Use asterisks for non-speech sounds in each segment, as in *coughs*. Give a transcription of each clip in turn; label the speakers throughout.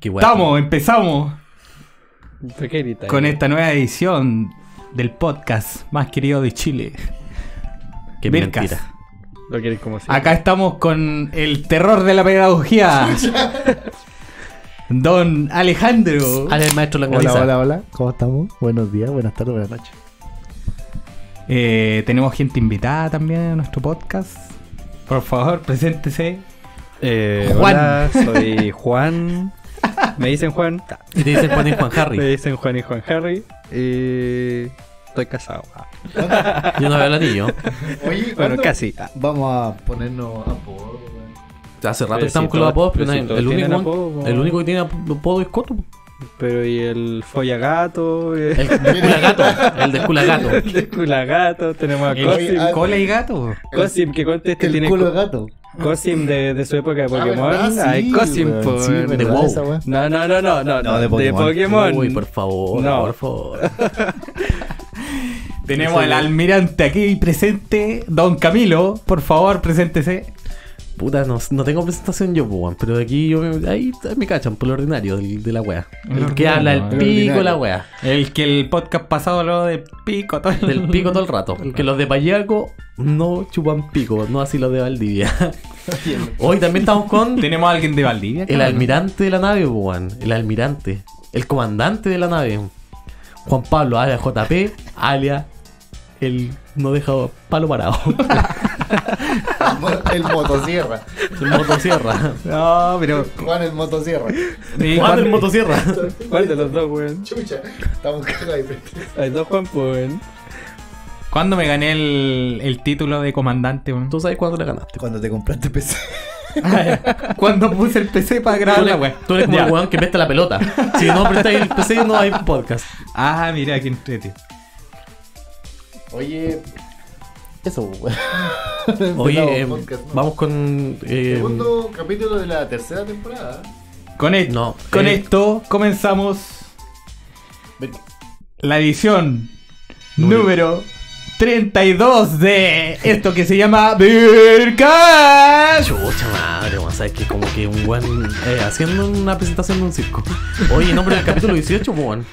Speaker 1: Qué guay.
Speaker 2: Estamos, empezamos
Speaker 3: ¿Por qué gritas?
Speaker 2: con esta nueva edición del podcast más querido de Chile.
Speaker 1: Qué
Speaker 2: Vircas.
Speaker 1: mentira.
Speaker 3: Lo querés como así.
Speaker 2: Acá estamos con el terror de la pedagogía. Don Alejandro.
Speaker 1: Al Ah, el maestro
Speaker 4: Hola,
Speaker 1: Langaniza.
Speaker 4: hola, hola. ¿Cómo estamos? Buenos días, buenas tardes, buenas noches.
Speaker 2: Eh, tenemos gente invitada también a nuestro podcast. Por favor, preséntese.
Speaker 3: Eh,
Speaker 2: Juan.
Speaker 3: Hola, soy Juan. Me dicen Juan.
Speaker 1: Y te dicen ponen Juan
Speaker 3: *laughs* Me
Speaker 1: Harry.
Speaker 3: dicen Juan y Juan Harry. Y estoy casado. Ah,
Speaker 1: Yo no veo el anillo.
Speaker 4: Oye,
Speaker 3: Bueno, casi. Ah.
Speaker 4: Vamos a ponernos a por.
Speaker 1: Hace rato
Speaker 3: Pero
Speaker 1: estamos
Speaker 3: si
Speaker 1: con
Speaker 3: todos-
Speaker 1: los apodos, pero,
Speaker 3: pero si
Speaker 1: nadie-
Speaker 3: todos
Speaker 1: el, único,
Speaker 3: tienen apodo,
Speaker 1: el único que tiene ap- apodo es Coto.
Speaker 3: Pero y el eh, follagato. *laughs*
Speaker 1: El
Speaker 3: El
Speaker 1: de culagato. El de culagato.
Speaker 3: *laughs* culagato. Tenemos a
Speaker 2: El-
Speaker 3: Cosim.
Speaker 4: ah,
Speaker 2: cola y gato.
Speaker 3: Cosim, que cuente este
Speaker 4: El
Speaker 3: tiene
Speaker 4: culo
Speaker 3: co-
Speaker 4: de gato.
Speaker 3: Cosim de, de su época de Pokémon.
Speaker 4: Ah, verdad,
Speaker 3: Ay,
Speaker 4: sí,
Speaker 3: Cosim,
Speaker 4: weón.
Speaker 3: por.
Speaker 4: Sí, verdad,
Speaker 1: de WoW. *laughs*
Speaker 4: esa weá.
Speaker 3: No, no, no, no, no, no,
Speaker 4: de
Speaker 3: de
Speaker 4: Pokémon.
Speaker 3: Pokémon.
Speaker 1: Uy, por favor,
Speaker 3: No.
Speaker 1: por favor.
Speaker 2: Tenemos al almirante aquí presente, Don Camilo. Por favor, preséntese.
Speaker 1: Puta, no, no tengo presentación yo, pues, weón, pero aquí yo me, ahí me cachan por lo ordinario del- de la wea.
Speaker 2: El
Speaker 1: El que
Speaker 2: ordinario,
Speaker 1: habla
Speaker 2: el
Speaker 1: el pico,
Speaker 4: ordinario.
Speaker 1: la wea.
Speaker 2: El que el podcast pasado habló de pico, todo el-
Speaker 1: Del pico todo el rato. Que los de Payaco no chupan pico, no así los de Valdivia. Hoy también estamos
Speaker 2: *laughs*
Speaker 1: con
Speaker 2: *laughs* Tenemos a alguien de Valdivia.
Speaker 1: el
Speaker 2: cabrón?
Speaker 1: almirante de la nave, po, weón. El almirante. El comandante de la nave. Juan Pablo, alias JP, alias el no deja palo parado.
Speaker 4: El motosierra.
Speaker 1: El motosierra.
Speaker 2: No, pero.
Speaker 4: Juan el motosierra.
Speaker 2: ¿Y
Speaker 1: Juan
Speaker 2: cuándo-
Speaker 1: del motosierra.
Speaker 3: ¿Cuál de los dos, weón?
Speaker 4: Chucha. Estamos cagados de
Speaker 3: Hay dos Juan, pues, weón.
Speaker 2: ¿Cuándo me gané el, el título de comandante? weón?
Speaker 1: Tú sabes cuándo la ganaste.
Speaker 4: Cuando te compraste PC.
Speaker 2: *laughs* Cuando puse el PC para grabar
Speaker 1: Tú
Speaker 2: Ah, la
Speaker 1: eres,
Speaker 2: wea.
Speaker 1: tú eres como
Speaker 2: Ya.
Speaker 1: el weón que presta la pelota. Si no prestáis el PC, no hay podcast.
Speaker 2: Ah, mira, qué entrete.
Speaker 4: Oye. Eso, weón. Empezamos
Speaker 1: Oye, eh,
Speaker 4: podcast, ¿no?
Speaker 1: vamos con. eh,
Speaker 4: Segundo capítulo de la tercera temporada.
Speaker 2: Con, esto,
Speaker 1: No,
Speaker 2: con
Speaker 1: eh.
Speaker 2: esto comenzamos
Speaker 4: Ven.
Speaker 2: la edición
Speaker 1: Número.
Speaker 2: número 32 de esto que se llama Vircash.
Speaker 1: Chucha madre, weón, sabes que como que un weón eh, haciendo una presentación de un circo. Oye, nombre del capítulo 18, pues, weón.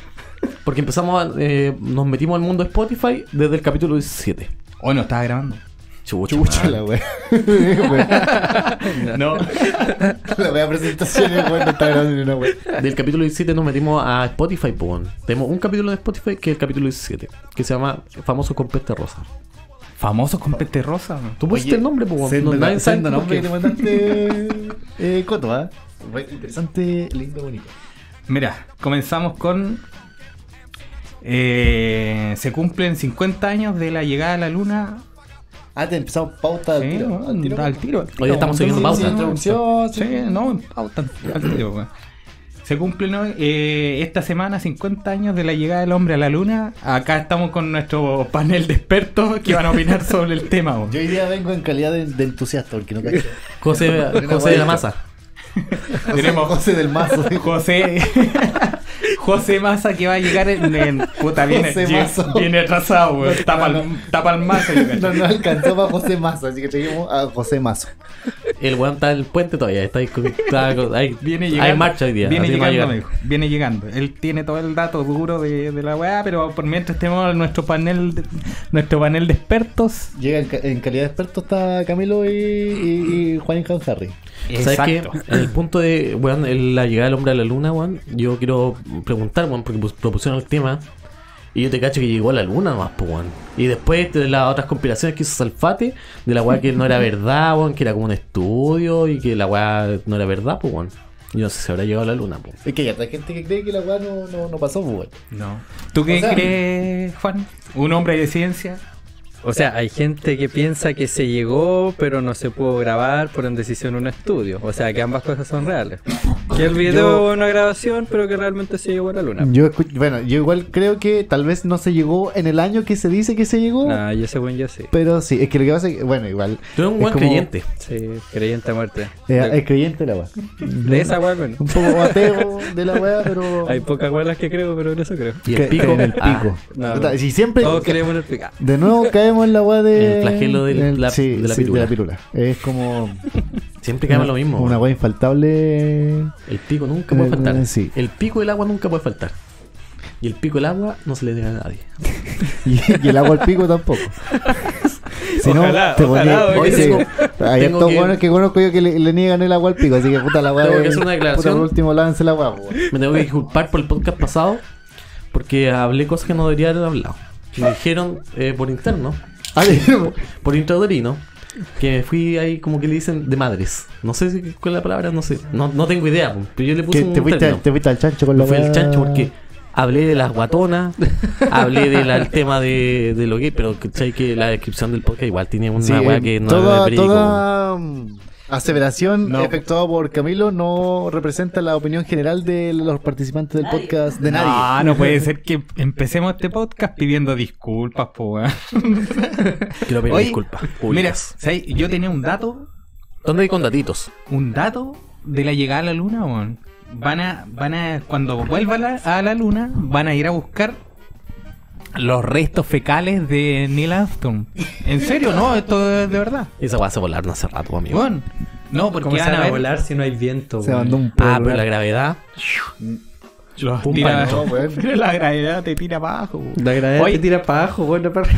Speaker 1: Porque empezamos, a- eh, nos metimos al mundo de Spotify desde el capítulo 17.
Speaker 2: Hoy Oh, no estaba grabando.
Speaker 1: Chucha.
Speaker 4: Chucha
Speaker 1: madre. *laughs*
Speaker 4: la weá. Weón,
Speaker 2: No.
Speaker 4: *laughs* La wea presentación es weón, no está grabando ni una wea.
Speaker 1: Del capítulo 17 nos metimos a Spotify, pues, weón. Tenemos un capítulo de Spotify que es el capítulo 17, que se llama Famoso con Peste Rosa.
Speaker 2: Famosos con peste rosa. ¿no?
Speaker 1: Tú pusiste
Speaker 4: Oye,
Speaker 1: el nombre, pues, weón.
Speaker 4: Sendo,
Speaker 1: No, nadie sabe
Speaker 4: sendo
Speaker 1: por
Speaker 4: nombre
Speaker 1: qué.
Speaker 4: que le mandaste eh, Coto, ¿ah? Re Interesante, lindo, bonito.
Speaker 2: Mira, comenzamos con. eh, se cumplen 50 años de la llegada a la luna.
Speaker 4: Ah, te empezamos pauta al
Speaker 2: Sí,
Speaker 4: tiro.
Speaker 2: bueno, al tiro, al tiro.
Speaker 1: Oye, estamos
Speaker 2: Entonces,
Speaker 1: siguiendo
Speaker 4: pauta.
Speaker 1: pauta.
Speaker 4: Sin introducción,
Speaker 2: Sí,
Speaker 4: sin-
Speaker 2: no, en pauta, al tiro, weón. Se cumplen hoy, eh, esta semana 50 años de la llegada del hombre a la luna. Acá estamos con nuestro panel de expertos que van a opinar sobre el tema. weón.
Speaker 4: Yo hoy día vengo en calidad de, de entusiasta, porque no cacho.
Speaker 1: José,
Speaker 4: Una
Speaker 1: José de la
Speaker 4: guay.
Speaker 1: Masa.
Speaker 2: Tenemos-
Speaker 4: José del Mazo. dijo.
Speaker 2: José *laughs* José Massa que va a llegar en, en- puta viene,
Speaker 4: José
Speaker 2: viene-
Speaker 4: Massa.
Speaker 2: viene atrasado, weón. Tapa,
Speaker 4: no,
Speaker 2: el- tapa el mazo. yo creo.
Speaker 4: No, no alcanzó para José Mazo, así que trajimos a José Mazo.
Speaker 1: El weón está en el puente todavía. Está ahí. con- está con- ahí-
Speaker 2: Viene llegando.
Speaker 1: Hay marcha hoy día.
Speaker 2: Viene
Speaker 1: así que va a
Speaker 2: llegando,
Speaker 1: llegar.
Speaker 2: amigo. Viene llegando. Él tiene todo el dato duro de, de la weá, pero por mientras tenemos nuestro panel de, nuestro panel de expertos.
Speaker 4: Llega en, ca- en calidad de experto está Camilo y, y, y Juan Injan Harry.
Speaker 1: ¿Sabes qué? En el punto de weón, el- la llegada del hombre a la luna, weón, yo quiero preguntar, weón, porque pus- propusieron el tema. Y yo te cacho que llegó a la luna nomás, pues, weón. Y después de las otras conspiraciones que hizo Salfate, de la weá que no
Speaker 4: *laughs*
Speaker 1: era verdad, weón, que era como un estudio y que la weá no era verdad, pues, weón. Yo no sé si habrá llegado a la luna, pues.
Speaker 4: Es que hay otra gente que cree que la weá no, no, no pasó, pues, weón.
Speaker 2: No. ¿Tú qué
Speaker 4: O sea-
Speaker 2: crees, Juan? ¿Un hombre de ciencia?
Speaker 3: O sea, hay gente que piensa que se llegó, pero no se pudo grabar por indecisión en un estudio. O sea, que ambas cosas son reales. Que el video
Speaker 4: Yo-
Speaker 3: es una grabación, pero que realmente se llegó a la luna.
Speaker 4: Yo escu- bueno, yo igual creo que tal vez no se llegó en el año que se dice que se llegó.
Speaker 3: Nah, yo según yo sí.
Speaker 4: Pero sí, es que lo que pasa es que, bueno, igual.
Speaker 1: Tú eres un
Speaker 4: Es
Speaker 1: buen
Speaker 4: como-
Speaker 1: creyente.
Speaker 3: Sí, creyente a muerte.
Speaker 4: eh,
Speaker 3: De,
Speaker 4: es creyente la weá.
Speaker 3: de esa weá, bueno.
Speaker 4: Un poco ateo de la weá, pero.
Speaker 3: Hay pocas weas las que creo, pero en eso creo.
Speaker 1: Y
Speaker 4: Que-
Speaker 1: el pico.
Speaker 4: En el
Speaker 1: ah,
Speaker 4: pico.
Speaker 3: no,
Speaker 4: Puta,
Speaker 3: no.
Speaker 4: si siempre.
Speaker 3: Todos creemos en el pica.
Speaker 4: De nuevo caemos en la weá de.
Speaker 1: El flagelo del-
Speaker 4: en el-
Speaker 1: la-
Speaker 4: sí,
Speaker 1: de la
Speaker 4: sí,
Speaker 1: pirula.
Speaker 4: pirula. Es como.
Speaker 1: Siempre caemos
Speaker 4: una-
Speaker 1: lo mismo.
Speaker 4: Una weá infaltable.
Speaker 1: El pico nunca puede
Speaker 4: Eh,
Speaker 1: faltar.
Speaker 4: sí.
Speaker 1: El pico del agua nunca puede faltar. Y el pico del agua no se le deja a nadie.
Speaker 4: Y, y el agua al
Speaker 1: *laughs*
Speaker 4: pico tampoco. Si no,
Speaker 2: Ojalá,
Speaker 4: te
Speaker 2: ojalá,
Speaker 4: ponía-
Speaker 1: oye,
Speaker 4: sí.
Speaker 1: tengo-
Speaker 4: Hay
Speaker 1: tengo
Speaker 4: estos
Speaker 1: que-
Speaker 4: buenos que conozco yo que le, le niegan el agua al pico, así que puta la weá.
Speaker 1: Tengo que
Speaker 4: de-
Speaker 1: hacer una
Speaker 4: Puta,
Speaker 1: declaración.
Speaker 4: por último, lávense la weá, weón. *laughs*
Speaker 1: Me tengo que disculpar por el podcast pasado porque hablé cosas que no debería haber hablado. Me dijeron eh, por interno,
Speaker 4: Ah, de-
Speaker 1: por introductorino, que fui ahí como que le dicen de madres. No sé si cuál es la palabra, no sé. No, no tengo idea, pues, pero yo le puse
Speaker 4: que
Speaker 1: un
Speaker 4: te, fuiste,
Speaker 1: término.
Speaker 4: al- te fuiste al chancho con la
Speaker 1: Me fui
Speaker 4: weá.
Speaker 1: el chancho porque hablé de las guatonas, hablé del al tema de, de lo gay, pero ¿cachai? que la descripción del podcast igual tiene una
Speaker 4: Sí,
Speaker 1: weá
Speaker 4: eh,
Speaker 1: que no
Speaker 4: toda,
Speaker 1: debería ir
Speaker 4: toda mm, aseveración
Speaker 2: No.
Speaker 4: efectuada por Camilo no representa la opinión general de los participantes del podcast de nadie.
Speaker 2: Ah,
Speaker 1: *laughs*
Speaker 2: No, no puede ser que empecemos este podcast pidiendo disculpas, po, weón.
Speaker 1: como- Quiero pedir
Speaker 2: Oye,
Speaker 1: disculpas.
Speaker 2: Mira,
Speaker 1: públicas.
Speaker 2: ¿sabes? yo tenía un dato,
Speaker 1: ¿dónde hay condatitos?
Speaker 2: un dato de la llegada a la luna, weón. Van a, van a, cuando vuelva a la, a la luna, van a ir a buscar los restos fecales de Neil Armstrong. En serio, no, esto es de verdad.
Speaker 1: Esa weá se volaron hace rato, amigo.
Speaker 2: Weón. No, porque
Speaker 3: ¿Cómo se
Speaker 2: van a
Speaker 3: van a
Speaker 2: ver-
Speaker 3: volar si no hay viento?
Speaker 4: Se
Speaker 3: weón?
Speaker 4: mandó un
Speaker 1: Ah,
Speaker 4: polvo.
Speaker 1: pero la
Speaker 3: *laughs*
Speaker 1: gravedad.
Speaker 2: Los
Speaker 1: Pum,
Speaker 2: tira-
Speaker 1: pancho.
Speaker 4: No, weón.
Speaker 2: *laughs* Pero la gravedad te tira abajo. weón.
Speaker 3: La gravedad
Speaker 2: Oye,
Speaker 3: te tira para abajo,
Speaker 2: *laughs*
Speaker 3: bueno, perro.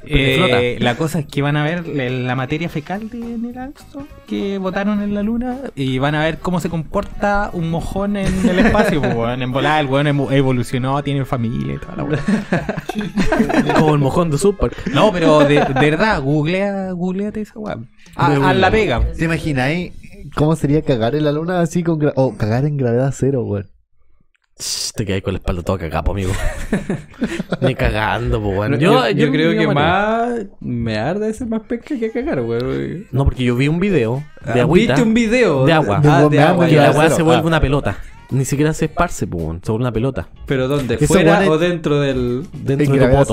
Speaker 1: Porque
Speaker 2: Eh,
Speaker 1: flota.
Speaker 2: la cosa es que van a ver la, la materia fecal de Neil Armstrong que botaron en la luna y van a ver cómo se comporta un mojón en el espacio. pues, weón. en volar, el weón emo- evolucionó, tiene familia y toda la weá.
Speaker 1: Como el mojón de Super.
Speaker 2: No, pero de, de verdad, googlea, googleate esa weá.
Speaker 1: Voy a
Speaker 2: A, a la
Speaker 1: googlear.
Speaker 2: pega.
Speaker 4: ¿Te imaginas eh, cómo sería cagar en la luna así con... gra- O cagar en gravedad cero, weón.
Speaker 1: Shh, Te quedas con la espalda toda cagada, po,
Speaker 3: *laughs*
Speaker 1: amigo. Ni cagando, po, weón.
Speaker 3: Yo, yo creo
Speaker 1: yo
Speaker 3: que
Speaker 1: me-
Speaker 3: más me arde ese más pesca que cagar, weón.
Speaker 1: No, porque yo vi un video de agüita.
Speaker 3: Ah, ¿Viste un video?
Speaker 1: De agua.
Speaker 4: De
Speaker 3: Ah, de
Speaker 4: bombear,
Speaker 3: agua.
Speaker 1: Que
Speaker 4: Ya,
Speaker 1: la
Speaker 3: ya.
Speaker 1: weá
Speaker 4: cero.
Speaker 1: se vuelve
Speaker 4: Ah.
Speaker 1: una pelota. Ni siquiera se esparce, po, weón. Se vuelve una pelota.
Speaker 3: Pero ¿dónde?
Speaker 4: Esa
Speaker 3: ¿Fuera
Speaker 4: weá
Speaker 3: o dentro del...?
Speaker 1: Dentro
Speaker 4: En
Speaker 1: de tu
Speaker 4: gravedad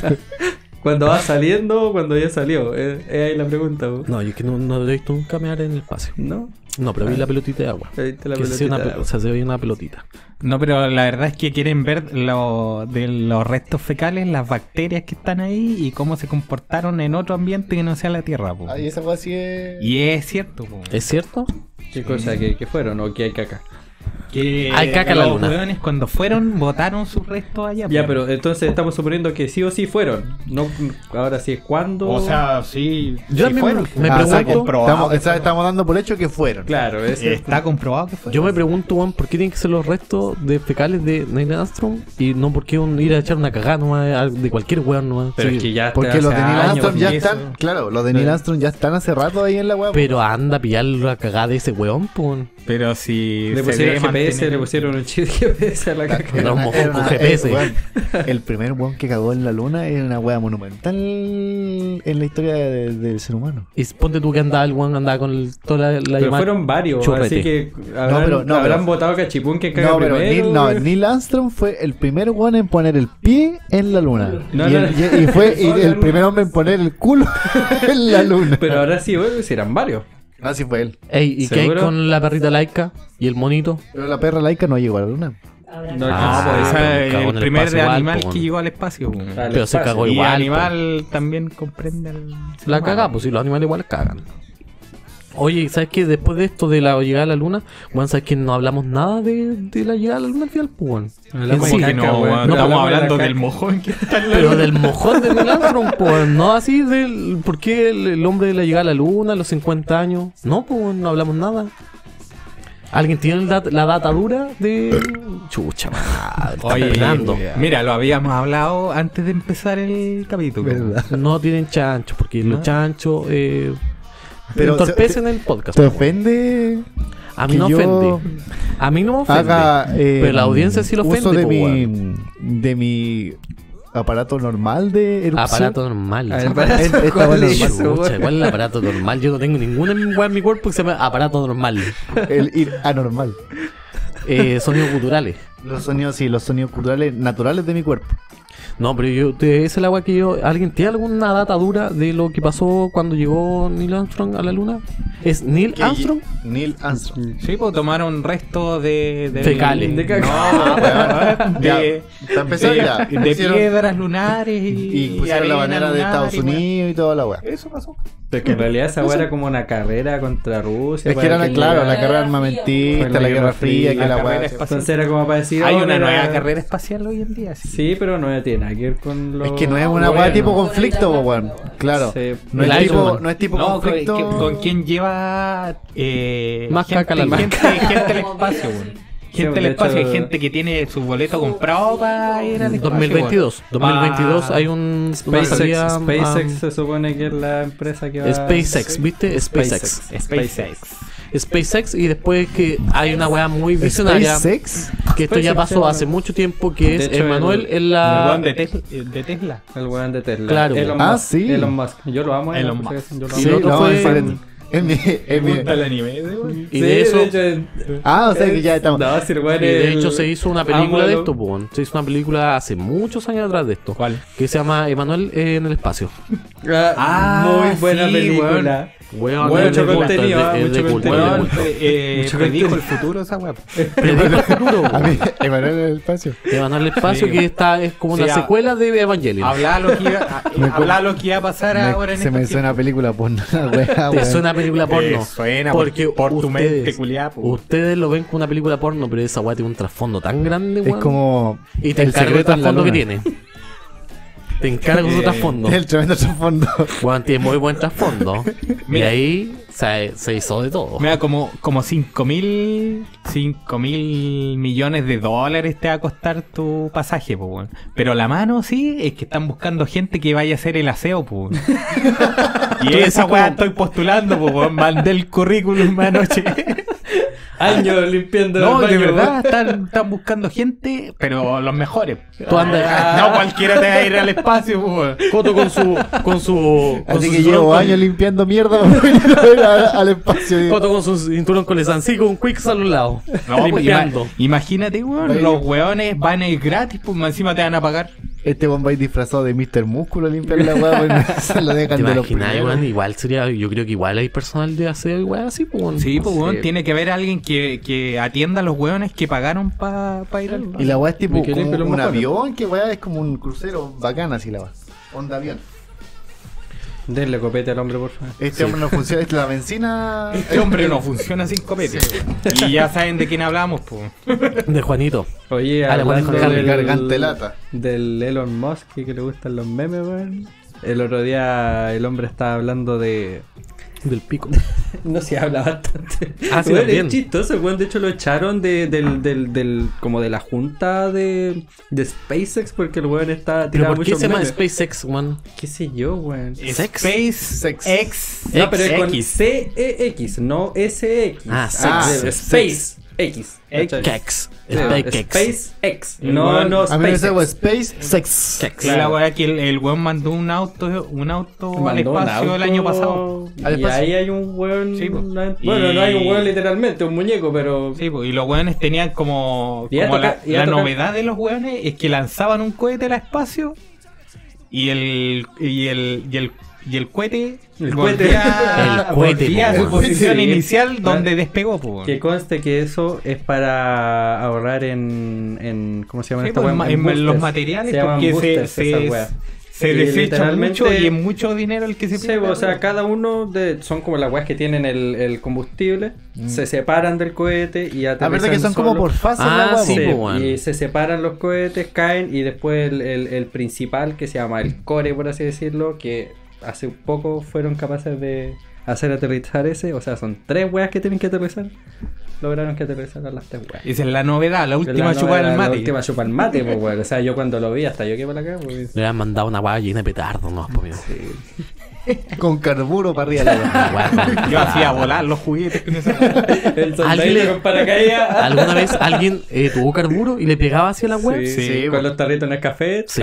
Speaker 1: poto.
Speaker 4: *laughs*
Speaker 3: Cuando va saliendo o cuando ya salió. Es es ahí la pregunta, weón.
Speaker 1: No, yo es que no, no lo he visto nunca mear en el espacio.
Speaker 3: ¿No?
Speaker 1: No, pero vi la pelotita de agua.
Speaker 3: Ahí está Ah. la
Speaker 1: Que se ve
Speaker 3: pelotita
Speaker 1: una
Speaker 3: de
Speaker 1: pe-
Speaker 3: agua.
Speaker 1: o sea, se veía una pelotita.
Speaker 2: No, pero la verdad es que quieren ver lo, de los restos fecales, las bacterias que están ahí y cómo se comportaron en otro ambiente que no sea la Tierra. po.
Speaker 4: Ay, esa weá sí es...
Speaker 2: Y es cierto. po.
Speaker 1: ¿Es cierto?
Speaker 3: ¿Qué cosa? ¿Qué, qué fueron? ¿O qué hay caca?
Speaker 2: Que
Speaker 1: Hay caca en la
Speaker 2: los
Speaker 1: luna.
Speaker 2: hueones cuando fueron, botaron sus restos allá.
Speaker 3: Ya,
Speaker 2: po.
Speaker 3: pero entonces estamos suponiendo que sí o sí fueron. No, ahora sí, ¿cuándo?
Speaker 2: O sea, sí.
Speaker 1: Yo
Speaker 2: sí
Speaker 1: también
Speaker 2: fueron.
Speaker 1: me
Speaker 4: Ah, o sea,
Speaker 1: pregunto-
Speaker 4: que estamos, o sea, estamos dando por hecho que fueron.
Speaker 3: claro, es
Speaker 2: Está comprobado que fueron.
Speaker 1: Yo me pregunto, weón, ¿por qué tienen que ser los restos de fecales de Neil Armstrong? Y no por qué un- ir a echar una cagada nomás eh, al- de cualquier weón nomás.
Speaker 3: Pero
Speaker 1: Sí.
Speaker 3: es que ya
Speaker 4: Porque
Speaker 3: te
Speaker 4: los de
Speaker 3: hace
Speaker 4: Neil
Speaker 3: años
Speaker 4: Armstrong
Speaker 3: y
Speaker 4: ya
Speaker 3: eso.
Speaker 4: están... Claro, los de Neil Armstrong ya están hace rato ahí en la weá.
Speaker 1: Pero anda a pillar la cagada de ese weón, pon.
Speaker 2: Pero si.
Speaker 3: Le
Speaker 2: se
Speaker 3: pusieron
Speaker 2: debe
Speaker 3: GPS,
Speaker 2: mantener-
Speaker 3: le pusieron un chip GPS a la caca.
Speaker 1: Era un mojón
Speaker 4: *laughs* era
Speaker 1: con
Speaker 4: una-
Speaker 1: GPS. *laughs*
Speaker 4: eh, weón, el primer weón que cagó en la luna era una weá monumental en la historia de- del ser humano.
Speaker 1: Y ponte tú que andaba el weón, andaba con el- toda la, la
Speaker 3: Pero
Speaker 1: llamada-
Speaker 3: fueron varios,
Speaker 1: Chupete.
Speaker 3: así que habrán,
Speaker 4: pero- no,
Speaker 3: habrán
Speaker 4: pero-
Speaker 3: votado cachipún que caga
Speaker 4: No, pero
Speaker 3: primero.
Speaker 4: Neil, no, Neil Armstrong fue el primer weón en poner el pie en la luna.
Speaker 3: No,
Speaker 4: y,
Speaker 3: no,
Speaker 4: el-
Speaker 3: no.
Speaker 4: y- y
Speaker 3: *laughs*
Speaker 4: fue y
Speaker 3: No, la
Speaker 4: el
Speaker 3: luna.
Speaker 4: primer hombre en poner el culo *laughs* en la luna.
Speaker 3: Pero ahora sí, bueno, si eran varios.
Speaker 4: Así fue él.
Speaker 1: Ey, ¿y qué hay
Speaker 3: ¿Seguro?
Speaker 1: con la perrita laica y el monito?
Speaker 4: Pero la perra laica no llegó a la luna.
Speaker 3: No,
Speaker 1: Ah,
Speaker 2: Ah, pues,
Speaker 1: pero
Speaker 2: esa es
Speaker 1: cagó en
Speaker 2: el
Speaker 1: el
Speaker 2: primer
Speaker 1: espacio igual,
Speaker 2: animal
Speaker 1: po,
Speaker 2: que
Speaker 1: bueno.
Speaker 2: llegó al espacio. po.
Speaker 3: Al
Speaker 1: Pero se
Speaker 3: espacio.
Speaker 1: cagó
Speaker 2: Y
Speaker 1: igual. po.
Speaker 2: animal también comprende al ser
Speaker 1: La
Speaker 2: humano.
Speaker 1: cagá, pues si los animales igual cagan. Oye, ¿sabes qué? Después de esto de la llegada a la luna, weón, ¿sabes que no hablamos nada de, de la llegada a la luna al final, pues, weón?
Speaker 3: Hablamos
Speaker 1: Sí,
Speaker 2: Como
Speaker 3: de
Speaker 2: que no,
Speaker 3: caca, weón.
Speaker 2: weón.
Speaker 3: Pero
Speaker 2: estamos
Speaker 3: hablamos de la
Speaker 2: hablando
Speaker 3: caca.
Speaker 2: del mojón que está en la
Speaker 1: Pero
Speaker 2: luna.
Speaker 1: del mojón de Neil Armstrong, pues, weón, no así del... ¿Por qué el, el hombre de la llegada a la luna, los 50 años? No, pues, weón, no hablamos nada. ¿Alguien tiene el dat- la data dura de...? *coughs* Chucha, madre, está penando.
Speaker 4: Eh,
Speaker 2: mira, lo habíamos hablado antes de empezar el capítulo.
Speaker 4: ¿Verdad?
Speaker 1: No tienen chancho, porque los chanchos eh,
Speaker 4: Pero
Speaker 1: entorpecen el podcast.
Speaker 4: ¿Te
Speaker 1: pues, weón.
Speaker 4: ofende?
Speaker 1: A mí
Speaker 4: que
Speaker 1: no
Speaker 4: yo
Speaker 1: ofende. A mí no me ofende.
Speaker 4: Haga, eh,
Speaker 1: pero la audiencia sí lo
Speaker 4: uso
Speaker 1: ofende,
Speaker 4: de
Speaker 1: po,
Speaker 4: mi, de mi aparato normal de erupción.
Speaker 1: Aparato normal.
Speaker 3: A ver, aparato,
Speaker 4: Esta- esta
Speaker 3: ¿cuál
Speaker 4: buena
Speaker 3: es
Speaker 1: Chucha,
Speaker 4: normal,
Speaker 3: eso, weón?
Speaker 1: ¿Cuál es el aparato normal? Yo no tengo ninguna en mi cuerpo que se llama aparato normal.
Speaker 4: El ir anormal.
Speaker 1: Eh, sonidos culturales.
Speaker 4: Los sonidos, sí, los sonidos culturales naturales de mi cuerpo.
Speaker 1: No, pero yo, te, esa es la weá que yo. ¿Alguien tiene alguna data dura de lo que pasó cuando llegó Neil Armstrong a la luna? ¿Es Neil Armstrong?
Speaker 4: Neil Armstrong.
Speaker 2: Sí, pues tomaron restos de, de.
Speaker 1: Fecales.
Speaker 2: De,
Speaker 1: De
Speaker 2: no, weón,
Speaker 4: *laughs* Ya,
Speaker 2: de,
Speaker 4: para empezar,
Speaker 2: de-
Speaker 4: ya,
Speaker 2: de
Speaker 4: hicieron-
Speaker 2: piedras lunares y.
Speaker 4: Y pusieron la
Speaker 2: arena
Speaker 4: bandera de
Speaker 2: lunar
Speaker 4: Estados
Speaker 2: y weón.
Speaker 4: Unidos y toda la weá.
Speaker 2: Eso pasó.
Speaker 3: Porque en realidad esa weá era como una carrera contra Rusia.
Speaker 4: Es que
Speaker 3: para
Speaker 4: era, la-
Speaker 3: quién
Speaker 4: claro, la
Speaker 3: llegara.
Speaker 4: carrera
Speaker 3: Fue
Speaker 4: armamentista, la Guerra Fría, que la
Speaker 2: carrera
Speaker 4: weá.
Speaker 2: espacial.
Speaker 3: Entonces era como para decir.
Speaker 2: Hay
Speaker 3: oh,
Speaker 2: una
Speaker 3: mira,
Speaker 2: nueva carrera espacial hoy en día. Sí.
Speaker 3: Sí, pero no tiene nada que ver con lo.
Speaker 4: Es que no es una weá
Speaker 3: Bueno,
Speaker 4: tipo conflicto, po, weón. Claro.
Speaker 3: Sí.
Speaker 4: No es
Speaker 1: Claro.
Speaker 4: tipo, no es tipo
Speaker 2: No, con,
Speaker 4: conflicto.
Speaker 2: con- con quién lleva eh,
Speaker 1: Más
Speaker 2: gente,
Speaker 1: caca la luna.
Speaker 2: gente, gente al espacio, weón.
Speaker 3: Sí,
Speaker 2: Gente al
Speaker 3: de
Speaker 2: espacio,
Speaker 3: hecho-
Speaker 2: hay gente que tiene su boleto comprado para ir
Speaker 4: Mm.
Speaker 2: al espacio. Ah.
Speaker 1: 2022.
Speaker 2: weón.
Speaker 1: 2022
Speaker 2: Pa-
Speaker 1: hay un. una
Speaker 3: Ah. SpaceX,
Speaker 1: salida,
Speaker 3: SpaceX
Speaker 1: um,
Speaker 3: se supone que es la empresa que va
Speaker 1: SpaceX, ¿viste? SpaceX.
Speaker 2: SpaceX.
Speaker 1: SpaceX y después que hay una weá muy visionaria.
Speaker 4: SpaceX.
Speaker 1: Que esto ya pasó hace mucho tiempo, que
Speaker 3: De
Speaker 1: es
Speaker 3: hecho,
Speaker 1: Emanuel
Speaker 3: el-
Speaker 1: en
Speaker 2: El
Speaker 1: la...
Speaker 2: weón de, Tesla, eh, de Tesla.
Speaker 3: El weón de Tesla.
Speaker 1: Claro.
Speaker 3: Elon
Speaker 4: Ah,
Speaker 3: Musk.
Speaker 4: sí.
Speaker 3: Elon Musk. Yo lo amo.
Speaker 2: Elon Musk.
Speaker 3: Musk. Yo lo amo.
Speaker 4: Sí,
Speaker 1: el otro
Speaker 4: no,
Speaker 1: fue-
Speaker 4: es diferente. Es mi, es *laughs* mi.
Speaker 2: anime, weón.
Speaker 1: Y de eso...
Speaker 4: Ah, o sea que ya estamos.
Speaker 3: No, si el
Speaker 1: y
Speaker 3: weón
Speaker 1: de
Speaker 3: es-
Speaker 1: hecho se hizo una
Speaker 3: Ah,
Speaker 1: película de
Speaker 3: bueno.
Speaker 1: esto, po, se hizo una película hace muchos años atrás de esto,
Speaker 2: ¿Cuál?
Speaker 1: que se llama Emanuel eh, en el espacio.
Speaker 3: Ah,
Speaker 2: Ah,
Speaker 3: muy buena
Speaker 2: sí,
Speaker 3: película.
Speaker 1: Weón,
Speaker 3: Bueno,
Speaker 1: es de
Speaker 3: mucho
Speaker 1: culto, es de- es
Speaker 3: contenido,
Speaker 1: de
Speaker 3: mucho
Speaker 1: culto, es de
Speaker 3: contenido.
Speaker 2: Weón,
Speaker 1: culto.
Speaker 2: eh,
Speaker 3: Mucho
Speaker 2: predijo
Speaker 3: contenido.
Speaker 2: el futuro esa weá.
Speaker 4: *laughs*
Speaker 1: Predijo el futuro, po.
Speaker 4: A mí, Emanuel en el espacio.
Speaker 1: Emanuel en el espacio,
Speaker 2: Sí.
Speaker 1: que está, es como
Speaker 2: Sí,
Speaker 1: una
Speaker 2: ah.
Speaker 1: secuela de Evangelion.
Speaker 2: Hablaba lo que iba, a- *laughs*
Speaker 4: Me-
Speaker 2: hablaba lo que iba a pasar
Speaker 4: Me-
Speaker 2: ahora en este
Speaker 4: se
Speaker 2: estos
Speaker 4: me
Speaker 2: tiempos.
Speaker 4: suena a película porno. *laughs* la weá,
Speaker 1: Te
Speaker 4: weón.
Speaker 1: suena a película porno.
Speaker 2: Eh, suena,
Speaker 1: porque
Speaker 2: por- por tu
Speaker 1: ustedes,
Speaker 2: mente, culiá, po.
Speaker 1: ustedes lo ven como una película porno, pero esa weá tiene un trasfondo tan grande,
Speaker 4: Es
Speaker 1: weón.
Speaker 4: como.
Speaker 1: Y te encargo
Speaker 4: el
Speaker 1: el
Speaker 4: secreto en la
Speaker 1: trasfondo que
Speaker 4: luna.
Speaker 1: tiene. Te encargo su
Speaker 2: Eh,
Speaker 1: trasfondo.
Speaker 4: *laughs* El tremendo trasfondo.
Speaker 1: Juan tiene muy buen trasfondo. y
Speaker 2: Mira.
Speaker 1: ahí se, se hizo de todo.
Speaker 2: Mira, como, como 5 mil millones de dólares te va a costar tu pasaje, po, weón. Pero la mano sí es que están buscando gente que vaya a hacer el aseo, po, *laughs* weón. Y esa weá estoy postulando, po, weón. Mandé el currículum anoche. *laughs*
Speaker 3: Año limpiando
Speaker 2: No,
Speaker 3: el
Speaker 2: de
Speaker 3: baño.
Speaker 2: verdad, están, están buscando gente, pero los mejores.
Speaker 1: Tú andas
Speaker 2: No cualquiera te va a ir al espacio, po, weón.
Speaker 1: Coto con su. con su. con
Speaker 4: Así
Speaker 1: su
Speaker 4: que
Speaker 1: cinturón
Speaker 4: llevo
Speaker 1: con-
Speaker 4: años limpiando mierda *laughs* para ir a- al espacio.
Speaker 1: Coto con su cinturón con el Sansi con un Quicks a los lados.
Speaker 2: No, pues,
Speaker 1: limpiando.
Speaker 2: ima- imagínate, weón, los weones van a ir gratis, pues encima te van a pagar.
Speaker 4: Este bomba ir disfrazado de Mr. Músculo a limpiar la weá, porque *laughs* se lo
Speaker 1: ¿Te
Speaker 4: dejan de los
Speaker 1: imaginas,
Speaker 4: primeros.
Speaker 1: weón? Igual sería. Yo creo que igual hay personal de hacer weón así, pues. weón.
Speaker 2: Sí, pues, weón,
Speaker 3: Sí.
Speaker 2: tiene que haber alguien que, que atienda a los weones que pagaron para ir al
Speaker 4: Y la weá es tipo
Speaker 3: Me quedé
Speaker 4: como
Speaker 3: limpio los
Speaker 4: un
Speaker 3: mojones.
Speaker 4: avión, que weá es como un crucero bacán así la weá. Onda avión.
Speaker 3: Denle copete al hombre, por favor.
Speaker 4: Este hombre no funciona, es la benzina. eh,
Speaker 2: Este hombre no funciona sin copete. Y ya saben de quién hablamos, pues.
Speaker 1: De Juanito.
Speaker 3: Oye,
Speaker 1: Ah, le pones
Speaker 3: hablando
Speaker 1: con carne,
Speaker 3: del,
Speaker 4: garganta de lata.
Speaker 3: del Elon Musk y que le gustan los memes, weón. El otro día el hombre estaba hablando de. *laughs*
Speaker 1: Del pico.
Speaker 3: No se habla bastante.
Speaker 1: Ah, sí,
Speaker 3: Weón,
Speaker 1: también.
Speaker 3: es chistoso, weón. De hecho, lo echaron de, del, del, del, como de la junta de, de SpaceX porque el weón está
Speaker 1: ¿Pero
Speaker 3: tirando
Speaker 1: por qué
Speaker 3: muchos
Speaker 1: se llama
Speaker 3: memes.
Speaker 1: SpaceX, weón?
Speaker 3: ¿Qué sé yo, weón?
Speaker 1: Sex.
Speaker 2: Space
Speaker 4: Sex.
Speaker 2: X.
Speaker 3: No, pero es con
Speaker 2: X.
Speaker 3: CEX, no E SX.
Speaker 1: Ah,
Speaker 4: sex.
Speaker 3: de- de Space X. ¿cachai?
Speaker 1: Kex.
Speaker 3: Sí,
Speaker 1: SpaceX.
Speaker 3: SpaceX.
Speaker 2: El
Speaker 3: No,
Speaker 2: weón-
Speaker 3: no,
Speaker 4: A mí me
Speaker 3: SpaceX.
Speaker 4: sale Space Sex. Sex.
Speaker 2: Y La weá que el, el weón mandó un auto, un auto al
Speaker 3: Mandó un
Speaker 2: espacio el
Speaker 3: auto
Speaker 2: año pasado.
Speaker 3: Y
Speaker 4: Al espacio.
Speaker 3: ahí hay un weón.
Speaker 2: Sí, po.
Speaker 3: una-
Speaker 2: Y-
Speaker 3: Bueno, no hay un weón literalmente, un muñeco, pero.
Speaker 2: Sí, pues, y los weones tenían como,
Speaker 3: Y a
Speaker 2: como
Speaker 3: tocar-
Speaker 2: la,
Speaker 3: y a
Speaker 2: la
Speaker 3: tocar.
Speaker 2: novedad de los weones es que lanzaban un cohete al espacio y el y el y el y el cohete volvía-
Speaker 3: El
Speaker 2: *laughs*
Speaker 1: cohete. El cohete,
Speaker 2: volvía a
Speaker 1: po,
Speaker 2: su
Speaker 1: weón.
Speaker 2: posición
Speaker 3: Sí. Ah,
Speaker 2: inicial
Speaker 3: Claro.
Speaker 2: donde despegó, po, weón.
Speaker 3: Que conste que eso es para ahorrar en. en ¿Cómo se llama
Speaker 2: Sí,
Speaker 3: esta
Speaker 2: pues,
Speaker 3: weá?
Speaker 2: en, en los
Speaker 3: boosters.
Speaker 2: materiales
Speaker 3: Se llaman
Speaker 2: porque
Speaker 3: boosters,
Speaker 2: se,
Speaker 3: esas
Speaker 2: se,
Speaker 3: weas.
Speaker 2: se
Speaker 3: Y
Speaker 2: desecha
Speaker 3: literalmente-
Speaker 2: mucho y es mucho dinero el que se
Speaker 3: Sí, pues,
Speaker 2: pierde,
Speaker 3: o sea,
Speaker 2: weón.
Speaker 3: cada uno de, son como las weas que tienen el, el combustible,
Speaker 4: Mm.
Speaker 3: se separan del cohete y
Speaker 4: La
Speaker 3: aterrizan
Speaker 4: verdad que son como
Speaker 3: solo.
Speaker 4: por fases
Speaker 1: Ah,
Speaker 4: la weá.
Speaker 1: sí,
Speaker 3: Sí,
Speaker 4: po.
Speaker 1: po, weón.
Speaker 3: y se separan los cohetes, caen y después el, el- el principal que se llama el core, por así decirlo, que hace poco fueron capaces de hacer aterrizar ese, o sea, son tres weas que tienen que aterrizar, lograron que aterrizaran las tres weas.
Speaker 2: esa es la novedad, la última
Speaker 3: La
Speaker 2: chupada
Speaker 3: novela,
Speaker 2: del
Speaker 3: la
Speaker 2: mate. *laughs*
Speaker 3: última chupa al mate, po, weón. O sea, yo cuando lo vi hasta yo quedé para acá, pues.
Speaker 1: Le han mandado una guada llena de petardos, no, pues, amigo.
Speaker 4: Con carburo para arriba. la
Speaker 1: *laughs*
Speaker 4: weá.
Speaker 2: Yo hacía volar los juguetes con esa-
Speaker 1: ¿Alguien le-
Speaker 3: El
Speaker 1: Ah,
Speaker 3: soldadito con paracaídas.
Speaker 1: ¿Alguna vez alguien eh, tuvo carburo y le pegaba hacia la web?
Speaker 3: Sí,
Speaker 4: Sí,
Speaker 3: sí,
Speaker 4: bueno.
Speaker 3: con los tarritos en el café.
Speaker 1: Sí,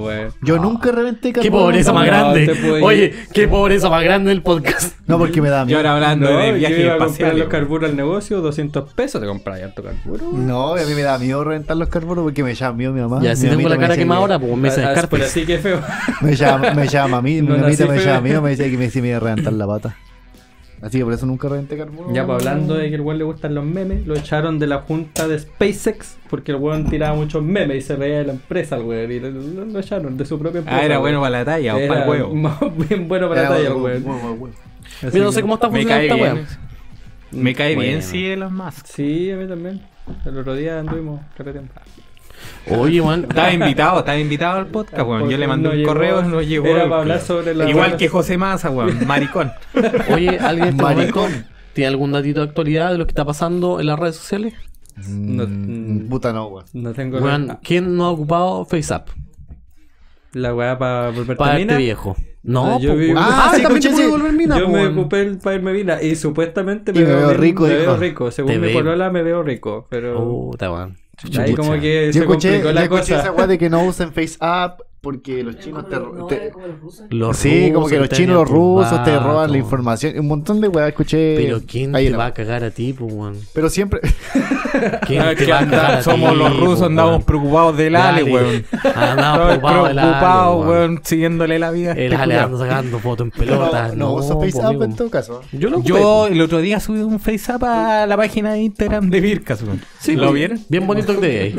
Speaker 1: bueno.
Speaker 3: güey.
Speaker 4: Yo nunca reventé carburo.
Speaker 1: ¡Qué pobreza más
Speaker 3: No,
Speaker 1: grande!
Speaker 3: te puedo-
Speaker 1: Oye, qué pobreza más grande el podcast.
Speaker 4: No, porque me da
Speaker 2: Yo
Speaker 4: miedo.
Speaker 2: ahora hablando
Speaker 3: No,
Speaker 2: de
Speaker 3: yo
Speaker 2: viajes
Speaker 3: iba a comprar
Speaker 2: espaciales.
Speaker 3: los carburos al negocio, 200 pesos te compras harto carburo.
Speaker 4: No, a mí me da miedo reventar los carburos porque me llama miedo mi mamá.
Speaker 1: Y así
Speaker 4: Mi
Speaker 1: tengo
Speaker 4: mamita
Speaker 1: la
Speaker 4: me
Speaker 1: cara
Speaker 4: decía
Speaker 1: quemada
Speaker 4: que-
Speaker 1: ahora, pues me se
Speaker 3: Ah, ah,
Speaker 1: descarpe.
Speaker 3: Pero así que feo. *laughs*
Speaker 4: Me llama, me llama a mí,
Speaker 3: No
Speaker 4: mi mamita
Speaker 3: nací
Speaker 4: me
Speaker 3: feo.
Speaker 4: llama a mí, me decía que me, si me iba a reventar la pata. Así que por eso nunca reventé carburo.
Speaker 3: Ya, pues hablando de que el weón le gustan los memes, lo echaron de la junta de SpaceX porque el weón tiraba muchos memes y se reía de la empresa, el weón. Y lo, lo- lo echaron de su propia empresa.
Speaker 2: Ah, era
Speaker 3: weón.
Speaker 2: bueno para la talla, o
Speaker 3: Era
Speaker 2: para el huevo.
Speaker 3: *laughs* más bien bueno para
Speaker 4: Era
Speaker 3: la talla,
Speaker 4: bu-
Speaker 3: weón.
Speaker 4: bu- bu- bu-
Speaker 3: Así
Speaker 1: Yo no sé
Speaker 3: que-
Speaker 1: cómo está
Speaker 2: Me
Speaker 1: funcionando
Speaker 2: cae
Speaker 1: esta
Speaker 2: bien.
Speaker 1: wea.
Speaker 2: Me cae bien,
Speaker 1: Bueno.
Speaker 2: sí, Elon Musk.
Speaker 3: Sí, a mí también. El otro día anduvimos carreteando.
Speaker 1: Oye,
Speaker 3: *laughs*
Speaker 1: man.
Speaker 2: Estaba invitado, estaba invitado al podcast, weón. Yo le mandé
Speaker 3: No
Speaker 2: un
Speaker 3: llegó,
Speaker 2: correo, no llegó.
Speaker 3: Era para hablar sobre la.
Speaker 2: Igual que José Massa, weón. Maricón.
Speaker 1: Oye, ¿alguien en este
Speaker 4: Maricón.
Speaker 1: momento tiene algún datito de actualidad de lo que está pasando en las redes sociales?
Speaker 3: No-
Speaker 4: Mm, Puta no, weón.
Speaker 3: No tengo
Speaker 1: Weón, ¿quién no ha ocupado FaceApp?
Speaker 3: la weá para volver
Speaker 1: Para
Speaker 3: mina.
Speaker 1: este viejo. No,
Speaker 3: Ah, yo
Speaker 1: po,
Speaker 3: vi-
Speaker 1: weón.
Speaker 4: Ah, sí,
Speaker 1: también
Speaker 4: conche,
Speaker 1: se puede
Speaker 4: sí.
Speaker 1: volver mina,
Speaker 3: Yo
Speaker 1: po,
Speaker 3: me
Speaker 1: weón.
Speaker 3: ocupé el para irme mina y supuestamente
Speaker 4: Y me veo
Speaker 3: bien-
Speaker 4: rico,
Speaker 3: Me
Speaker 4: dijo.
Speaker 3: veo rico.
Speaker 1: Te Oh.
Speaker 3: Según mi
Speaker 1: ve-
Speaker 3: polola me veo rico. Pero
Speaker 1: Puta, weón.
Speaker 3: ahí como que
Speaker 4: Yo
Speaker 3: Eh, se
Speaker 4: escuché,
Speaker 3: complicó
Speaker 4: yo
Speaker 3: la
Speaker 4: escuché
Speaker 3: cosa.
Speaker 4: esa weá de que no usen FaceApp porque los chinos te, ro- te-
Speaker 1: Los
Speaker 4: Sí, como que los
Speaker 1: te
Speaker 4: chinos, los
Speaker 1: tenían
Speaker 4: rusos te
Speaker 1: turbado.
Speaker 4: roban la información. Un montón de weá escuché.
Speaker 1: Pero ¿quién
Speaker 4: ayer.
Speaker 1: te va a cagar a ti, po, weón?
Speaker 4: Pero siempre.
Speaker 1: ¿Quién
Speaker 2: Ah,
Speaker 1: te
Speaker 2: que
Speaker 1: va a
Speaker 2: anda-
Speaker 1: cagar a
Speaker 2: somos
Speaker 1: ti,
Speaker 2: los
Speaker 1: po,
Speaker 2: rusos,
Speaker 1: pues, weón?
Speaker 2: andamos preocupados del Ale,
Speaker 1: Dale.
Speaker 2: weón.
Speaker 1: Andamos
Speaker 2: Estamos
Speaker 1: preocupados del Ale,
Speaker 2: preocupados,
Speaker 1: weón.
Speaker 2: weón, siguiéndole la vida. a este
Speaker 1: El Ale
Speaker 2: culiao.
Speaker 1: anda sacando fotos en
Speaker 4: *laughs* no,
Speaker 1: pelotas.
Speaker 4: no uso
Speaker 1: po,
Speaker 4: FaceApp
Speaker 1: amigo.
Speaker 4: en todo caso.
Speaker 1: Yo lo ocupé,
Speaker 2: Yo el otro día subí un FaceApp a la página de Instagram de Vircas, weón.
Speaker 1: Sí,
Speaker 2: ¿Lo
Speaker 1: pues,
Speaker 2: vieron?
Speaker 1: Bien bonito que te veía ahí.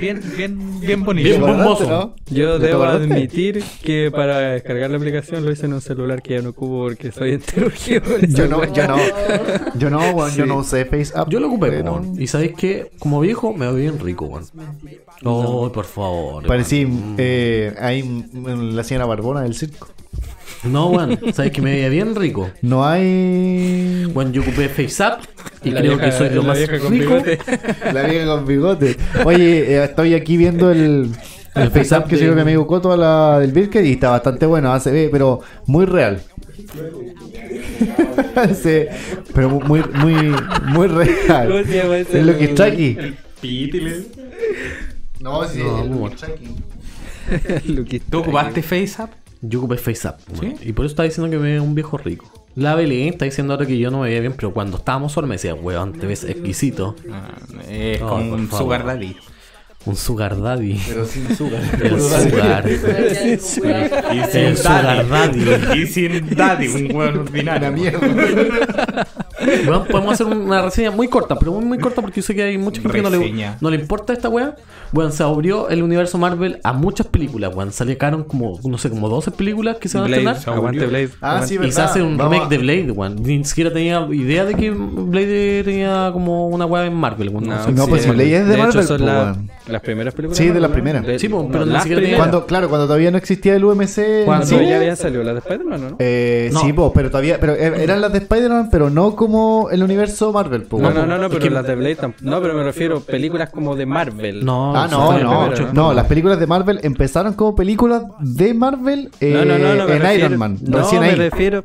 Speaker 2: Bien, bien, bien bonito.
Speaker 1: Bien
Speaker 4: ¿Te acordaste,
Speaker 1: bomboso.
Speaker 3: Yo
Speaker 4: ¿Te
Speaker 3: debo
Speaker 4: acordaste?
Speaker 3: admitir que para descargar la aplicación lo hice en un celular que ya no cubo porque soy enterurgido.
Speaker 4: *laughs*
Speaker 3: *laughs*
Speaker 4: Yo no, yo no. Yo no, weón, yo no usé FaceApp.
Speaker 1: Yo lo ocupé,
Speaker 4: Pero-
Speaker 1: weón. Y sabéis que, como viejo, me veo bien rico, weón. No, por favor.
Speaker 4: Parecí eh, ahí mm, la señora Barbona del circo.
Speaker 1: weón. No, weón. Sabéis que me veía bien rico.
Speaker 4: No hay.
Speaker 1: Cuando yo ocupé FaceApp y
Speaker 3: La
Speaker 1: creo
Speaker 3: vieja-
Speaker 1: que soy lo
Speaker 3: la
Speaker 1: más
Speaker 3: vieja con
Speaker 1: rico.
Speaker 3: bigote.
Speaker 4: *laughs* La vieja con bigote. Oye, eh, estoy aquí viendo el, el FaceApp que
Speaker 1: de-
Speaker 4: sirvió mi amigo Coto a la del Birker y está bastante bueno, ah, se ve, pero muy real. *laughs* Sí, pero muy, muy, muy
Speaker 3: ¿Cómo
Speaker 4: real.
Speaker 3: se llama ese?
Speaker 4: Es lo que está aquí.
Speaker 3: El pitile.
Speaker 4: No, sí,
Speaker 1: No,
Speaker 4: el
Speaker 1: muy
Speaker 4: Lucky
Speaker 3: Lo que
Speaker 2: ¿Tú ocupaste FaceApp?
Speaker 1: Yo ocupé FaceApp, weón. Y por eso está diciendo que me veo un viejo rico. La Belén está diciendo ahora que yo no me veía bien, pero cuando estábamos solos me decía, weón, te ves exquisito.
Speaker 2: Es
Speaker 1: No,
Speaker 2: como
Speaker 1: por
Speaker 2: un
Speaker 1: favor.
Speaker 2: sugar daddy.
Speaker 1: Un sugar daddy.
Speaker 4: Pero sin azúcar.
Speaker 1: *laughs* El sugar. El sugar daddy.
Speaker 2: Y sin daddy, un weón
Speaker 4: Una
Speaker 2: ordinario.
Speaker 4: *laughs* mierda.
Speaker 1: Weón, podemos hacer una reseña muy corta, pero muy, muy corta porque yo sé que hay mucha gente que no le,
Speaker 2: Reseña.
Speaker 1: no le importa esta weá. Weón, se abrió el universo Marvel a muchas películas, weón. Salieron como, no sé, como 12 películas que se van a
Speaker 3: Blade,
Speaker 1: estrenar.
Speaker 3: aguante Blade.
Speaker 4: Ah, sí, verdad.
Speaker 1: Y se hace un
Speaker 4: Vamos
Speaker 1: remake
Speaker 4: a-
Speaker 1: de Blade, weón. Ni siquiera tenía idea de que Blade tenía como una weá en Marvel, weón. No sé.
Speaker 4: no, pues si Blade es de Marvel,
Speaker 3: hecho, son
Speaker 4: po,
Speaker 3: la-
Speaker 4: weón.
Speaker 3: las primeras películas.
Speaker 4: Sí, pues, de
Speaker 3: Marvel,
Speaker 4: las
Speaker 3: ¿no?
Speaker 4: primeras.
Speaker 3: De-
Speaker 1: Sí, po, pero
Speaker 3: no,
Speaker 1: ni
Speaker 3: las
Speaker 1: siquiera tenía-
Speaker 3: primeras.
Speaker 4: Cuando, claro, cuando todavía no existía el UMC.
Speaker 3: Cuando
Speaker 4: sí.
Speaker 3: ya habían salido las de Spider-Man, ¿o ¿no?
Speaker 4: Eh,
Speaker 1: No.
Speaker 4: Sí, po, pero todavía. Pero eh, eran las de Spider-Man, pero no como el universo Marvel, po,
Speaker 3: No,
Speaker 4: weón.
Speaker 3: no, no, no, pero las de Blade tampoco. No, pero me refiero a películas como de Marvel.
Speaker 1: No,
Speaker 4: Ah,
Speaker 1: son
Speaker 4: no,
Speaker 1: las
Speaker 4: no,
Speaker 1: primeras.
Speaker 4: no, las películas de Marvel empezaron como películas de Marvel eh,
Speaker 3: No, no, no, no, me
Speaker 4: en
Speaker 3: refiero-
Speaker 4: Iron Man,
Speaker 3: No,
Speaker 4: recién
Speaker 3: me
Speaker 4: ahí.
Speaker 3: refiero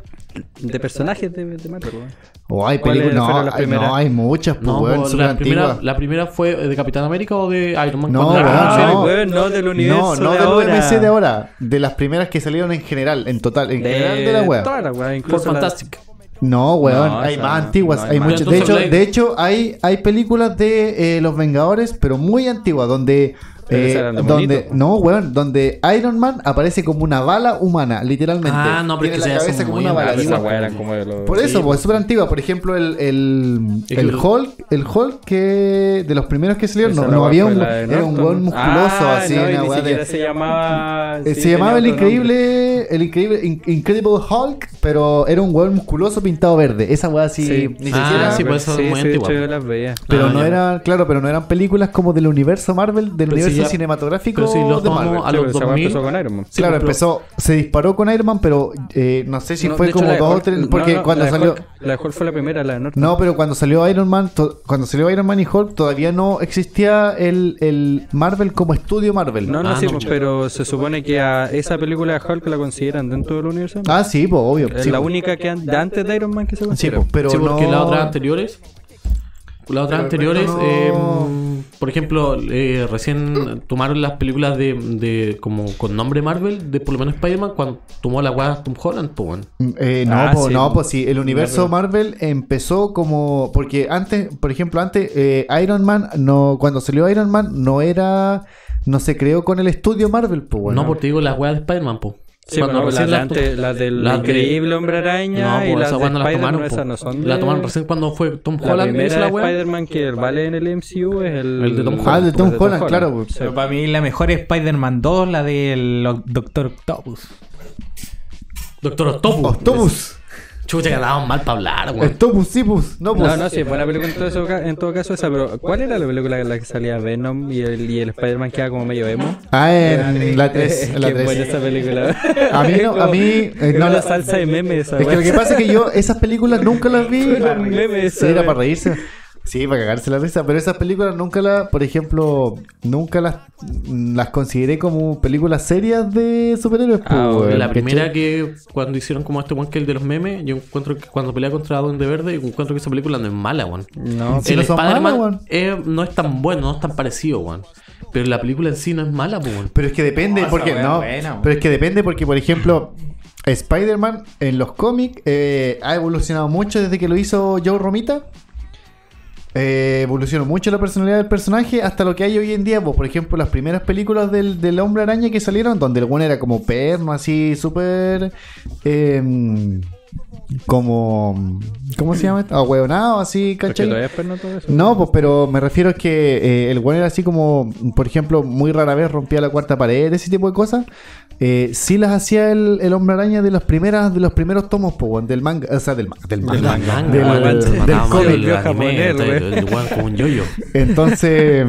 Speaker 3: de personajes de, de Marvel. weón.
Speaker 4: Oh, hay
Speaker 3: ¿Cuáles
Speaker 4: películas, no,
Speaker 3: fueron las
Speaker 4: hay- no,
Speaker 3: primeras?
Speaker 4: hay muchas, pues,
Speaker 1: No,
Speaker 4: weón,
Speaker 1: po,
Speaker 4: son
Speaker 1: la, primera,
Speaker 4: antiguas.
Speaker 1: la primera fue eh, de Capitán América o de Iron Man.
Speaker 4: No,
Speaker 1: cuando era-
Speaker 4: weón,
Speaker 1: Ah,
Speaker 3: Ah,
Speaker 4: no.
Speaker 3: weón, no del
Speaker 4: No,
Speaker 3: universo
Speaker 4: no
Speaker 3: de
Speaker 4: del
Speaker 3: ahora.
Speaker 4: UMC de ahora, de las primeras que salieron en general, en total, en general de la web.
Speaker 3: toda la wea,
Speaker 1: Por
Speaker 3: incluso la-
Speaker 1: Fantastic.
Speaker 4: No, weón,
Speaker 3: No,
Speaker 4: hay
Speaker 3: esa
Speaker 4: más
Speaker 3: no,
Speaker 4: antiguas,
Speaker 3: no hay
Speaker 4: hay
Speaker 3: más.
Speaker 4: muchas. De
Speaker 1: Entonces,
Speaker 4: hecho,
Speaker 1: Blade-
Speaker 4: de hecho, hay, hay películas de eh, los Vengadores, pero muy antiguas, donde
Speaker 3: Pero
Speaker 4: eh,
Speaker 3: esas eran de
Speaker 4: donde
Speaker 3: monito.
Speaker 4: no, weón, donde Iron Man aparece como una bala humana, literalmente.
Speaker 1: Ah, no, pero es
Speaker 4: Tiene
Speaker 1: que
Speaker 4: la
Speaker 1: esas ya
Speaker 4: cabeza
Speaker 1: son
Speaker 4: como
Speaker 1: muy
Speaker 4: una bala.
Speaker 3: Ah,
Speaker 1: antiguas,
Speaker 4: igual.
Speaker 3: esa wea eran como de los-
Speaker 4: Por eso, pues es súper antigua. Por ejemplo, el, el, el
Speaker 1: que-
Speaker 4: Hulk, el Hulk que de los primeros que salieron,
Speaker 3: Esa
Speaker 4: no,
Speaker 3: la
Speaker 4: no
Speaker 3: wea
Speaker 4: había
Speaker 3: fue
Speaker 4: un,
Speaker 3: la de
Speaker 4: era un
Speaker 3: Norton.
Speaker 4: weón musculoso,
Speaker 3: Ah,
Speaker 4: así,
Speaker 3: no, y
Speaker 4: una
Speaker 3: ni
Speaker 4: wea de-
Speaker 3: siquiera se llamaba...
Speaker 4: eh,
Speaker 3: sí,
Speaker 4: se llamaba el
Speaker 3: tenía otro nombre.
Speaker 4: increíble, el increíble, in- Incredible Hulk, pero era un weón musculoso pintado verde. Esa weá así,
Speaker 3: Sí.
Speaker 4: ni
Speaker 1: Ah,
Speaker 4: siquiera.
Speaker 1: sí, pues, son
Speaker 3: sí,
Speaker 1: muy
Speaker 3: sí,
Speaker 1: antiguas.
Speaker 3: yo las veía.
Speaker 4: Pero
Speaker 1: Ah,
Speaker 4: no
Speaker 1: ya.
Speaker 4: eran, claro, pero no eran películas como del universo Marvel, del
Speaker 1: Pero si
Speaker 4: universo
Speaker 1: ya-
Speaker 4: cinematográfico.
Speaker 1: pero si los
Speaker 4: de
Speaker 1: tomamos
Speaker 4: Marvel.
Speaker 1: a
Speaker 3: Sí,
Speaker 1: los
Speaker 3: pero esa wea
Speaker 1: 2000.
Speaker 3: empezó con Iron Man.
Speaker 1: Sí,
Speaker 4: claro,
Speaker 1: pero-
Speaker 4: empezó, se disparó con Iron Man, pero eh, no sé si
Speaker 3: No, de
Speaker 4: fue
Speaker 3: hecho,
Speaker 4: como
Speaker 3: la de
Speaker 4: dos o
Speaker 3: Hulk-
Speaker 4: tres,
Speaker 3: no,
Speaker 4: porque
Speaker 3: no,
Speaker 4: cuando
Speaker 3: la de
Speaker 4: salió.
Speaker 3: Hulk- la de Hulk fue la primera, la de Norton.
Speaker 4: No, pero cuando salió Iron Man, to- cuando salió Iron Man y Hulk, todavía no existía el, el Marvel como estudio Marvel.
Speaker 3: No, no,
Speaker 1: Ah,
Speaker 3: sí,
Speaker 1: no,
Speaker 3: pues,
Speaker 1: chuta.
Speaker 3: pero se supone que a esa película de Hulk la, cons- consideran dentro del universo.
Speaker 4: Ah, sí, pues obvio.
Speaker 3: es
Speaker 4: sí,
Speaker 3: la
Speaker 4: po.
Speaker 3: única que an- de antes de Iron Man que se
Speaker 4: Sí,
Speaker 3: considera.
Speaker 4: po, pero
Speaker 1: sí,
Speaker 4: no.
Speaker 1: porque las otras anteriores. Las otras
Speaker 4: Pero el
Speaker 1: anteriores,
Speaker 4: resto no-
Speaker 1: eh, por ejemplo, eh, recién tomaron las películas de, de como con nombre Marvel, de por lo menos Spider-Man, cuando tomó la weá Tom Holland, pues bueno.
Speaker 4: Mm, eh, no,
Speaker 3: Ah,
Speaker 4: po,
Speaker 3: sí,
Speaker 4: no,
Speaker 3: po.
Speaker 4: pues sí, el universo Marvel. empezó como. Porque antes, por ejemplo, antes eh, Iron Man, no cuando salió Iron Man, no era. No se creó con el estudio Marvel, pues bueno.
Speaker 1: No, porque te digo las weas de Spider-Man, pues.
Speaker 3: Sí, pero las
Speaker 1: recién
Speaker 3: de
Speaker 1: las to-
Speaker 3: antes, las del
Speaker 1: las de-
Speaker 3: increíble hombre araña
Speaker 1: No,
Speaker 3: y
Speaker 4: pues,
Speaker 1: po,
Speaker 3: las
Speaker 1: esas
Speaker 3: de
Speaker 1: weas no las
Speaker 3: Spider-Man,
Speaker 1: tomaron. po.
Speaker 3: esas no son de-
Speaker 1: La tomaron recién cuando fue Tom
Speaker 3: La
Speaker 1: Holland.
Speaker 3: primera
Speaker 1: hizo la
Speaker 3: de
Speaker 1: wea.
Speaker 3: Spider-Man que vale en el MCU es el...
Speaker 1: El de Tom
Speaker 4: Ah, de Tom
Speaker 3: el
Speaker 4: Holland, claro, po.
Speaker 2: Pero para mí la mejor es Spider-Man 2, la del Doctor Octopus.
Speaker 1: Doctor Octopus.
Speaker 4: Octopus,
Speaker 1: Chucha, que andaban mal para hablar, weón.
Speaker 4: Octopus, sí, pues. No, pues.
Speaker 3: No, no, sí, es buena película en todo, eso- en todo caso esa, pero ¿cuál era la película en la que salía Venom y el, y el Spider-Man queda como medio emo?
Speaker 4: Ah, en la 3.
Speaker 3: Es *laughs*
Speaker 4: la
Speaker 3: que es
Speaker 4: 3.
Speaker 3: buena esa película.
Speaker 4: A mí no- a mí, eh,
Speaker 3: Es
Speaker 4: no
Speaker 3: una
Speaker 4: la-
Speaker 3: salsa de memes esa,
Speaker 4: Es que lo que
Speaker 3: wea.
Speaker 4: pasa es que yo esas películas nunca
Speaker 3: *laughs*
Speaker 4: las vi.
Speaker 3: Era un meme esa,
Speaker 4: Sí, era
Speaker 3: güey.
Speaker 4: para reírse. Sí, para cagarse la risa. Pero esas películas nunca las, por ejemplo, nunca las, las consideré como películas serias de superhéroes.
Speaker 3: Ah,
Speaker 4: pues,
Speaker 1: la
Speaker 4: ¿cachai?
Speaker 1: primera que cuando hicieron como este one que el de los memes, yo encuentro que cuando pelea contra Duende Verde, yo encuentro que esa película no es mala, weón.
Speaker 3: No,
Speaker 4: Sí,
Speaker 1: el
Speaker 4: no son malas,
Speaker 1: Spider-Man
Speaker 4: weón.
Speaker 1: eh, no es tan bueno, no es tan parecido, weón. Pero la película en sí no es mala, pues, weón.
Speaker 4: Pero es que depende,
Speaker 2: No, Ah, esa
Speaker 4: porque
Speaker 2: wea es
Speaker 4: no.
Speaker 2: buena, güey.
Speaker 4: pero es que depende porque, por ejemplo, Spider-Man en los cómics eh, ha evolucionado mucho desde que lo hizo Joe Romita. Eh, evolucionó mucho la personalidad del personaje hasta lo que hay hoy en día. Pues, por ejemplo, las primeras películas del, del Hombre Araña que salieron, donde el bueno era como perno, así súper. eh, como. ¿Cómo se llama esto? Ahueonado, así,
Speaker 3: porque
Speaker 4: ¿cachai?
Speaker 3: todavía es perno todo eso.
Speaker 4: No, pues, pero me refiero a que eh, el weón era así como, por ejemplo, muy rara vez rompía la cuarta pared, ese tipo de cosas. Eh, sí las hacía el, el hombre araña de las primeras, de los primeros tomos, po, weón, del manga, o sea, del, ma- del manga.
Speaker 1: Del manga,
Speaker 4: Del-
Speaker 1: weón,
Speaker 4: del
Speaker 1: mataba
Speaker 4: cómic,
Speaker 1: el
Speaker 3: viejo
Speaker 1: anime,
Speaker 3: japonés,
Speaker 1: está-
Speaker 3: weón.
Speaker 1: el weón como un
Speaker 4: *laughs*
Speaker 1: yoyo.
Speaker 4: Entonces,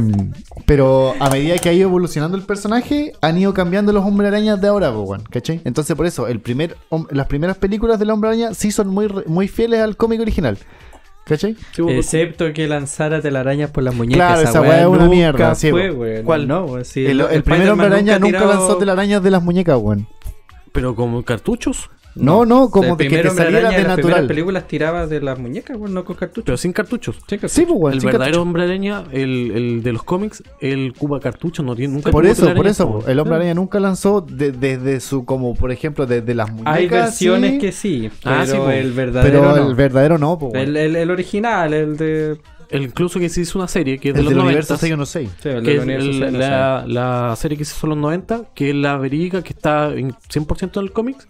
Speaker 4: pero a medida que ha ido evolucionando el personaje, han ido cambiando los hombres arañas de ahora, po, weón, ¿cachai? Entonces, por eso, el primer, hom- las primeras películas del hombre araña sí son muy, re- muy fieles al cómic original, ¿cachai?
Speaker 1: Eh,
Speaker 3: Excepto que lanzara telarañas por las muñecas.
Speaker 4: Claro, esa wea es una
Speaker 3: nunca
Speaker 4: mierda, sí,
Speaker 3: Fue,
Speaker 4: po.
Speaker 3: weón.
Speaker 4: ¿Cuál?
Speaker 3: No, weón, sí,
Speaker 4: El, el primer
Speaker 3: Spider-Man
Speaker 4: hombre araña
Speaker 3: ha
Speaker 4: nunca
Speaker 3: tirado-
Speaker 4: lanzó telarañas de las muñecas, weón.
Speaker 1: Pero como cartuchos,
Speaker 4: No, no, como
Speaker 3: el
Speaker 4: de que
Speaker 3: primer
Speaker 4: te
Speaker 3: hombre
Speaker 4: saliera
Speaker 3: araña
Speaker 4: de
Speaker 3: las primeras
Speaker 4: natural.
Speaker 3: películas tiraba de las muñecas, weón, no con cartuchos.
Speaker 1: pero sin cartuchos.
Speaker 4: Sí, pues, weón,
Speaker 1: el
Speaker 4: sí,
Speaker 1: verdadero hombre araña, el, el de los cómics, el cuba cartucho, no tiene nunca
Speaker 4: Por
Speaker 1: tuvo pues,
Speaker 4: eso, por
Speaker 1: telarañas,
Speaker 4: eso.
Speaker 1: po.
Speaker 4: El hombre araña nunca lanzó de- desde su, como por ejemplo, desde las muñecas.
Speaker 3: Hay versiones
Speaker 4: sí, pues.
Speaker 3: que sí, pero
Speaker 1: Ah, sí, po.
Speaker 3: el verdadero
Speaker 4: Pero
Speaker 3: no.
Speaker 4: el verdadero no, po, weón.
Speaker 3: El, el- el original, el de...
Speaker 1: El- incluso que se hizo una serie que es de
Speaker 4: El
Speaker 1: los
Speaker 4: del universo
Speaker 1: 90.
Speaker 4: 616.
Speaker 3: sí, el
Speaker 1: que
Speaker 3: del
Speaker 1: es
Speaker 3: universo
Speaker 1: el-
Speaker 3: Sanders,
Speaker 1: la, la serie que se hizo en los 90, que es la verídica que está en 100% en el cómics.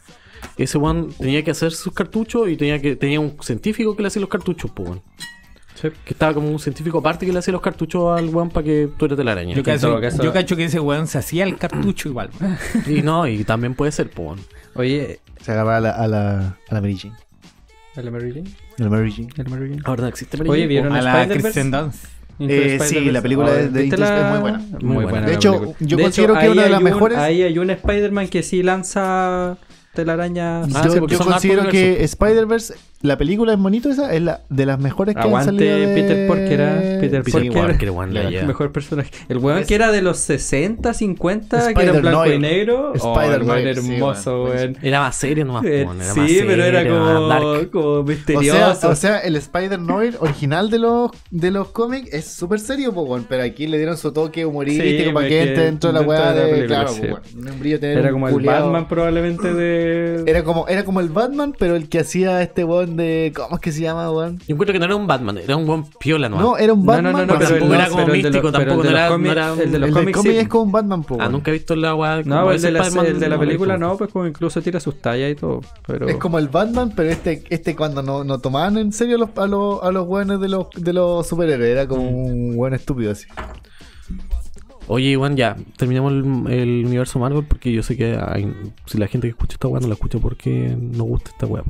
Speaker 1: Ese one tenía que hacer sus cartuchos y tenía que tenía un científico que le hacía los cartuchos, pues, weón.
Speaker 3: sí.
Speaker 1: Que estaba como un científico aparte que le hacía los cartuchos al weón para que tú eres telaraña.
Speaker 2: Yo cacho,
Speaker 3: todo caso-
Speaker 2: yo cacho que ese weón se hacía el cartucho igual. weón.
Speaker 1: Y no, y también puede ser, pues, weón.
Speaker 3: Oye,
Speaker 4: Se agarraba a la, a la, a la Mary Jane.
Speaker 3: ¿el Mary Jane?
Speaker 4: A la Mary Jane.
Speaker 3: ¿El Mary Jane?
Speaker 1: Ahora no existe
Speaker 3: Oye, ¿vieron
Speaker 2: A la
Speaker 3: Spider-Verse?
Speaker 2: Kristen Dunst.
Speaker 3: Into
Speaker 4: Eh,
Speaker 3: the
Speaker 4: sí,
Speaker 3: Spider-Verse.
Speaker 4: la película de- de
Speaker 3: ¿viste
Speaker 4: Into the- es muy buena.
Speaker 1: Muy buena.
Speaker 3: la
Speaker 1: De
Speaker 4: hecho,
Speaker 3: película.
Speaker 4: yo considero que
Speaker 3: ahí
Speaker 4: una de las
Speaker 3: hay un-
Speaker 4: mejores-
Speaker 3: Ahí hay un Spider-Man que sí lanza telarañas.
Speaker 1: Ah,
Speaker 4: yo
Speaker 1: sí, porque
Speaker 4: yo
Speaker 1: son
Speaker 4: considero
Speaker 1: hartos
Speaker 4: que
Speaker 1: universos.
Speaker 4: Spider-Verse, la película es bonito esa, es la de las mejores que
Speaker 3: Aguante,
Speaker 4: han salido. de-
Speaker 3: Peter Parker, ah, Peter
Speaker 1: Peter
Speaker 3: Parker.
Speaker 1: Parker, weón, la
Speaker 4: La-
Speaker 1: ya.
Speaker 3: Mejor personaje. El weón
Speaker 4: Pues
Speaker 3: que era de los 60, 50, que era en
Speaker 4: Spider-Noir.
Speaker 3: blanco y negro. Oh, el weón
Speaker 4: Spider-Noir, sí,
Speaker 3: hermoso,
Speaker 4: weón. Pues,
Speaker 3: weón.
Speaker 1: Era más serio nomás, po,
Speaker 3: Eh,
Speaker 1: weón. Era más
Speaker 3: Sí, pero era
Speaker 1: serio, más
Speaker 3: como,
Speaker 1: dark.
Speaker 3: como
Speaker 4: O sea,
Speaker 3: misterioso.
Speaker 4: o sea, el Spider-Noir original de los, de los cómics es súper serio, po, weón, pero aquí le dieron su toque humorístico
Speaker 3: Sí,
Speaker 4: para que
Speaker 3: porque
Speaker 4: entre dentro de la
Speaker 3: dentro
Speaker 4: weá
Speaker 3: de la
Speaker 4: de.
Speaker 3: película,
Speaker 4: claro,
Speaker 3: sí.
Speaker 4: po, weón, un brillo tener
Speaker 3: era
Speaker 4: un
Speaker 3: como el
Speaker 4: culeado.
Speaker 3: Batman probablemente de...
Speaker 4: Era como, era como el Batman, pero el que hacía este weón de. ¿Cómo es que se llama, weón?
Speaker 1: Yo encuentro que no era un Batman, era un weón piola nomás.
Speaker 4: No, era un Batman.
Speaker 3: no, no, no,
Speaker 4: pero
Speaker 3: pero
Speaker 1: tampoco
Speaker 3: el-
Speaker 1: era como
Speaker 3: pero el de
Speaker 1: místico,
Speaker 3: los- pero
Speaker 1: tampoco
Speaker 3: el de
Speaker 1: no
Speaker 3: los
Speaker 1: era-
Speaker 3: cómics-
Speaker 1: no era un-
Speaker 3: el de
Speaker 4: el
Speaker 3: los
Speaker 4: del
Speaker 3: cómics
Speaker 4: cómic
Speaker 3: sí.
Speaker 4: es como un Batman, po,
Speaker 1: Ah,
Speaker 4: weón.
Speaker 1: nunca he visto la weá.
Speaker 3: No, pues
Speaker 1: como
Speaker 3: el de,
Speaker 1: ese
Speaker 3: la,
Speaker 1: Spider-Man,
Speaker 3: el de la
Speaker 1: no,
Speaker 3: película
Speaker 1: no.
Speaker 3: no, pues como incluso tira sus tallas y todo. Pero...
Speaker 4: Es como el Batman, pero este, este cuando no, no tomaban en serio a los, a los, a los weones de los, de los superhéroes. Era como
Speaker 3: Mm.
Speaker 4: un weón estúpido así.
Speaker 1: Oye, Iván, ya, terminamos el, el universo Marvel porque yo sé que hay- si la gente que escucha esta weá no la escucha porque no gusta esta weá.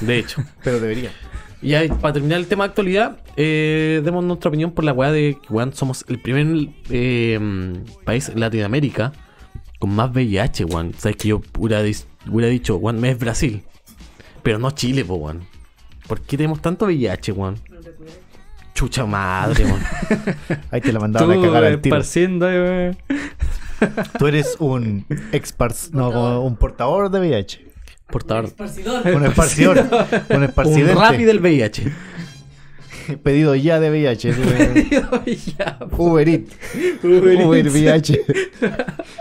Speaker 1: De hecho.
Speaker 4: Pero debería.
Speaker 1: Y ahí, para terminar el tema de actualidad, eh, demos nuestra opinión por la weá de que weón, somos el primer eh, mm, país en Latinoamérica con más VIH, weón. Sabes que yo hubiera, dis- hubiera dicho, weón, es Brasil, pero no Chile, po, weón. ¿Por qué tenemos tanto VIH, weón? Chucha madre, weón.
Speaker 4: Ahí te la mandaban a
Speaker 3: Tú
Speaker 4: cagar al tiro.
Speaker 3: esparciendo, eh, weón.
Speaker 4: Tú eres un expars... No, como un portador de VIH.
Speaker 1: Portador.
Speaker 3: *laughs*
Speaker 4: Un esparcidor. un
Speaker 1: Un
Speaker 4: esparcidente.
Speaker 1: rapi del VIH.
Speaker 4: Pedido ya
Speaker 3: *laughs*
Speaker 4: de VIH. sí,
Speaker 3: Ya,
Speaker 4: Uber Eats.
Speaker 3: Uber
Speaker 4: Uber
Speaker 3: Eats.
Speaker 4: *laughs* VIH.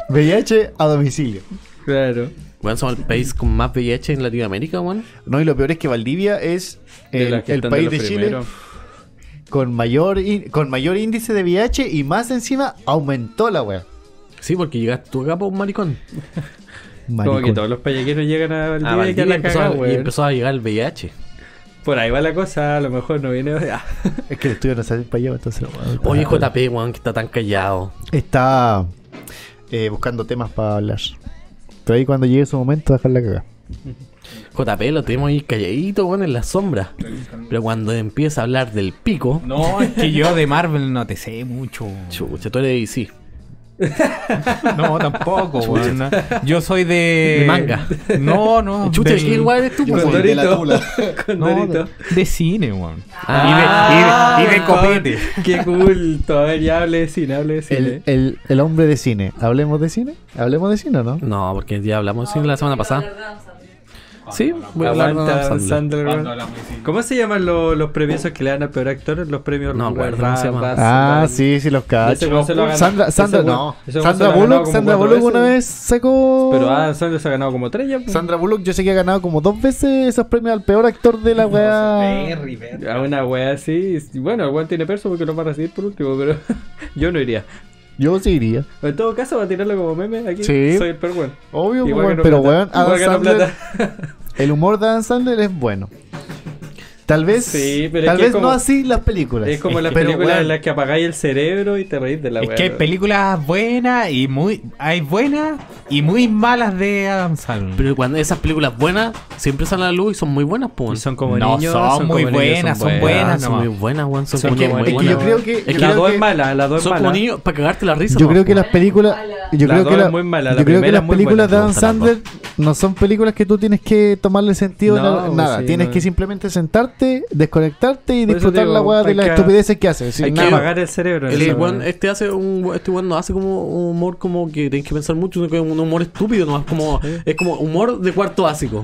Speaker 4: VIH a domicilio.
Speaker 3: Claro.
Speaker 1: Weón, somos el país con más VIH en Latinoamérica, weón.
Speaker 4: No, y lo peor es que Valdivia es
Speaker 3: De
Speaker 4: Eh, el,
Speaker 3: las que
Speaker 4: el
Speaker 3: están
Speaker 4: país
Speaker 3: los
Speaker 4: de Chile
Speaker 3: primeros.
Speaker 4: con mayor, in- con mayor índice de VIH y más encima aumentó la wea.
Speaker 1: Sí, porque llegaste tú acá por un maricón.
Speaker 3: Como que
Speaker 4: Maricón.
Speaker 3: todos los payaqueros llegan a
Speaker 1: A
Speaker 3: Valdivia, y
Speaker 1: Ah, Valdivia
Speaker 3: quedan Ah, la
Speaker 1: empezó,
Speaker 3: cagada,
Speaker 1: a-
Speaker 3: weón.
Speaker 1: y empezó a llegar el VIH.
Speaker 3: Por ahí va la cosa, a lo mejor no viene. *laughs* Ah,
Speaker 4: Es que el estudio no sale para allá, entonces la wea-
Speaker 1: Oye, JP, weón, que está tan callado.
Speaker 4: Está eh, buscando temas para hablar. Pero ahí cuando llegue su momento, dejar la cagada.
Speaker 1: JP lo tenemos ahí calladito, weón, en la sombra. Pero cuando empieza a hablar del pico,
Speaker 2: No, es que yo de Marvel no te sé mucho. weón.
Speaker 1: chucha, tú eres DC.
Speaker 2: No, tampoco, weón. no. Yo soy de.
Speaker 1: De manga.
Speaker 2: No, no.
Speaker 1: Chucha,
Speaker 2: Ah, del-
Speaker 1: ¿qué igual eres tú,
Speaker 3: Yo
Speaker 1: po,
Speaker 3: soy
Speaker 1: weón?
Speaker 3: de la tula. *laughs*
Speaker 2: no,
Speaker 3: Condorito.
Speaker 2: de, de cine, weón.
Speaker 1: Ah,
Speaker 2: y de, y de, y de
Speaker 3: por favor.
Speaker 2: copete.
Speaker 3: Qué culto. A ver, ya hable de cine, hable de cine.
Speaker 4: El, el- el hombre de cine. ¿Hablemos de cine? ¿Hablemos de cine o
Speaker 3: Ah,
Speaker 4: no?
Speaker 1: No, porque ya hablamos sí, la semana pasada. Sí, voy a hablar de
Speaker 3: Aguanta,
Speaker 1: Adam Sandler.
Speaker 3: Sandler, weón. ¿Cómo se llaman lo- los premios que le dan a peor actor? Los premios
Speaker 1: No,
Speaker 3: Ra-
Speaker 1: acuerdo, ¿cómo se llama?
Speaker 3: Ra-
Speaker 4: Ah,
Speaker 3: Ra-
Speaker 4: sí, sí, los
Speaker 3: Ese
Speaker 4: cacho.
Speaker 3: weón se lo ha ganado.
Speaker 4: Sandra,
Speaker 3: Ese
Speaker 4: Sandra,
Speaker 3: weón-
Speaker 4: no.
Speaker 3: ese weón
Speaker 4: Sandra
Speaker 3: se lo ha ganado
Speaker 4: Bullock,
Speaker 3: como
Speaker 4: Sandra
Speaker 3: cuatro
Speaker 4: Bullock una
Speaker 3: veces.
Speaker 4: vez sacó.
Speaker 3: Pero ah. Adam Sandler se ha ganado como tres ya. pues.
Speaker 4: Sandra Bullock, yo sé que ha ganado como dos veces esos premios al peor actor de la weá.
Speaker 3: *laughs* A una wea así. y Bueno, el weón tiene perso porque lo va a recibir por último, pero *laughs* yo no iría.
Speaker 4: Yo sí iría.
Speaker 3: En todo caso, va a tirarlo como meme aquí.
Speaker 4: Sí.
Speaker 3: Soy el peor weón.
Speaker 4: Obvio,
Speaker 3: Igual
Speaker 4: weón,
Speaker 3: ganó
Speaker 4: pero
Speaker 3: plata.
Speaker 4: weón, Adam
Speaker 3: Igual ganó
Speaker 4: Sandler,
Speaker 3: plata. *laughs*
Speaker 4: el humor de Adam Sandler es bueno. Tal vez,
Speaker 3: Sí, pero es
Speaker 4: tal
Speaker 3: que es
Speaker 4: vez
Speaker 3: como-
Speaker 4: no así las películas.
Speaker 3: Es como
Speaker 4: Es
Speaker 3: las
Speaker 4: que- pero,
Speaker 3: películas en
Speaker 4: weón,
Speaker 3: las que apagáis el cerebro y te reís de la
Speaker 2: Es
Speaker 3: wea.
Speaker 2: que hay
Speaker 3: ¿no?
Speaker 2: películas buenas y muy. Hay buenas y muy malas de Adam Sandler.
Speaker 1: Pero cuando esas películas buenas siempre salen a la luz y son muy buenas, po,
Speaker 3: Y
Speaker 1: weón.
Speaker 3: son como
Speaker 2: No,
Speaker 3: niños.
Speaker 2: son muy
Speaker 3: como niños,
Speaker 2: buenas, son
Speaker 1: Weón,
Speaker 2: buenas
Speaker 1: son
Speaker 2: nomás.
Speaker 1: muy buenas, weón. Son
Speaker 3: Son
Speaker 1: como
Speaker 3: que-
Speaker 1: muy
Speaker 3: es que
Speaker 1: buenas,
Speaker 4: yo creo
Speaker 1: weón.
Speaker 4: que-
Speaker 1: Es
Speaker 4: yo
Speaker 1: que
Speaker 3: La
Speaker 4: creo
Speaker 3: dos
Speaker 4: que-
Speaker 3: es mala, la dos es
Speaker 1: son como
Speaker 3: mala.
Speaker 1: niños para cagarte la risa.
Speaker 4: yo
Speaker 1: nomás,
Speaker 4: creo que
Speaker 1: po.
Speaker 4: las películas, yo
Speaker 3: La
Speaker 4: creo
Speaker 3: dos
Speaker 4: que,
Speaker 3: es
Speaker 4: la-
Speaker 3: muy mala, la
Speaker 4: yo creo que
Speaker 3: primera
Speaker 4: las
Speaker 3: es muy
Speaker 4: películas de
Speaker 1: buena.
Speaker 4: Adam Sandler no son películas que tú tienes que tomarle sentido
Speaker 3: No,
Speaker 4: na- nada.
Speaker 3: sí,
Speaker 4: tienes
Speaker 3: no.
Speaker 4: que simplemente sentarte, desconectarte y
Speaker 3: Por eso
Speaker 4: disfrutar
Speaker 3: digo,
Speaker 4: la weá de
Speaker 3: hay
Speaker 4: las
Speaker 3: que-
Speaker 4: estupideces que hace. sin
Speaker 3: Hay que
Speaker 4: nada.
Speaker 3: apagar el cerebro.
Speaker 1: El
Speaker 3: esa wea.
Speaker 1: weón, este hace un este weón no hace como un humor como que tenés que pensar mucho, sino que es un humor estúpido, nomás como es como humor de cuarto básico.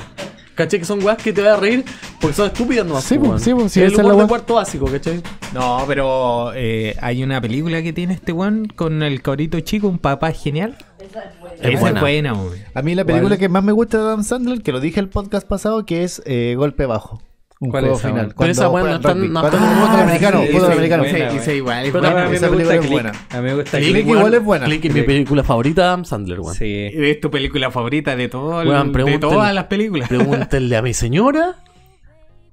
Speaker 1: ¿Cachai? Que son weas que te vas a reír porque son estúpidas nomás.
Speaker 4: Sí,
Speaker 1: po,
Speaker 4: po,
Speaker 1: weón.
Speaker 4: sí, po, sí,
Speaker 1: es
Speaker 4: esa
Speaker 1: el
Speaker 4: es la
Speaker 1: humor de
Speaker 4: wea.
Speaker 1: cuarto básico, ¿cachai?
Speaker 2: No, pero eh, hay una película que tiene este weón con el cabrito chico, un papá genial. Esa
Speaker 1: Es buena.
Speaker 2: weón.
Speaker 4: A mí la película que más me gusta de Adam Sandler, que lo dije el podcast pasado, que es eh, Golpe Bajo. Un
Speaker 3: ¿Cuál
Speaker 4: juego
Speaker 3: es esa,
Speaker 4: final.
Speaker 3: weón?
Speaker 1: Pero esa weón no
Speaker 4: juegan
Speaker 1: está-
Speaker 4: rugby.
Speaker 1: no
Speaker 4: Cuando-
Speaker 1: está-
Speaker 4: Ah, fútbol
Speaker 1: sí,
Speaker 4: americano,
Speaker 3: sí,
Speaker 4: fútbol
Speaker 3: sí,
Speaker 4: americano.
Speaker 3: buena,
Speaker 4: Sí,
Speaker 3: weón.
Speaker 4: sí, igual.
Speaker 1: Pero
Speaker 3: Pero a
Speaker 1: buena,
Speaker 3: mí
Speaker 4: esa
Speaker 3: me gusta
Speaker 4: película es
Speaker 3: Click.
Speaker 4: buena.
Speaker 3: A mí me gusta
Speaker 4: Click
Speaker 3: Click.
Speaker 4: igual
Speaker 3: weón.
Speaker 4: es buena.
Speaker 1: Click es mi película favorita, Adam Sandler, weón.
Speaker 3: Sí.
Speaker 2: Es tu película favorita de todo el-
Speaker 1: Weón,
Speaker 2: de
Speaker 1: pregúntale-
Speaker 2: todas las películas.
Speaker 1: Pregúntenle a mi señora.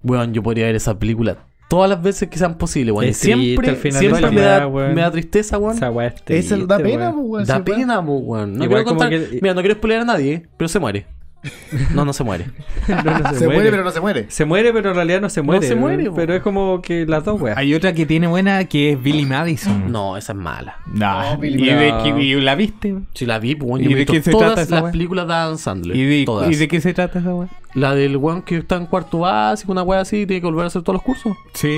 Speaker 1: Weón, yo podría ver esa película todas las veces que sean posibles, weón. Y
Speaker 3: Es triste
Speaker 1: siempre
Speaker 3: al final
Speaker 1: siempre
Speaker 3: esa
Speaker 1: me, da,
Speaker 3: weá, weón.
Speaker 1: me da tristeza, weón.
Speaker 3: Esa wea es
Speaker 4: Esa
Speaker 3: triste,
Speaker 4: da pena,
Speaker 3: weón.
Speaker 4: pues, weón, sí,
Speaker 1: da
Speaker 4: weón.
Speaker 1: pena, po, weón. No quiero
Speaker 3: Igual
Speaker 1: contar.
Speaker 3: como que-
Speaker 1: Mira, no quiero spoilear a nadie, pero se
Speaker 2: *laughs*
Speaker 1: muere. No, no se muere.
Speaker 3: No, no
Speaker 4: Se muere, pero no se muere.
Speaker 3: Se muere, pero en realidad no se muere.
Speaker 1: se muere,
Speaker 3: weón.
Speaker 1: po.
Speaker 3: Pero es como que las dos weas.
Speaker 2: Hay otra que tiene buena que es Billy Madison.
Speaker 1: No, esa es mala.
Speaker 2: Nah.
Speaker 4: No,
Speaker 2: ¿Y,
Speaker 4: Billy
Speaker 2: de
Speaker 3: Madison.
Speaker 2: qué- y la viste?
Speaker 1: Si la vi, weón,
Speaker 2: ¿Y
Speaker 1: yo
Speaker 2: de
Speaker 1: he visto
Speaker 2: qué se trata
Speaker 1: todas
Speaker 2: esa
Speaker 1: las
Speaker 2: weá?
Speaker 1: películas de Adam Sandler.
Speaker 2: ¿Y de,
Speaker 1: todas.
Speaker 2: y de qué se trata esa weón?
Speaker 1: La del weón que está en cuarto básico, una wea así, y tiene que volver a hacer todos los cursos.
Speaker 2: Sí.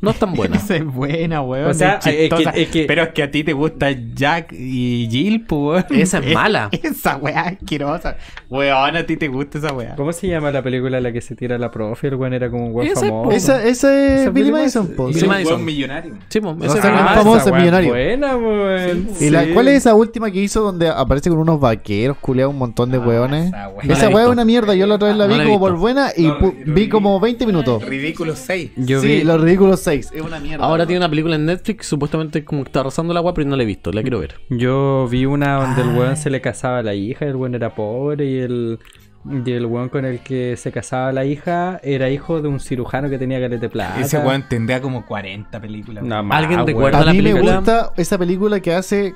Speaker 1: No es tan
Speaker 2: *laughs*
Speaker 1: buena.
Speaker 2: Esa es buena, weón.
Speaker 3: O sea,
Speaker 2: es
Speaker 3: es que-
Speaker 2: chistosa.
Speaker 3: es que-
Speaker 2: Pero es que a ti te gusta Jack y Jill, pues, weón.
Speaker 1: Esa es mala.
Speaker 2: *laughs* Esa weá asquerosa. Weón, a ti te gusta esa weá.
Speaker 3: ¿Cómo se llama la película en la que se tira la profe? El weón era como un weón
Speaker 1: Ese,
Speaker 3: famoso.
Speaker 1: po.
Speaker 4: Esa, esa es Billy Madison, po.
Speaker 1: Billy
Speaker 4: Sí.
Speaker 1: Madison.
Speaker 2: millonario.
Speaker 1: Sí, po,
Speaker 4: No
Speaker 1: esa es
Speaker 4: sé,
Speaker 1: la-
Speaker 4: Ah,
Speaker 3: esa
Speaker 4: famoso,
Speaker 3: wea es
Speaker 4: millonario.
Speaker 3: Buena, weón.
Speaker 4: ¿Y la,
Speaker 3: Sí.
Speaker 4: cuál es esa última que hizo donde aparece con unos vaqueros, culea un montón de hueones?
Speaker 2: esa wea.
Speaker 1: Ah, No la
Speaker 4: Esa
Speaker 1: he
Speaker 4: hueá es
Speaker 1: visto.
Speaker 4: una mierda. Yo la otra vez la
Speaker 1: No
Speaker 4: vi
Speaker 1: la he
Speaker 4: como
Speaker 1: visto.
Speaker 4: por buena y
Speaker 2: No,
Speaker 4: pu-
Speaker 2: lo
Speaker 4: vi
Speaker 2: vi.
Speaker 4: como 20 minutos.
Speaker 2: Ridículo 6.
Speaker 3: Yo
Speaker 4: sí,
Speaker 3: vi.
Speaker 4: Los Ridículos 6. Es una mierda.
Speaker 1: Ahora tiene una película en Netflix, supuestamente como que está arrasando la agua, pero no la he visto, la quiero ver.
Speaker 3: Yo vi una donde el weón se le casaba a la hija, el weón era pobre y el, y el weón con el que se casaba la hija era hijo de un cirujano que tenía calete plata.
Speaker 2: Ese weón tendría como 40 películas.
Speaker 3: No,
Speaker 2: Ah, weón.
Speaker 3: más,
Speaker 1: ¿Alguien
Speaker 3: weón.
Speaker 1: recuerda
Speaker 4: A
Speaker 1: la
Speaker 4: mí me
Speaker 1: película?
Speaker 4: gusta esa película que hace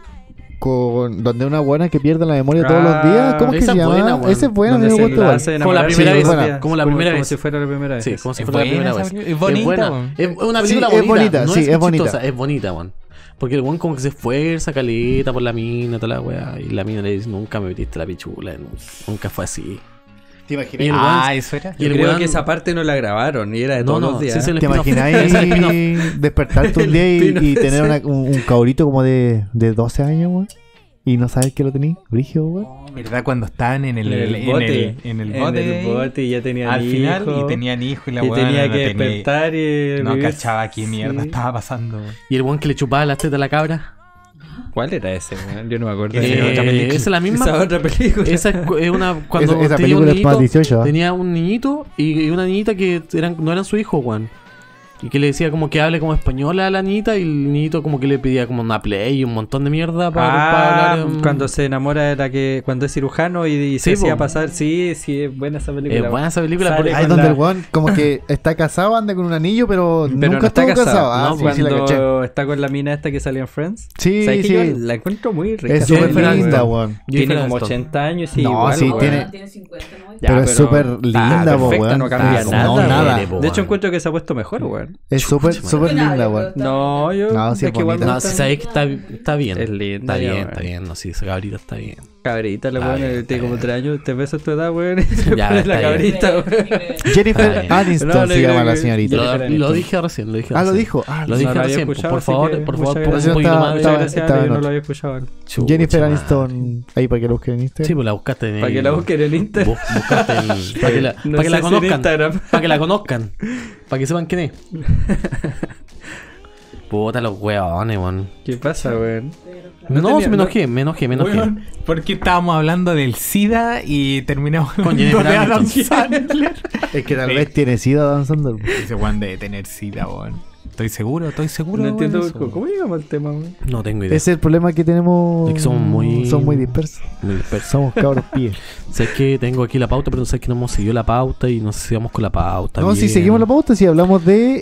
Speaker 4: con donde una buena que pierde la memoria todos los días. ¿Cómo
Speaker 1: Ah,
Speaker 4: es que
Speaker 1: Esa
Speaker 4: se
Speaker 1: es
Speaker 4: llama?
Speaker 1: buena, weón.
Speaker 4: Esa es buena, a mí
Speaker 3: Donde
Speaker 4: me
Speaker 3: se
Speaker 4: gusta.
Speaker 3: la
Speaker 4: igual.
Speaker 3: hace
Speaker 1: Como la
Speaker 3: enamorarse
Speaker 1: primera
Speaker 3: y
Speaker 1: vez,
Speaker 3: buena.
Speaker 1: como la
Speaker 3: Como-
Speaker 1: primera
Speaker 3: como
Speaker 1: vez.
Speaker 3: si fuera la primera vez.
Speaker 1: Sí, como si
Speaker 2: Es
Speaker 1: fuera la primera
Speaker 2: buena
Speaker 1: vez.
Speaker 2: esa película. Es bonita,
Speaker 1: buena.
Speaker 2: weón.
Speaker 1: Es, es una
Speaker 4: Sí,
Speaker 1: película
Speaker 4: es
Speaker 1: bonita.
Speaker 4: bonita,
Speaker 1: no
Speaker 4: sí,
Speaker 1: es,
Speaker 4: es bonita.
Speaker 1: chistosa, es bonita, weón. Porque el weón como que se esfuerza caleta por la mina, toda la weá. Y la mina le dice, nunca me metiste la pichula, nu- nunca fue así.
Speaker 4: ¿Te
Speaker 1: Y el
Speaker 4: imaginas?
Speaker 2: Ah,
Speaker 1: weón-
Speaker 2: eso era.
Speaker 1: y
Speaker 3: Yo
Speaker 1: el
Speaker 3: creo
Speaker 1: weón-
Speaker 3: que esa parte no la grabaron y era de
Speaker 1: No,
Speaker 3: todos
Speaker 1: no,
Speaker 3: los
Speaker 1: sí
Speaker 3: días.
Speaker 1: se le- *laughs*
Speaker 4: ¿Te imagináis
Speaker 3: *laughs*
Speaker 4: despertarte un día y, y tener una- un, un cabrito como de, de 12 años, weón? y no sabes que lo tenías, Brigio, weón.
Speaker 2: ¿Verdad? Cuando estaban en el,
Speaker 3: En el
Speaker 2: en
Speaker 3: bote.
Speaker 2: el- en el
Speaker 3: En
Speaker 2: bote,
Speaker 3: el bote y ya tenía
Speaker 2: al final
Speaker 3: hijo,
Speaker 2: y tenían hijo y la
Speaker 3: y
Speaker 2: weona
Speaker 3: tenía
Speaker 2: no
Speaker 3: que despertar y
Speaker 2: No
Speaker 3: vivir-
Speaker 2: cachaba qué mierda
Speaker 3: Sí.
Speaker 2: estaba pasando. weón.
Speaker 1: Y el weón que le chupaba las tetas a la cabra.
Speaker 3: ¿Cuál era ese? weón? Yo no me acuerdo.
Speaker 1: Eh,
Speaker 2: Esa es otra película.
Speaker 1: esa es la misma.
Speaker 3: Esa otra película.
Speaker 1: Esa es cu- es una. Cuando
Speaker 4: Esa- esa
Speaker 1: tenía un
Speaker 4: película es para
Speaker 1: niñito,
Speaker 4: 18, ¿ah?
Speaker 1: Tenía un niñito y y una niñita que eran, no eran su hijo, Juan. Y que le decía como que hable como española a la niñita y el niñito como que le pedía como una play y un montón de mierda para, para
Speaker 3: Ah,
Speaker 1: hablar. em,
Speaker 3: cuando se enamora de la que cuando es cirujano y, y
Speaker 1: Sí,
Speaker 3: se
Speaker 1: po.
Speaker 3: hacía pasar. Sí, sí, es buena esa película.
Speaker 1: Es buena esa película,
Speaker 3: Sale
Speaker 1: porque-
Speaker 3: con
Speaker 4: Ahí es donde
Speaker 3: la-
Speaker 4: el weón como
Speaker 3: *laughs*
Speaker 4: que está casado, anda con un anillo, pero,
Speaker 3: Pero
Speaker 4: nunca
Speaker 3: no está
Speaker 4: estuvo
Speaker 3: casado.
Speaker 4: casado. Ah,
Speaker 3: ¿no?
Speaker 4: sí, sí, la
Speaker 3: cuando
Speaker 4: caché.
Speaker 3: está con la mina esta que salía en Friends.
Speaker 4: Sí,
Speaker 3: ¿Sabes que
Speaker 4: sí.
Speaker 3: yo la encuentro muy rica.
Speaker 4: Es
Speaker 3: esa
Speaker 4: súper
Speaker 3: película,
Speaker 4: linda,
Speaker 3: weón.
Speaker 4: weón.
Speaker 3: Tiene
Speaker 1: Jennifer
Speaker 3: como
Speaker 1: Aniston.
Speaker 3: 80 años y
Speaker 4: No,
Speaker 3: igual,
Speaker 4: sí,
Speaker 3: weón.
Speaker 4: tiene-
Speaker 5: Tiene 50, ¿no?
Speaker 3: Ya,
Speaker 4: pero es súper linda,
Speaker 3: está
Speaker 4: po,
Speaker 3: perfecta,
Speaker 4: weón.
Speaker 3: No cambia
Speaker 1: Ah,
Speaker 3: nada.
Speaker 4: no,
Speaker 3: weón.
Speaker 4: nada.
Speaker 1: po,
Speaker 3: De hecho,
Speaker 1: weón.
Speaker 3: encuentro que se ha puesto mejor, weón.
Speaker 4: Es súper, súper
Speaker 5: Bueno,
Speaker 4: linda,
Speaker 5: yo
Speaker 4: weón.
Speaker 3: No, yo.
Speaker 4: No, sí,
Speaker 3: es que igual
Speaker 4: bonita.
Speaker 3: me
Speaker 1: ¿eh? No, si
Speaker 3: gusta-
Speaker 1: sabes que está, está bien.
Speaker 3: Es linda,
Speaker 1: Está
Speaker 3: ya,
Speaker 1: bien,
Speaker 3: weón.
Speaker 1: está bien. No, sí, esa cabrita está bien.
Speaker 3: Cabrita, la
Speaker 1: Está
Speaker 3: weón,
Speaker 1: bien,
Speaker 3: eh,
Speaker 1: Ah, está
Speaker 3: tiene como
Speaker 1: bien.
Speaker 3: 3 años, te ves a tu edad, weón. *laughs* y
Speaker 1: *laughs*
Speaker 3: te
Speaker 1: Ya,
Speaker 3: pones la
Speaker 1: está bien.
Speaker 3: cabrita, weón.
Speaker 1: Está
Speaker 4: Jennifer
Speaker 1: bien.
Speaker 4: Aniston
Speaker 3: No, no
Speaker 4: se llama
Speaker 3: creo
Speaker 4: la
Speaker 3: que-
Speaker 4: señorita.
Speaker 3: Jennifer
Speaker 1: Lo,
Speaker 3: Aniston.
Speaker 1: lo dije recién, lo dije
Speaker 4: Ah, lo
Speaker 1: recién.
Speaker 4: dijo. Ah,
Speaker 1: Lo
Speaker 3: No
Speaker 1: dije
Speaker 3: lo había
Speaker 1: recién, por,
Speaker 3: escuchado,
Speaker 1: por
Speaker 3: así que
Speaker 1: favor, por favor,
Speaker 3: muchas
Speaker 1: pon
Speaker 4: gracias.
Speaker 1: un poquito
Speaker 4: Estaba-
Speaker 1: más de-
Speaker 4: estaba-
Speaker 3: Muchas gracias,
Speaker 4: estaba
Speaker 3: Ale,
Speaker 4: en
Speaker 3: no
Speaker 4: otro.
Speaker 3: lo había escuchado.
Speaker 1: Chucha,
Speaker 4: Jennifer
Speaker 1: madre.
Speaker 4: Aniston, ahí para que lo busquen en
Speaker 1: Sí,
Speaker 4: Instagram.
Speaker 1: pues la buscaste en
Speaker 3: Para
Speaker 1: el-
Speaker 3: que la busquen en Insta.
Speaker 1: bu- buscaste
Speaker 3: *laughs*
Speaker 1: en- Para que la,
Speaker 3: No
Speaker 1: para que la
Speaker 3: sé si en
Speaker 1: conozcan.
Speaker 3: Instagram.
Speaker 1: Para que la conozcan. Para que sepan quién
Speaker 3: *laughs*
Speaker 1: es. Puta los weones, weón.
Speaker 3: ¿Qué pasa, weón?
Speaker 1: No,
Speaker 3: tenía-
Speaker 1: si me enojé, me enojé, me enojé.
Speaker 2: Weón, ¿Por qué estábamos hablando del SIDA y terminamos
Speaker 1: Con
Speaker 2: hablando
Speaker 1: Jennifer
Speaker 2: de Adam
Speaker 1: Aniston.
Speaker 2: Sandler?
Speaker 4: Es que tal vez tiene sida danzando.
Speaker 2: Ese Juan debe tener SIDA, weón. Estoy seguro, estoy
Speaker 3: No,
Speaker 2: seguro. weón,
Speaker 3: entiendo
Speaker 2: eso,
Speaker 3: cómo,
Speaker 2: weón.
Speaker 3: cómo llegamos al tema, weón.
Speaker 1: No tengo
Speaker 4: Ese
Speaker 1: idea.
Speaker 4: es el problema que tenemos.
Speaker 1: Es que somos muy-
Speaker 4: Son muy dispersos.
Speaker 1: Muy disperso.
Speaker 3: *laughs*
Speaker 4: Somos cabros pies.
Speaker 1: Sé que tengo aquí la pauta, pero sé que no hemos seguido la pauta y no sé si vamos con la pauta.
Speaker 4: no, si
Speaker 1: bien.
Speaker 4: seguimos la pauta, si hablamos de,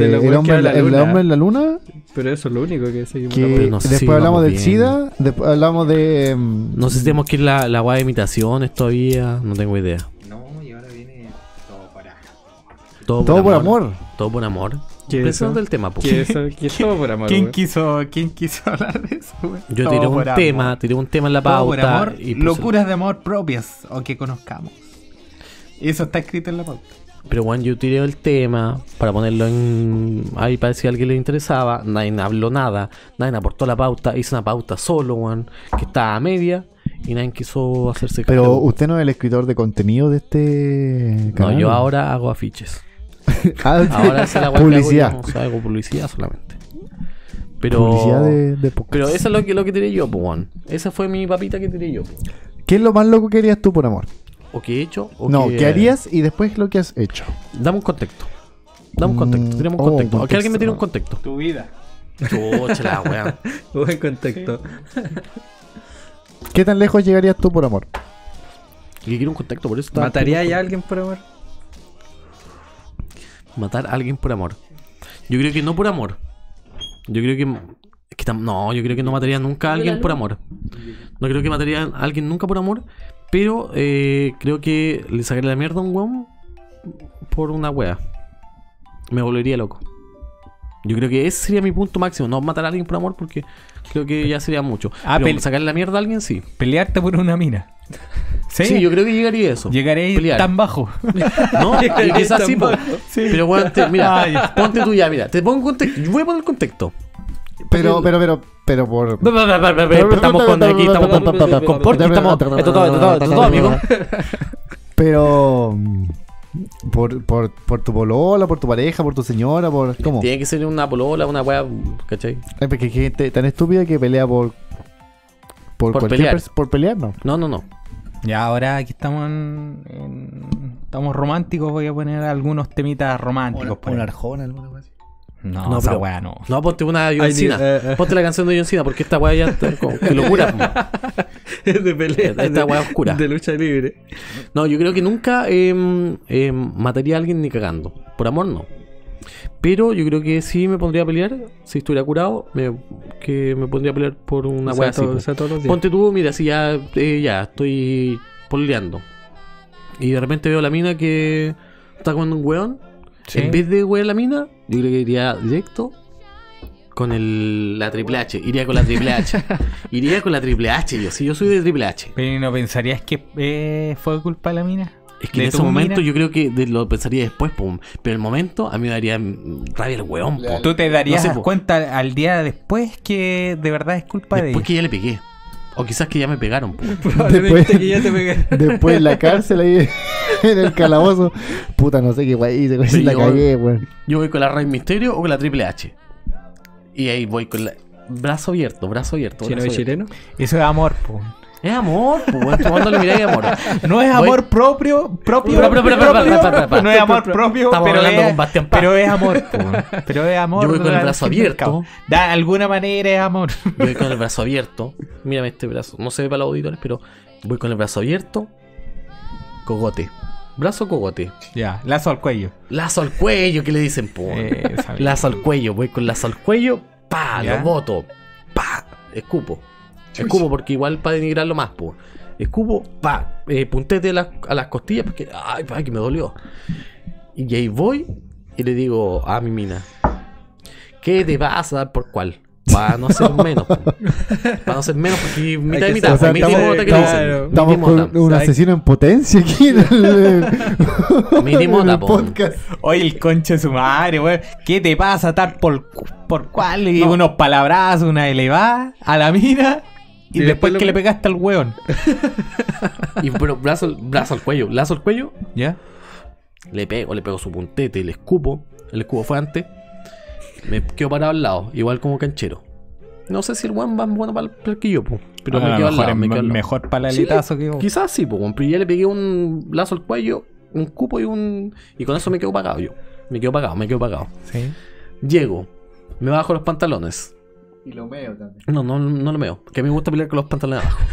Speaker 3: De la
Speaker 4: el,
Speaker 3: weá que
Speaker 4: hombre, en
Speaker 3: habla
Speaker 4: la- el
Speaker 3: luna.
Speaker 4: hombre en la luna,
Speaker 3: Pero eso es lo único que seguimos.
Speaker 4: que
Speaker 1: pero no sé si
Speaker 4: después hablamos
Speaker 1: vamos
Speaker 4: del
Speaker 1: bien.
Speaker 4: SIDA, después hablamos de... mm,
Speaker 1: No sé si tenemos que ir la, la guay de imitaciones todavía. No tengo idea.
Speaker 2: No, y ahora viene todo para.
Speaker 4: todo por amor.
Speaker 1: Todo por amor.
Speaker 3: ¿Qué es
Speaker 1: Empezando
Speaker 3: eso?
Speaker 1: el tema, pues. po.
Speaker 3: Que eso, que es todo por amor,
Speaker 2: ¿Quién
Speaker 3: weón.
Speaker 2: quiso, ¿Quién quiso *laughs* hablar de eso, weón?
Speaker 1: *laughs* Yo
Speaker 2: Todo
Speaker 1: tiré un
Speaker 2: por amor.
Speaker 1: tema, tiré un tema en la pauta.
Speaker 2: Todo por amor,
Speaker 1: y puse-
Speaker 2: locuras de amor propias o que conozcamos. Eso está escrito en la pauta.
Speaker 1: Pero bueno, yo tiré el tema para ponerlo en. Ahí para si a alguien le interesaba. Nadie habló nada. Nadie aportó la pauta. Hice una pauta solo, weón. Que estaba a media. Y nadie quiso hacerse cargo.
Speaker 4: Pero usted no es el escritor de contenido de este
Speaker 1: No,
Speaker 4: canal.
Speaker 1: yo ahora hago afiches.
Speaker 4: *laughs* Ah,
Speaker 1: Ahora es la weá que hago,
Speaker 4: publicidad.
Speaker 1: digamos, hago publicidad solamente. Pero.
Speaker 4: Publicidad de, de podcast.
Speaker 1: Pero eso es lo que, lo que tiré yo, pues, weón. Esa fue mi papita que tiré yo.
Speaker 4: ¿Qué es lo más loco que harías tú por amor?
Speaker 1: O que he hecho. O
Speaker 4: no,
Speaker 1: que...
Speaker 4: ¿qué harías y después lo que has hecho?
Speaker 1: Dame un contexto. Dame un contexto.
Speaker 4: Mm,
Speaker 1: Tiremos
Speaker 4: oh,
Speaker 1: un contexto. O que
Speaker 4: contexto.
Speaker 1: alguien me tire un contexto.
Speaker 2: Tu vida.
Speaker 1: Chucha la weón.
Speaker 3: Buen contexto.
Speaker 4: ¿Qué tan lejos llegarías tú por amor?
Speaker 1: Que quiero un contexto, por eso estaba-
Speaker 3: ¿Mataría ya a alguien por amor? *laughs*
Speaker 1: Matar a alguien por amor. Yo creo que no por amor. Yo creo que. es que tam- no, yo creo que no mataría nunca a alguien por amor. No creo que mataría a alguien nunca por amor. Pero eh, creo que le sacaría la mierda a un weón por una wea. Me volvería loco. Yo creo que ese sería mi punto máximo. No matar a alguien por amor porque creo que ya sería mucho.
Speaker 2: Ah,
Speaker 1: pero
Speaker 2: pel-
Speaker 1: sacarle la mierda a alguien sí.
Speaker 2: Pelearte por
Speaker 1: *laughs*
Speaker 2: una mina. Sí,
Speaker 1: Sí, yo creo que llegaría a eso.
Speaker 2: llegaré
Speaker 1: Pelear.
Speaker 2: tan bajo.
Speaker 1: *laughs* No, y que es así, po.
Speaker 2: Sí.
Speaker 1: Pero bueno, te-
Speaker 2: Ah,
Speaker 1: mira,
Speaker 2: ya.
Speaker 1: ponte tú ya, mira, te pongo un contexto. Yo voy a poner el contexto.
Speaker 4: Pero, pero, pero, pero por...
Speaker 1: Estamos con aquí, estamos con, con Porky, estamos. Esto todo, esto todo, esto todo, amigo.
Speaker 4: Pero... mm, Por, por, por tu polola, por tu pareja, por tu señora, por... ¿Cómo?
Speaker 1: Tiene que ser una polola, una weá, ¿cachai?
Speaker 4: Es porque hay gente tan estúpida que pelea por... Por,
Speaker 1: Por
Speaker 4: cualquier
Speaker 1: pelear.
Speaker 4: pers- Por pelear, no.
Speaker 1: No, no, no.
Speaker 2: Ya, ahora aquí estamos en, en- Estamos románticos, voy a poner algunos temitas románticos. por ahí.
Speaker 4: arjona, alguna cosa
Speaker 2: No,
Speaker 1: No,
Speaker 2: esa
Speaker 1: pero-
Speaker 2: weá no.
Speaker 1: No, ponte una John
Speaker 3: Ay, eh,
Speaker 1: Cena.
Speaker 3: eh.
Speaker 1: Ponte la canción de John Cena, porque esta weá ya. está con- Qué locura.
Speaker 3: Es de pelea.
Speaker 1: Esta
Speaker 3: de-
Speaker 1: weá oscura.
Speaker 3: De lucha libre.
Speaker 1: po. No, yo creo que nunca em, em, mataría a alguien ni cagando. Por amor, no. Pero yo creo que sí me pondría a pelear. Si estuviera curado, me- que me pondría a pelear por una
Speaker 3: O sea,
Speaker 1: weá así.
Speaker 3: todo-
Speaker 1: po.
Speaker 3: o sea, todos los días.
Speaker 1: Ponte tú, mira, si ya, eh, ya estoy pololeando. Y de repente veo la mina que está comiendo un weón.
Speaker 2: Sí.
Speaker 1: En vez de weón la mina, yo creo que iría directo con el, la triple H. Iría con la triple
Speaker 2: *laughs*
Speaker 1: H. iría con la triple H. Yo, si yo soy de triple H.
Speaker 2: Pero ¿y ¿no pensarías que eh, fue culpa de la mina?
Speaker 1: Es que
Speaker 2: ¿De
Speaker 1: en ese
Speaker 2: tu
Speaker 1: momento
Speaker 2: mina?
Speaker 1: yo creo que de- lo pensaría después, pum. Pero en el momento a mí me daría mm, rabia el weón, po.
Speaker 2: ¿Tú te darías
Speaker 1: No sé, po.
Speaker 2: cuenta al día después que de verdad es culpa de
Speaker 1: Después
Speaker 2: ella?
Speaker 1: que ya le pegué. O quizás que ya me pegaron. po.
Speaker 3: Probablemente
Speaker 4: Después-
Speaker 3: que ya te
Speaker 1: *laughs*
Speaker 3: pegué.
Speaker 4: *laughs* Después en la cárcel ahí *laughs* en el calabozo. Puta, no sé qué guay hice, güey.
Speaker 1: Sí,
Speaker 4: la
Speaker 1: yo-
Speaker 4: cagué, güey.
Speaker 1: Yo voy con la Rey Misterio o con la Triple H. Y ahí voy con la. Brazo abierto, brazo abierto.
Speaker 3: ¿Chino
Speaker 1: brazo
Speaker 3: y
Speaker 1: abierto.
Speaker 3: chileno?
Speaker 2: Eso es amor, po.
Speaker 1: Es amor, pues, weón. Tú cuando le miráis amor.
Speaker 2: No es
Speaker 1: Voy-
Speaker 2: amor propio, propio,
Speaker 1: Pero, pero, pero, pero,
Speaker 2: propio,
Speaker 1: pero, pero, pero, pero,
Speaker 2: no es amor propio,
Speaker 1: Estamos
Speaker 2: pero
Speaker 1: hablando
Speaker 2: es,
Speaker 1: con Bastián Paz.
Speaker 2: pero es amor, po. pero es amor.
Speaker 1: Yo voy con el
Speaker 2: de la
Speaker 1: brazo
Speaker 2: gente
Speaker 1: abierto.
Speaker 2: del campo. De alguna manera es amor. *laughs*
Speaker 1: Yo voy con el brazo abierto. Mírame este brazo. No se ve para los auditores, pero voy con el brazo abierto. Cogote. Brazo cogote.
Speaker 2: Ya, lazo al cuello.
Speaker 1: Lazo al cuello, que le dicen, po.
Speaker 2: Eh, esa mierda.
Speaker 1: Lazo al cuello, voy con lazo al cuello, pa,
Speaker 2: Ya.
Speaker 1: lo boto, pa, escupo. Escupo porque igual para denigrarlo más, po. Escupo, pa, eh, puntete a las- a las costillas porque, ay, pa, que me dolió. Y ahí voy y le digo a mi mina, ¿qué te vas a dar por cuál? Para no
Speaker 4: *laughs*
Speaker 1: ser menos, para no ser menos, porque mitad
Speaker 3: que
Speaker 1: y mitad,
Speaker 3: ser-
Speaker 1: po,
Speaker 4: o sea,
Speaker 1: mitad y
Speaker 4: estamos-
Speaker 1: mota que le
Speaker 3: estamos-
Speaker 1: dicen,
Speaker 3: claro.
Speaker 1: mitad y
Speaker 4: Estamos con
Speaker 1: mota.
Speaker 4: un
Speaker 3: ¿sabes?
Speaker 4: asesino en potencia aquí en el,
Speaker 1: Mitad y
Speaker 4: en
Speaker 1: mota,
Speaker 4: el
Speaker 1: po.
Speaker 4: podcast.
Speaker 2: Oye, el conche de su madre, weón. ¿Qué te pasa tal por, cu- por cuál? Y unos palabrazos, una elevada a la mina. Y,
Speaker 3: Y
Speaker 2: después
Speaker 3: después lo-
Speaker 2: que le pegaste al weón.
Speaker 1: Y pero brazo, brazo al cuello, lazo al cuello,
Speaker 2: ¿Ya?
Speaker 1: Le pego, le pego su puntete, le escupo. El escupo fue antes. Me quedo parado al lado, igual como canchero. No sé si el weón va bueno para el para el que yo, po, pero
Speaker 2: Ah, A
Speaker 1: me
Speaker 2: lo
Speaker 1: quedo al
Speaker 2: mejor
Speaker 1: lado.
Speaker 2: es
Speaker 1: Me
Speaker 2: me-
Speaker 1: quedo al lado.
Speaker 2: mejor
Speaker 1: Sí,
Speaker 2: palaletazo que vos.
Speaker 1: Quizás sí, po, weón, pero ya le pegué un lazo al cuello, un cupo y un. Y con eso me quedo pagado yo. Me quedo pagado, me quedo pagado.
Speaker 2: Sí.
Speaker 1: Llego, me bajo los pantalones.
Speaker 4: Y lo veo también.
Speaker 1: No, no, no lo veo. Que a mí me gusta pelear con los pantalones
Speaker 4: *laughs*
Speaker 1: abajo.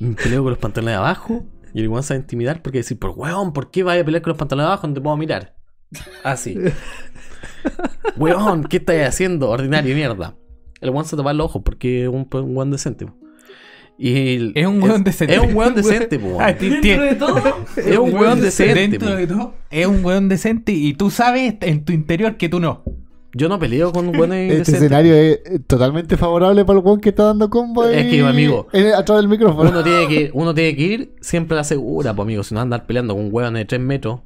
Speaker 1: me peleo con los pantalones abajo. Y el weón se va a intimidar porque decir, por weón, ¿por qué vas a pelear con los pantalones abajo? No te puedo mirar.
Speaker 4: *laughs*
Speaker 1: Así. weón, ¿qué estás haciendo? Ordinario, mierda. El weón se tapa los ojos porque es un, un weón decente. po. Y el-
Speaker 2: Es un weón decente.
Speaker 1: Es un
Speaker 2: *laughs*
Speaker 1: weón decente,
Speaker 4: *laughs*
Speaker 1: po,
Speaker 2: Ah,
Speaker 1: weón.
Speaker 2: ti- ti- *laughs*
Speaker 1: Es un weón decente. po.
Speaker 2: Es un weón decente y tú sabes en tu interior que tú no.
Speaker 1: Yo no peleo con weones
Speaker 4: Este
Speaker 1: indecentes.
Speaker 4: escenario es eh, totalmente favorable para el weón que está dando combo.
Speaker 1: Es
Speaker 4: ahí
Speaker 1: que, amigo,
Speaker 4: en- Atrás del micrófono.
Speaker 1: Uno tiene que, uno tiene que ir siempre a la segura, pues amigo, si no andar peleando con huevones de 3 metros,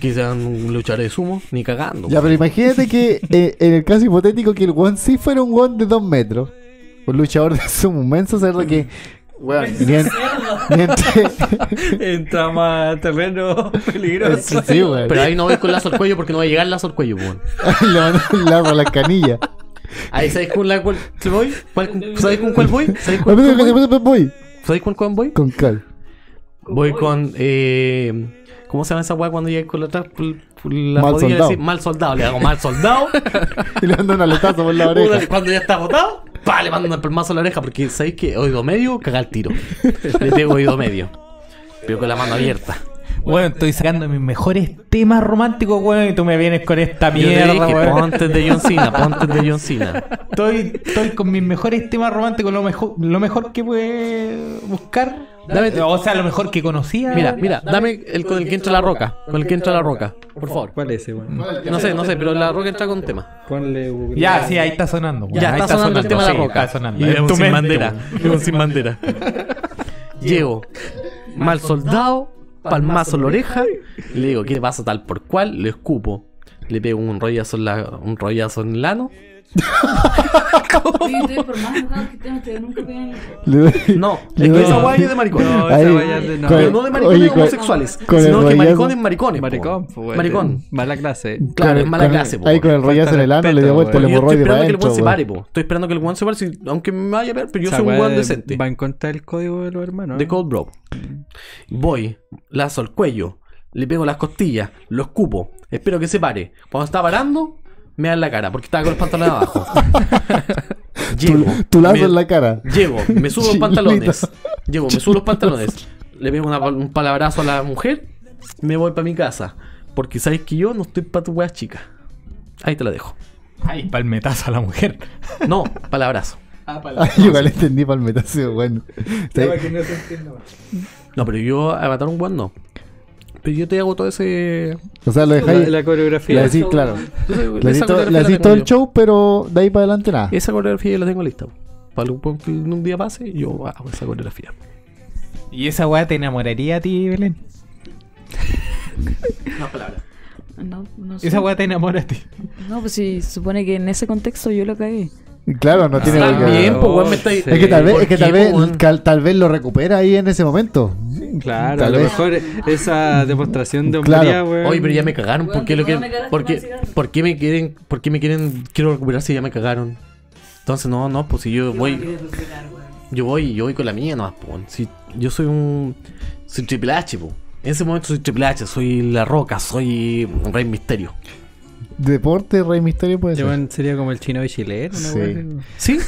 Speaker 1: que sean un luchador de sumo, ni cagando.
Speaker 4: Ya, pero imagínate que eh, en el caso hipotético que el one sí fuera un one de dos metros. Un luchador de sumo inmenso, cerdo que. Weón, ni en- *laughs* ni en-
Speaker 3: *laughs* Entramos a
Speaker 1: *laughs*
Speaker 3: terreno peligroso.
Speaker 4: Sí, weón.
Speaker 1: Pero ahí no voy con lazo al cuello porque no va a llegar lazo al cuello, pues.
Speaker 4: Le van a un lazo a las
Speaker 1: *laughs*
Speaker 4: canillas.
Speaker 1: Ahí sabes con la cual cuál voy, ¿Cuál- ¿sabes con cuál voy? ¿Sabes con cuál voy?
Speaker 4: Voy
Speaker 1: ¿Sabes con cuál voy?
Speaker 4: con cal.
Speaker 1: Voy con eh, ¿Cómo se llama esa weá cuando llegué con la atrás? La
Speaker 4: Mal
Speaker 1: rodilla,
Speaker 4: soldado.
Speaker 1: decir, mal soldado, le hago mal
Speaker 4: *laughs*
Speaker 1: soldado.
Speaker 4: Y le anda un aletazo por la oreja.
Speaker 1: Una- cuando ya está botado, pa, le mando un palmazo a la oreja porque sabéis que oído medio, caga el tiro. Le pego oído medio. Pero con la mano abierta.
Speaker 2: Weón, estoy sacando mis mejores temas románticos, weón, y tú me vienes con esta
Speaker 1: Yo te
Speaker 2: mierda,
Speaker 1: dije,
Speaker 2: weón.
Speaker 1: Ponte de John Cena, ponte de John Cena.
Speaker 2: Estoy, estoy con mis mejores temas románticos, lo mejor, lo mejor que pude buscar. o sea, lo mejor que conocía.
Speaker 1: Mira, mira, dame el con el que entra la roca. Con el que entra la roca, por favor.
Speaker 3: ¿Cuál es ese, weón?
Speaker 1: No sé, no sé, pero la roca entra con tema.
Speaker 3: Ponle Google.
Speaker 2: Ya, sí, ahí está sonando. weón.
Speaker 1: Ya
Speaker 2: Ahí
Speaker 1: está sonando el tema de la
Speaker 2: sí,
Speaker 1: roca.
Speaker 2: Está sonando.
Speaker 1: Y
Speaker 2: En
Speaker 1: es un
Speaker 2: tu
Speaker 1: sin
Speaker 2: mente, *laughs*
Speaker 1: bandera. Es un sin bandera. *laughs* Llego, mal soldado, palmazo en la oreja. Le digo, ¿qué te pasa tal por cual? Le escupo. Le pego un rollazo en, la, un rollazo en el ano.
Speaker 5: Oye, ustedes por más educados que estén, ustedes nunca pegan el-
Speaker 4: Le doy-
Speaker 1: No,
Speaker 4: Le
Speaker 1: es que
Speaker 4: doy-
Speaker 1: esa guay es de maricón.
Speaker 3: No, esa
Speaker 4: Ahí,
Speaker 3: vaya de- no.
Speaker 4: con-
Speaker 1: Pero no de maricones
Speaker 4: oye, con-
Speaker 1: homosexuales,
Speaker 4: con el
Speaker 1: sino que
Speaker 4: rollazo-
Speaker 1: maricones maricones. po.
Speaker 3: Maricón, po, weón.
Speaker 1: Maricón.
Speaker 3: Mala clase.
Speaker 1: Claro,
Speaker 4: con-
Speaker 1: es mala
Speaker 4: con-
Speaker 1: clase, po,
Speaker 4: Ahí con el
Speaker 3: weón.
Speaker 4: rollazo en el ano
Speaker 3: Falta
Speaker 4: le dio vuelta
Speaker 3: respeto,
Speaker 4: el
Speaker 1: Yo estoy
Speaker 4: hemorroide para
Speaker 1: esperando que el
Speaker 4: adentro.
Speaker 1: weón se
Speaker 4: weón.
Speaker 1: pare, po. Estoy esperando que el weón se pare, si- aunque me vaya a ver, pero yo
Speaker 3: Esa
Speaker 1: soy un
Speaker 3: weá
Speaker 1: weón decente.
Speaker 3: Va en contra del código de los hermanos.
Speaker 1: De
Speaker 3: ¿eh?
Speaker 1: Cold Bro. Voy, lazo al cuello, le pego las costillas, lo escupo, espero que se pare. Cuando está parando, me da en la cara, porque estaba con los pantalones abajo. *laughs* Llego,
Speaker 4: *laughs* Tu- Tu lazo
Speaker 1: me-
Speaker 4: en
Speaker 1: *laughs*
Speaker 4: la cara. *laughs*
Speaker 1: Llego, me subo los
Speaker 4: Chilito.
Speaker 1: pantalones. Llego, me subo los pantalones. Le pego una pal- un palabrazo a la mujer. Me voy para mi casa. Porque sabes que yo no estoy para tu weas chica. Ahí te la dejo.
Speaker 2: Ay, palmetazo a la mujer.
Speaker 1: No, palabrazo.
Speaker 2: Ah,
Speaker 4: Ay, yo igual entendí palmetazo, bueno.
Speaker 1: No, pero yo a matar un weón no. Pero yo te hago todo ese.
Speaker 4: O sea, lo
Speaker 3: La,
Speaker 4: dejáis.
Speaker 3: la
Speaker 4: Le
Speaker 3: coreografía.
Speaker 4: decís, claro.
Speaker 1: esa
Speaker 4: Le decís
Speaker 1: coreografía
Speaker 4: todo-
Speaker 1: la
Speaker 4: le decís
Speaker 1: tengo
Speaker 4: todo el
Speaker 1: yo.
Speaker 4: show, pero de ahí para adelante nada.
Speaker 1: Esa coreografía yo la tengo lista. Para un, que un día pase, yo hago esa coreografía.
Speaker 2: ¿Y esa weá te enamoraría a ti, Belén?
Speaker 5: No, no sé.
Speaker 2: Esa weá te enamora a ti.
Speaker 5: No, pues si supone que en ese contexto yo lo cagué.
Speaker 4: Claro, no tiene
Speaker 1: Está
Speaker 4: por qué-
Speaker 1: bien,
Speaker 3: no,
Speaker 1: pues, weón, me está
Speaker 3: sí.
Speaker 4: Es que tal vez,
Speaker 1: ¿Por
Speaker 4: es que
Speaker 1: qué,
Speaker 4: tal
Speaker 1: po,
Speaker 4: vez,
Speaker 1: weón?
Speaker 4: cal- tal vez lo recupera ahí en ese momento.
Speaker 3: Claro,
Speaker 4: Tal
Speaker 3: a lo
Speaker 4: vez.
Speaker 3: mejor esa demostración de
Speaker 4: Claro.
Speaker 3: hombría, weón.
Speaker 1: Oye, pero ya me cagaron. ¿Por
Speaker 5: Weón,
Speaker 1: qué,
Speaker 5: que
Speaker 1: lo
Speaker 5: no
Speaker 1: quieren-
Speaker 5: me cagaste
Speaker 1: por qué-
Speaker 5: más cigarro.
Speaker 1: por qué me quieren? ¿Por qué me quieren? Quiero recuperar si ya me cagaron. Entonces, no, no, pues si yo voy. Yo voy, yo voy con la mía nomás, po. weón. Si yo soy un. Soy Triple H, po. En ese momento soy Triple H, soy La Roca, soy Rey Misterio.
Speaker 4: Deporte, Rey Misterio puede
Speaker 3: Ya,
Speaker 4: ser.
Speaker 3: weón, sería como el chino de chileno, una
Speaker 4: Sí.
Speaker 3: weón.
Speaker 1: ¿Sí?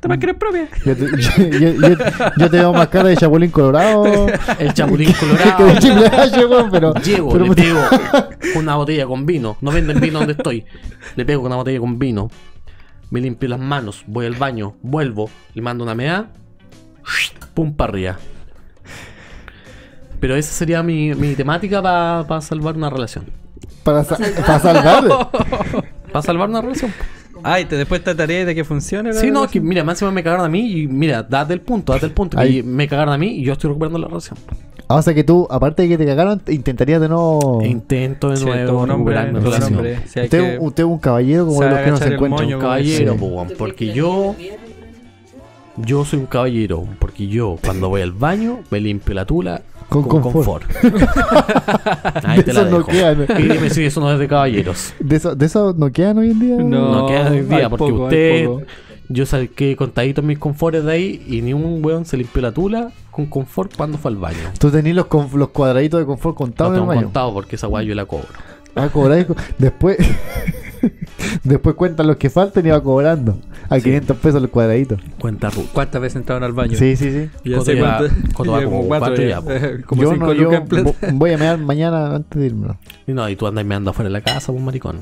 Speaker 3: Toma que eres propia.
Speaker 4: Yo te, yo, yo- yo- yo te veo más cara de
Speaker 1: *laughs*
Speaker 4: Chapulín Colorado
Speaker 1: El
Speaker 4: *laughs*
Speaker 1: Chapulín
Speaker 4: que
Speaker 1: Colorado.
Speaker 4: de Triple H, weón, pero.
Speaker 1: Llego,
Speaker 4: pero-
Speaker 1: le pego
Speaker 4: *laughs*
Speaker 1: una botella con vino. No venden vino donde estoy. Le pego una botella con vino. Me limpio las manos, voy al baño, vuelvo, le mando una mea. Pum para arriba. Pero esa sería mi, mi temática para salvar una relación.
Speaker 4: para, sa- para salvar.
Speaker 1: Para salvar una relación.
Speaker 3: Ay, te después te tarea de que funcione. la
Speaker 1: Sí, no,
Speaker 3: verdad.
Speaker 1: es que mira, máximo me cagaron a mí y mira, date el punto, date el punto.
Speaker 4: Ahí.
Speaker 1: Y me cagaron a mí y yo estoy recuperando la relación.
Speaker 4: Ah, o sea que tú, aparte de que te cagaron, te intentarías de no.
Speaker 1: E Intento de
Speaker 3: Sí,
Speaker 1: nuevo
Speaker 3: todo nombre,
Speaker 1: recuperar mi
Speaker 3: todo
Speaker 1: relación.
Speaker 3: nombre. Sí, hay
Speaker 4: Usted,
Speaker 3: que-
Speaker 4: usted es un caballero como de
Speaker 3: sabe
Speaker 4: los que no
Speaker 3: agachar
Speaker 4: se
Speaker 3: el
Speaker 4: encuentran.
Speaker 3: moño,
Speaker 1: Un caballero,
Speaker 4: Sí.
Speaker 1: po, weón, porque yo Yo soy un caballero, porque yo cuando voy al baño me limpio la tula
Speaker 4: Con confort.
Speaker 1: confort.
Speaker 4: *laughs*
Speaker 1: Ahí
Speaker 4: De
Speaker 1: te la
Speaker 4: eso no
Speaker 1: dejo.
Speaker 4: quedan.
Speaker 1: y dime si eso no es de caballeros.
Speaker 4: ¿De eso, ¿De eso no quedan hoy en día?
Speaker 1: No,
Speaker 3: No,
Speaker 1: queda hoy
Speaker 3: hay
Speaker 1: día, porque
Speaker 3: poco,
Speaker 1: usted.
Speaker 3: hay poco.
Speaker 1: Yo saqué contaditos mis confortes de ahí y ni un weón se limpió la tula con confort cuando fue al baño.
Speaker 4: Tú tenés los, conf- los cuadraditos de confort
Speaker 1: No
Speaker 4: contados en el
Speaker 1: tengo
Speaker 4: baño.
Speaker 1: contado porque esa weá yo la cobro.
Speaker 4: Ah, cobráis. co- Después. *laughs* Después cuentan los que faltan y va cobrando. A 500 pesos los cuadraditos.
Speaker 1: Cuenta Ruth.
Speaker 3: ¿Cuántas veces entraron al baño?
Speaker 4: Sí, sí, sí.
Speaker 3: Ya
Speaker 1: Coto
Speaker 3: sé
Speaker 1: ya-
Speaker 3: cuántas.
Speaker 1: Coto va
Speaker 3: *laughs* Ya
Speaker 1: como cuatro ya, po.
Speaker 3: *laughs* Como
Speaker 4: yo
Speaker 3: cinco
Speaker 4: no, yo
Speaker 3: lucas en plata.
Speaker 4: vo- voy a mear mañana antes de irme.
Speaker 1: Y no, y tú andas meando afuera de la casa, un maricón.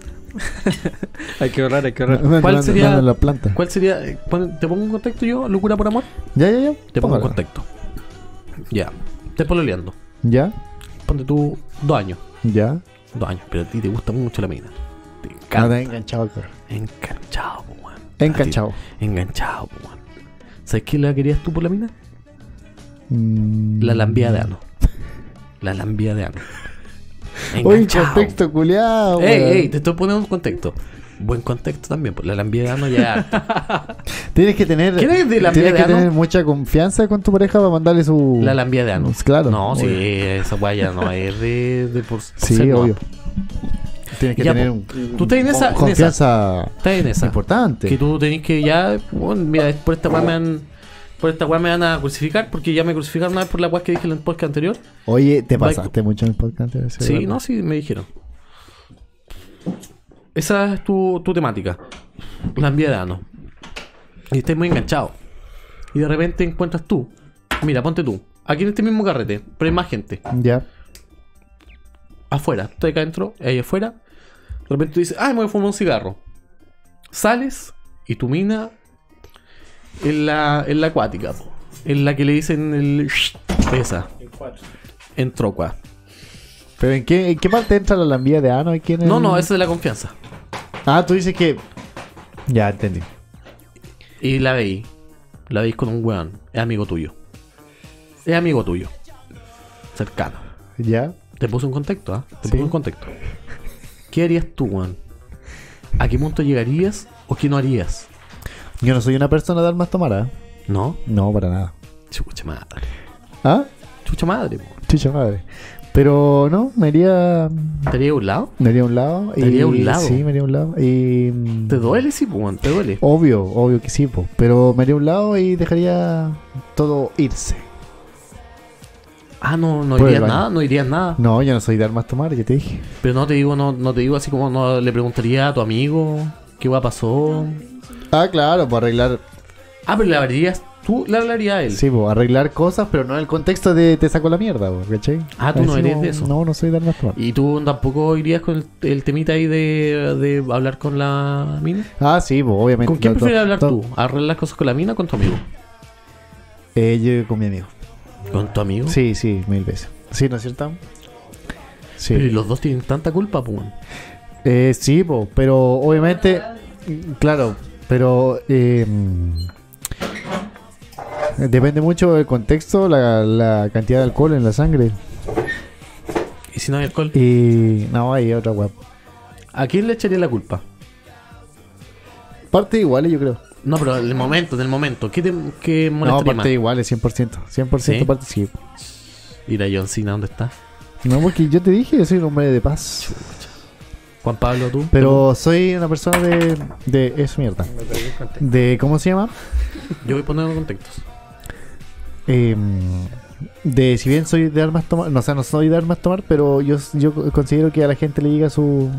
Speaker 3: *laughs* Hay que ahorrar, hay que ahorrar.
Speaker 1: ¿Cuál sería-
Speaker 4: la planta.
Speaker 1: ¿Cuál sería? eh, pon- ¿Te pongo un contexto yo? ¿Locura por amor?
Speaker 4: Ya, ya, ya.
Speaker 1: Te pongo un
Speaker 4: Póngala.
Speaker 1: contexto. Ya. Te pololeando.
Speaker 4: Ya,
Speaker 1: Ponte tú dos años.
Speaker 4: ya.
Speaker 1: Dos años. Pero a ti te gusta mucho la mina. Te
Speaker 4: Ah,
Speaker 1: encanta.
Speaker 4: está enganchado acá.
Speaker 1: Enganchado, po, weón.
Speaker 4: Enganchado.
Speaker 1: A ti- Enganchado, po, weón. ¿Sabes qué la querías tú por la mina?
Speaker 4: Mm.
Speaker 1: La lambía de ano. La lambía
Speaker 4: *laughs*
Speaker 1: de ano.
Speaker 4: Uy,
Speaker 1: Enganchado.
Speaker 4: contexto culiado.
Speaker 1: Ey, ey, te estoy poniendo un contexto. Buen contexto también, po. la lambía de ano ya. es harto.
Speaker 4: Tienes que tener,
Speaker 1: ¿Quién es de la
Speaker 4: tienes que
Speaker 1: mierda,
Speaker 4: tener
Speaker 1: no?
Speaker 4: mucha confianza con tu pareja para mandarle su.
Speaker 1: La lambía de ano.
Speaker 4: Pues claro,
Speaker 1: No, sí,
Speaker 4: obvio.
Speaker 1: esa weá ya no es de, de por, por
Speaker 4: Sí,
Speaker 1: ser, no.
Speaker 4: obvio. Tienes que
Speaker 1: Ya,
Speaker 4: tener
Speaker 1: po.
Speaker 4: un,
Speaker 1: Tú estás en esa- en esa.
Speaker 4: confianza
Speaker 1: Estás en esa.
Speaker 4: importante.
Speaker 1: Que tú tenés que ya. Bueno, mira, por esta weá me han. Por esta weá me van a crucificar porque ya me crucificaron una vez por la weá que dije en el podcast anterior.
Speaker 4: Oye, te
Speaker 1: Mike-
Speaker 4: pasaste mucho en el podcast. eso es
Speaker 1: Sí,
Speaker 4: verdad.
Speaker 1: no, sí, me dijeron. Esa es tu, tu temática. La envía de ano. Y estás muy enganchado. Y de repente encuentras tú. Mira, ponte tú. Aquí en este mismo carrete, pero hay más gente.
Speaker 4: Ya.
Speaker 1: afuera, estoy acá adentro, ahí afuera. De repente tú dices, ay, me voy a fumar un cigarro. Sales y tu mina en la, en la acuática, po. en la que le dicen el. Esa. En trocua.
Speaker 4: Pero ¿en qué, en qué parte entra la lambía de ano? ¿Y quién es
Speaker 1: No,
Speaker 4: el-
Speaker 1: no, esa es la confianza.
Speaker 4: Ah, tú dices que. Ya, entendí.
Speaker 1: Y la veis. La veis con un weón. Es amigo tuyo. Es amigo tuyo. Cercano.
Speaker 4: Ya.
Speaker 1: Te puse un contexto, ¿ah? Te
Speaker 4: Sí.
Speaker 1: puse un contexto. ¿Qué harías tú, weón? ¿A qué punto llegarías o qué no harías?
Speaker 4: Yo no soy una persona de armas tomar, ¿ah?
Speaker 1: ¿No?
Speaker 4: No, para nada.
Speaker 1: Chucha madre.
Speaker 4: ¿Ah?
Speaker 1: Chucha madre, po.
Speaker 4: Chucha madre. Pero no, me iría.
Speaker 1: ¿Te haría a un lado?
Speaker 4: Me iría a un lado.
Speaker 1: Te haría a un lado.
Speaker 4: Sí, me iría a un lado. Y.
Speaker 1: ¿Te duele, sí, po, weón? ¿Te duele?
Speaker 4: Obvio, obvio que sí, po. Pero me haría a un lado y dejaría todo irse.
Speaker 1: Ah, no, no
Speaker 4: Por el
Speaker 1: dirías
Speaker 4: baño.
Speaker 1: nada, no dirías nada.
Speaker 4: No, yo no soy de armas tomar, ya te dije.
Speaker 1: Pero no te digo, no, no te digo así como no le preguntaría a tu amigo qué va pasó.
Speaker 4: Ah, claro, para arreglar.
Speaker 1: Ah, pero le hablarías, tú le hablarías a él.
Speaker 4: Sí, po, arreglar cosas, pero no en el contexto de te saco la mierda, po, ¿cachai? pues,
Speaker 1: Ah, tú no eres de eso.
Speaker 4: No, no soy de armas tomar.
Speaker 1: Y tú tampoco irías con el, el temita ahí de, de hablar con la mina.
Speaker 4: Ah, sí, po, obviamente.
Speaker 1: ¿Con quién
Speaker 4: No,
Speaker 1: prefieres
Speaker 4: no,
Speaker 1: hablar
Speaker 4: no.
Speaker 1: tú? ¿Arreglar las cosas con la mina o con tu amigo?
Speaker 4: Eh, yo con mi amigo.
Speaker 1: ¿Con tu amigo?
Speaker 4: Sí, sí, mil veces. Sí, ¿no es cierto? Sí.
Speaker 1: Pero y los dos tienen tanta culpa, pues.
Speaker 4: Eh, sí, po, pero obviamente, claro, pero eh, depende mucho del contexto, la, la cantidad de alcohol en la sangre.
Speaker 1: Y si no hay alcohol,
Speaker 4: Y no, hay otra web.
Speaker 1: ¿a quién le echaría la culpa?
Speaker 4: Parte iguales, yo creo.
Speaker 1: No, pero el momento, del momento. ¿Qué te qué
Speaker 4: No,
Speaker 1: molestaría
Speaker 4: parte
Speaker 1: más?
Speaker 4: iguales, 100%. 100%
Speaker 1: ¿Sí?
Speaker 4: parte sí.
Speaker 1: Ir a John Cena, ¿dónde está?
Speaker 4: No, porque yo te dije, yo soy un hombre de paz.
Speaker 1: Juan Pablo, tú.
Speaker 4: Pero soy una persona de. de es mierda. De. ¿Cómo se llama?
Speaker 1: Yo voy poniendo contextos.
Speaker 4: Eh, de si bien soy de armas tomar. No, o sea, no soy de armas tomar, pero yo, yo considero que a la gente le llega su.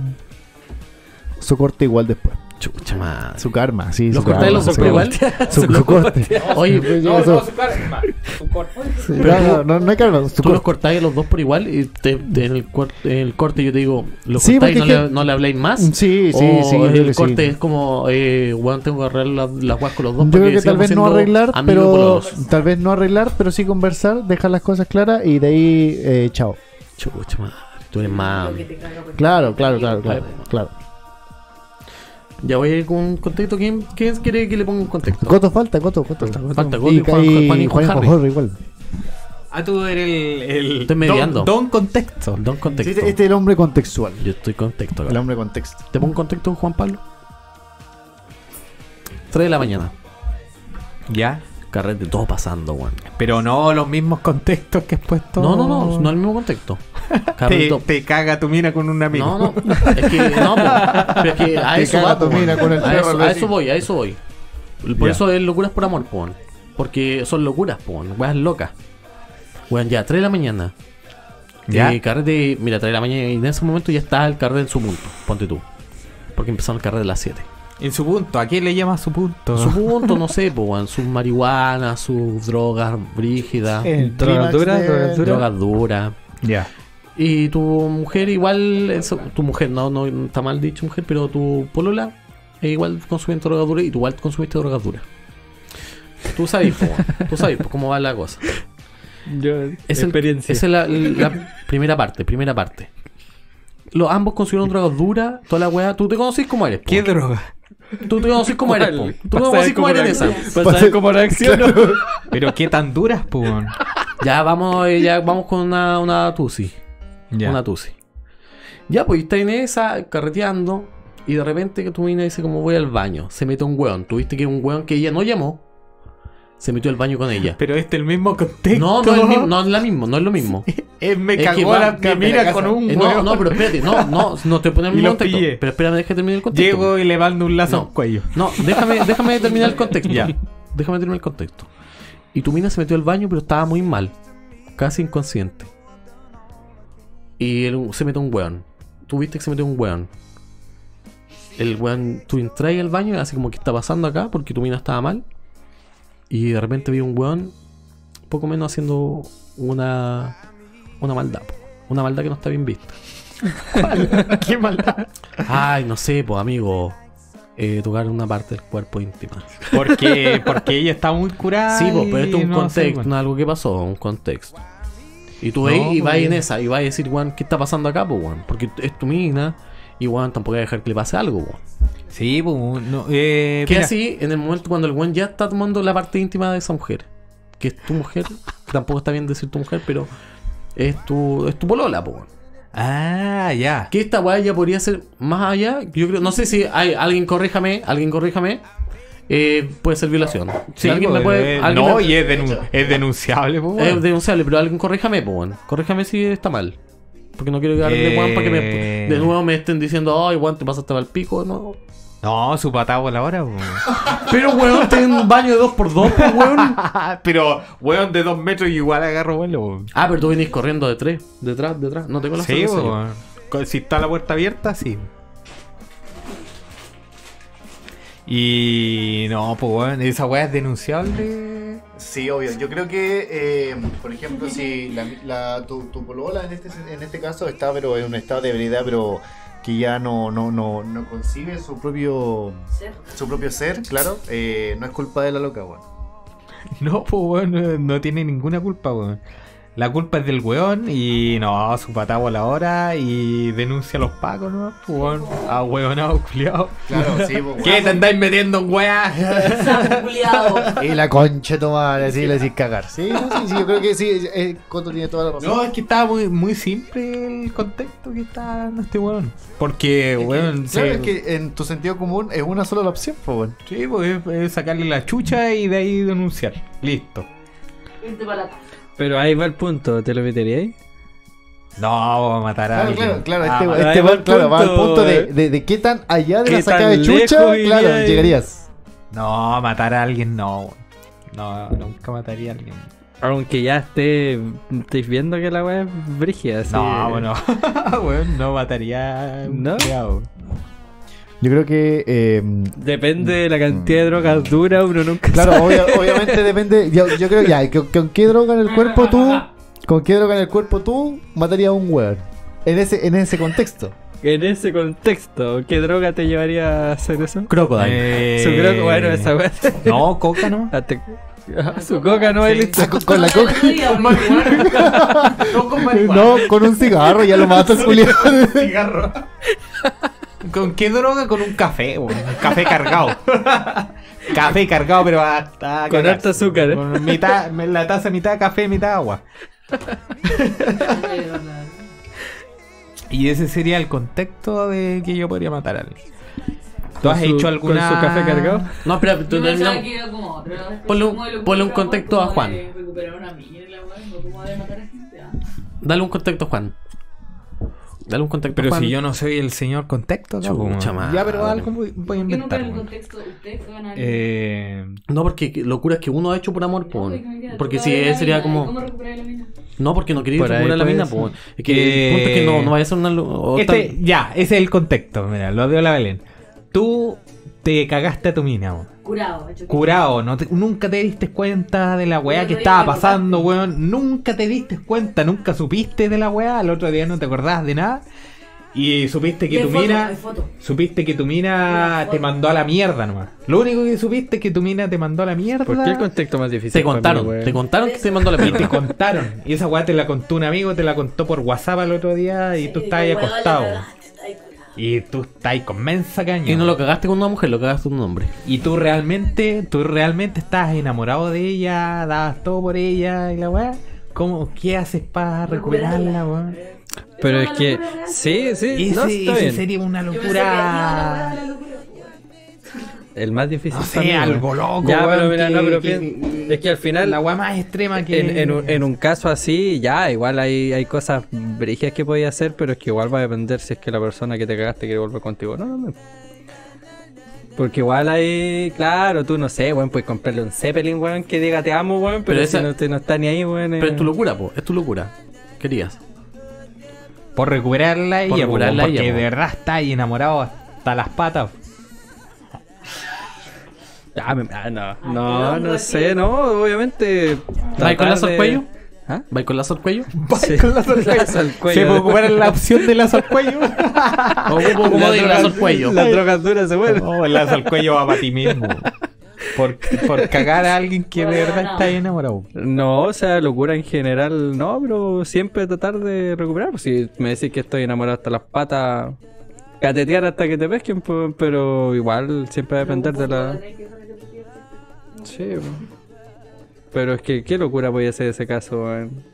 Speaker 4: su corte igual después.
Speaker 1: Chucha madre.
Speaker 4: Su karma, sí.
Speaker 1: ¿Los
Speaker 4: su karma,
Speaker 1: cortáis los
Speaker 4: su
Speaker 1: cortáis
Speaker 4: karma.
Speaker 1: igual? *laughs*
Speaker 4: Su, su corte.
Speaker 1: Oye,
Speaker 4: Después llega
Speaker 2: No,
Speaker 4: su-
Speaker 2: no, su karma. Su corte.
Speaker 4: Sí, no, no, no hay karma, su
Speaker 1: Tú los
Speaker 4: corte.
Speaker 1: cortáis los dos por igual y te- te- en, el cuar- en el corte yo te digo, ¿lo
Speaker 4: Sí,
Speaker 1: cortáis y no,
Speaker 4: porque es
Speaker 1: le,
Speaker 4: que-
Speaker 1: no le habláis más?
Speaker 4: Sí, sí,
Speaker 1: o
Speaker 4: sí. yo creo que
Speaker 1: Oh, El
Speaker 4: sí.
Speaker 1: corte es como, eh, weón, tengo que arreglar la- las guas con los dos.
Speaker 4: Yo
Speaker 1: porque
Speaker 4: creo que tal
Speaker 1: sigamos
Speaker 4: vez no
Speaker 1: siendo
Speaker 4: arreglar,
Speaker 1: amigos por
Speaker 4: pero
Speaker 1: los dos.
Speaker 4: tal vez no arreglar, pero sí conversar, dejar las cosas claras y de ahí eh, chao.
Speaker 1: Chucha madre, tú eres más.
Speaker 5: Lo que te pues, carga porque-
Speaker 4: Claro, claro, claro, claro, claro.
Speaker 1: Ya voy a ir con un contexto. ¿Quién, quién quiere que le ponga un contexto?
Speaker 4: Coto falta, Coto, Coto.
Speaker 1: Falta Coto
Speaker 4: y,
Speaker 1: y Juan-
Speaker 4: y
Speaker 1: Juan- Juan-
Speaker 4: Juan-
Speaker 1: Harry.
Speaker 4: Jorge igual.
Speaker 2: Ah, tú eres el. el
Speaker 1: Estoy mediando.
Speaker 2: Don, don contexto.
Speaker 1: Don
Speaker 4: Sí,
Speaker 1: contexto.
Speaker 4: este es el hombre contextual.
Speaker 1: Yo estoy contexto.
Speaker 4: El
Speaker 1: acá.
Speaker 4: hombre contexto.
Speaker 1: ¿Te pongo contexto, Juan Pablo? 3 de la mañana.
Speaker 2: Ya.
Speaker 1: Carrete, todo pasando, weón.
Speaker 2: Pero no los mismos contextos que has puesto.
Speaker 1: No, no, no, no el mismo
Speaker 4: *laughs*
Speaker 1: contexto. Carrete,
Speaker 2: Te,
Speaker 1: todo-
Speaker 2: te caga tu mina con un amigo.
Speaker 1: No, no, es que no, po. pero es que a
Speaker 4: Te
Speaker 1: eso
Speaker 4: caga
Speaker 1: va,
Speaker 4: tu
Speaker 1: po,
Speaker 4: mina
Speaker 1: weón.
Speaker 4: con el
Speaker 1: a,
Speaker 4: perro,
Speaker 1: eso,
Speaker 4: lo
Speaker 1: a
Speaker 4: decís.
Speaker 1: eso voy, a eso voy. Por
Speaker 2: Ya.
Speaker 1: eso es locuras por amor, po, weón. porque son locuras, po, weón. weas locas. Weón, ya, 3 de la mañana.
Speaker 2: Ya.
Speaker 1: Eh, carrete, mira, 3 de la mañana y en ese momento ya está el carrete en su punto, ponte tú. Porque empezaron el carrete a las 7.
Speaker 2: En su punto. ¿A quién le llama su punto?
Speaker 1: Su punto, no sé, po, weón, sus marihuanas, sus drogas brígidas,
Speaker 4: El
Speaker 3: Drogadura,
Speaker 4: clímax
Speaker 3: drogadura.
Speaker 1: drogas duras.
Speaker 2: Ya.
Speaker 1: Y tu mujer igual, eso- tu mujer, no, no está mal dicho mujer, pero tu polola eh, igual consumiendo drogadura y tú igual consumiste drogadura. Tú sabes, po, tú sabes po, cómo va la cosa. Es el-
Speaker 3: experiencia.
Speaker 1: esa es la, la primera parte, primera parte. Los ambos consumieron drogadura, toda la weá. Tú te conocís como eres, po.
Speaker 2: ¿Qué droga?
Speaker 1: Tú te conocís como eres, po. Tú te
Speaker 3: Para
Speaker 1: conocís
Speaker 3: saber
Speaker 1: como
Speaker 3: cómo
Speaker 1: eres en
Speaker 3: reacciona.
Speaker 1: esa.
Speaker 3: Para
Speaker 4: Pues,
Speaker 3: saber cómo reacciona.
Speaker 2: *laughs* Pero qué tan duras, pues.
Speaker 1: Ya vamos, eh, ya vamos con una, una tusi.
Speaker 2: Ya.
Speaker 1: Una tusi. Ya, pues, y está en esa, carreteando. Y de repente que tu mina dice como voy al baño. Se mete un weón. Tuviste que un weón que ella no llamó. Se metió al baño con
Speaker 2: *laughs*
Speaker 1: ella.
Speaker 2: Pero este es el mismo contexto.
Speaker 1: No, no es, el mismo- no es la mismo, no es lo mismo.
Speaker 2: Eh, me
Speaker 1: Es que
Speaker 2: cagó
Speaker 1: va-
Speaker 2: la,
Speaker 1: que
Speaker 2: mi mina con un
Speaker 1: Eh, no,
Speaker 2: hueón.
Speaker 1: no, pero espérate, no, no, no te pones el
Speaker 2: *laughs* Y
Speaker 1: mismo
Speaker 2: lo
Speaker 1: contexto.
Speaker 2: pillé.
Speaker 1: Pero espérame, déjame terminar el contexto.
Speaker 2: *laughs* Llego y le mando un lazo
Speaker 1: No.
Speaker 2: al cuello.
Speaker 1: No, déjame,
Speaker 4: *laughs*
Speaker 1: déjame terminar el contexto.
Speaker 2: Ya.
Speaker 1: Déjame terminar el contexto. Y tu mina se metió al baño, pero estaba muy mal. Casi inconsciente. Y él- se metió un weón. Tú viste que se metió un weón. El weón, tú entras al baño, así como que está pasando acá, porque tu mina estaba mal. Y de repente vi un weón, poco menos haciendo una. Una maldad, po. una maldad que no está bien
Speaker 4: *laughs*
Speaker 1: vista.
Speaker 4: Qué maldad.
Speaker 1: Ay, no sé, pues amigo. eh, tocar una parte del cuerpo íntima.
Speaker 2: *laughs* Porque, porque ella está muy curada.
Speaker 1: Sí, po, pero esto es
Speaker 2: y
Speaker 1: un
Speaker 2: no sé,
Speaker 1: contexto,
Speaker 2: weón.
Speaker 1: no, algo que pasó, un contexto. Y tú veis y
Speaker 2: pues,
Speaker 1: vas en
Speaker 2: bien.
Speaker 1: esa, y vas a decir, weón, ¿qué está pasando acá, pues, weón? Porque es tu mina, y weón, tampoco voy a dejar que le pase algo, weón.
Speaker 2: Sí, pues. No, eh,
Speaker 1: Que
Speaker 2: mira,
Speaker 1: así, en el momento cuando el weón ya está tomando la parte íntima de esa mujer, que es tu mujer, que tampoco está bien decir tu mujer, pero es tu, es tu polola, pues, weón.
Speaker 2: Ah, ya.
Speaker 1: Que esta weá ya podría ser más allá, yo creo, no sé si hay, alguien corríjame, alguien corríjame, eh, puede ser violación. Si
Speaker 2: Sí,
Speaker 1: alguien me
Speaker 2: pues,
Speaker 1: puede...
Speaker 2: eh,
Speaker 1: alguien
Speaker 2: no,
Speaker 1: me-
Speaker 2: y es, denun- es denunciable, pues.
Speaker 1: Es
Speaker 2: weón.
Speaker 1: denunciable, pero alguien corríjame, po, weón. Corríjame si está mal. Porque no quiero que hablen de
Speaker 2: Eh.
Speaker 1: Juan para que me- de nuevo me estén diciendo, ay, Juan, te pasaste al pico, no.
Speaker 2: No, su patada voladora, pues.
Speaker 1: Pero, weón, ten un baño de 2x2, pues, weón.
Speaker 2: *laughs* pero, weón, de dos metros igual agarro vuelo, weón.
Speaker 1: Ah, pero tú venís corriendo de tres, detrás, detrás. No tengo la
Speaker 2: Sí, pues,
Speaker 1: cerveza yo.
Speaker 2: weón. Con- Si está la puerta abierta, sí. Y no, pues weón, esa weá es denunciable. *laughs*
Speaker 4: Sí, obvio. Yo creo que, eh, por ejemplo, si la, la- tu, tu polola en este, en este caso está pero en un estado de ebriedad, pero que ya no, no, no, no concibe su propio,
Speaker 5: Ser.
Speaker 4: su propio ser, claro, eh, no es culpa de la loca, weón.
Speaker 2: No, pues weón, no, no tiene ninguna culpa, weón. La culpa es del weón y no, su patada voladora y denuncia a los pacos, ¿no? Pues, Weón, a hueonado, culiao.
Speaker 4: Claro, sí, pues,
Speaker 2: ¿Qué te andáis metiendo en
Speaker 4: *laughs*
Speaker 2: weá?
Speaker 5: Culeado.
Speaker 4: Y la concha tomar, así le decís cagar. Sí, no, sí, sí, yo creo que sí, es- es- Coto tiene toda la razón.
Speaker 2: No, es que estaba muy, muy simple el contexto que está dando este weón. Porque,
Speaker 4: Es que,
Speaker 2: weón,
Speaker 4: claro,
Speaker 2: se-
Speaker 4: es que en tu sentido común es una sola la opción, pues, weón.
Speaker 2: Sí, pues es- es sacarle la chucha y de ahí denunciar. Listo.
Speaker 5: Irte para la casa.
Speaker 3: Pero ahí va el punto, ¿te lo metería ahí?
Speaker 2: No, vamos a matar a
Speaker 4: Claro,
Speaker 2: alguien.
Speaker 4: claro, claro.
Speaker 2: Ah,
Speaker 4: Este,
Speaker 2: ma-
Speaker 3: ahí
Speaker 4: este
Speaker 3: va
Speaker 4: weón,
Speaker 3: el
Speaker 4: claro, va al
Speaker 3: punto,
Speaker 4: punto de,
Speaker 3: eh.
Speaker 4: de, de qué tan allá de la
Speaker 3: Qué
Speaker 4: sacada de
Speaker 3: tan
Speaker 4: chucha,
Speaker 3: lejos iría
Speaker 4: claro,
Speaker 3: ahí.
Speaker 4: llegarías.
Speaker 2: No, matar a alguien no. No, nunca mataría a alguien.
Speaker 3: Aunque ya esté, estáis viendo que la weá es brígida. así.
Speaker 2: No, bueno. weón, no *laughs* mataría a un
Speaker 3: ¿No?
Speaker 2: culiao.
Speaker 4: Yo creo que. eh,
Speaker 3: Depende de la cantidad de drogas duras, uno nunca
Speaker 4: Claro,
Speaker 3: *laughs*
Speaker 4: obvia- obviamente depende. Yo, yo creo ya, que- que ¿con qué droga en el cuerpo tú? ¿Con qué droga en el cuerpo tú matarías a un weón? En ese, en ese contexto.
Speaker 3: sabe. En ese contexto, ¿qué droga te llevaría a hacer eso?
Speaker 1: Crocodile.
Speaker 2: Eh,
Speaker 3: Su croco, bueno, esa weá.
Speaker 2: No, coca
Speaker 4: *laughs*
Speaker 2: no.
Speaker 3: *laughs* Hasta- *laughs* Su coca no es
Speaker 5: Sí.
Speaker 3: listo.
Speaker 4: Ah, con, con la coca.
Speaker 5: Otro día, marihuana. No con marihuana.
Speaker 4: *laughs* No, con un cigarro ya lo matas, Julio.
Speaker 2: ¿Con qué droga? Con un café, weón. Un café cargado. café cargado, pero hasta.
Speaker 3: Con
Speaker 2: cagar.
Speaker 3: harto azúcar, ¿eh?
Speaker 2: Con mitad, la taza mitad café, mitad agua. Y ese sería el contexto de que yo podría matar a alguien. ¿Tú has
Speaker 3: Con su-
Speaker 2: hecho alguna.
Speaker 3: ¿Con su café cargado?
Speaker 1: No, espera, *laughs* tú
Speaker 5: Yo pensaba
Speaker 1: terminamos.
Speaker 5: que era como otro, pero después
Speaker 1: Ponle un-
Speaker 5: como de lo
Speaker 1: ponle un
Speaker 5: que hablamos,
Speaker 1: contexto
Speaker 5: como
Speaker 1: a Juan.
Speaker 5: de Recuperar una mina y la weá, no como de matar a gente. ah.
Speaker 1: Dale un contexto, Juan. Dale un contexto,
Speaker 2: Pero
Speaker 1: Juan.
Speaker 2: si yo no soy el señor contexto,
Speaker 1: Chucha,
Speaker 2: cabrón.
Speaker 1: madre.
Speaker 2: Ya, pero algo voy, voy a
Speaker 5: Que nunca
Speaker 2: inventar.
Speaker 5: en el
Speaker 2: weón.
Speaker 5: contexto ustedes fueron a
Speaker 2: Eh,
Speaker 1: No, porque locuras que uno ha hecho por amor,
Speaker 5: No,
Speaker 1: po.
Speaker 5: porque no queda
Speaker 1: Porque
Speaker 5: todo
Speaker 1: si
Speaker 5: de la
Speaker 1: es- sería
Speaker 5: mina, ¿y
Speaker 1: como.
Speaker 5: ¿Cómo recuperar la mina?
Speaker 1: No, porque no quería
Speaker 3: Por ahí
Speaker 1: recuperar la
Speaker 3: puede
Speaker 1: mina,
Speaker 3: ser.
Speaker 1: po. Es que el punto es que no, no vaya a ser una. lo- o
Speaker 2: este,
Speaker 1: tal-
Speaker 2: ya, ese es el contexto. Mira, lo dio la Belén. Tú te cagaste a tu mina, weón.
Speaker 5: Curado, hecho.
Speaker 2: Curado, no te- nunca te diste cuenta de la weá
Speaker 5: Pero
Speaker 2: que
Speaker 5: no
Speaker 2: estaba
Speaker 5: te
Speaker 2: pasando,
Speaker 5: acordaste.
Speaker 2: weón. Nunca te diste cuenta, nunca supiste de la weá. Al otro día no te acordabas de nada. Y supiste
Speaker 5: Y
Speaker 2: que
Speaker 5: hay
Speaker 2: tu
Speaker 5: foto,
Speaker 2: mina.
Speaker 5: hay foto.
Speaker 2: Supiste que tu mina te mandó a la mierda nomás. Lo único que supiste es que tu mina te mandó a la mierda.
Speaker 3: ¿Por qué el contexto más difícil?
Speaker 1: Te
Speaker 3: para mí,
Speaker 1: contaron,
Speaker 3: weón?
Speaker 1: te contaron que se mandó
Speaker 5: *laughs*
Speaker 1: la
Speaker 2: Te
Speaker 1: mierda.
Speaker 2: contaron. Y esa weá te la contó un amigo, te la contó por WhatsApp el otro día y tú
Speaker 5: Sí,
Speaker 2: estás ahí
Speaker 5: weón, la
Speaker 2: acostado.
Speaker 5: cagaste, está ahí curado.
Speaker 2: Y tú estás ahí con mensa caña.
Speaker 1: Y no lo cagaste con una mujer, lo cagaste con un hombre.
Speaker 2: Y tú realmente, tú realmente estás enamorado de ella, dabas todo por ella y la weá. ¿Cómo, ¿Qué haces para recuperarla, weón?
Speaker 3: Pero
Speaker 5: Esa
Speaker 3: es
Speaker 5: es
Speaker 3: que.
Speaker 5: una locura,
Speaker 3: Sí, sí,
Speaker 2: Ese,
Speaker 3: no
Speaker 2: ese
Speaker 3: está bien.
Speaker 2: sería una
Speaker 5: Yo pensé que era
Speaker 2: locura.
Speaker 5: la locura, la locura, po, weón.
Speaker 3: El más difícil.
Speaker 2: No
Speaker 3: para mí,
Speaker 2: sé,
Speaker 3: weón.
Speaker 2: algo loco.
Speaker 3: Ya,
Speaker 2: weón,
Speaker 3: pero mira,
Speaker 2: que-
Speaker 3: no, pero
Speaker 2: que-
Speaker 3: piensa- es que al final-
Speaker 2: La weá más extrema que.
Speaker 3: En, en un, en un caso así, ya, igual hay, hay cosas brigias que podías hacer, pero es que igual va a depender si es que la persona que te cagaste quiere volver contigo, ¿no? no. Porque igual ahí, claro, tú no sé, weón, puedes comprarle un Zeppelin, weón, que diga te amo, weón, pero,
Speaker 1: Pero esa-
Speaker 3: si no, te- no está ni ahí, weón.
Speaker 1: Pero
Speaker 3: eh.
Speaker 1: es tu locura, po. Es tu locura. Querías.
Speaker 2: Por recuperarla
Speaker 1: Por
Speaker 2: a ella, po,
Speaker 1: recuperarla a
Speaker 2: porque
Speaker 1: ella, po.
Speaker 2: de verdad está ahí enamorado hasta las patas.
Speaker 3: Ah, me- ah, no,
Speaker 5: Ah,
Speaker 3: no, no
Speaker 5: no,
Speaker 3: sé, no, obviamente.
Speaker 1: ¿Vai con
Speaker 3: tratar
Speaker 1: lazo al
Speaker 3: de-
Speaker 1: cuello?
Speaker 3: ¿Ah?
Speaker 1: ¿Vais con lazo al
Speaker 4: *laughs*
Speaker 1: cuello?
Speaker 3: *laughs* Sí. Lazo al
Speaker 2: *laughs*
Speaker 3: cuello.
Speaker 2: Se puede ocupar la opción de lazo al *laughs* cuello.
Speaker 1: O ocupo como de lazo al cuello.
Speaker 3: Las drogas duras se vuelven.
Speaker 2: No, Oh, el lazo al cuello va para ti mismo. Por, por cagar a alguien que de
Speaker 5: Bueno,
Speaker 2: verdad
Speaker 5: no.
Speaker 2: está ahí enamorado.
Speaker 3: No, o sea, locura en general, no, pero siempre tratar de recuperar. Pues si me decís que estoy enamorado hasta las patas, catetear hasta que te pesquen, pues, pero igual siempre va a depender de la. Sí, pues. pero es que, ¿qué locura podía ser ese caso, weón?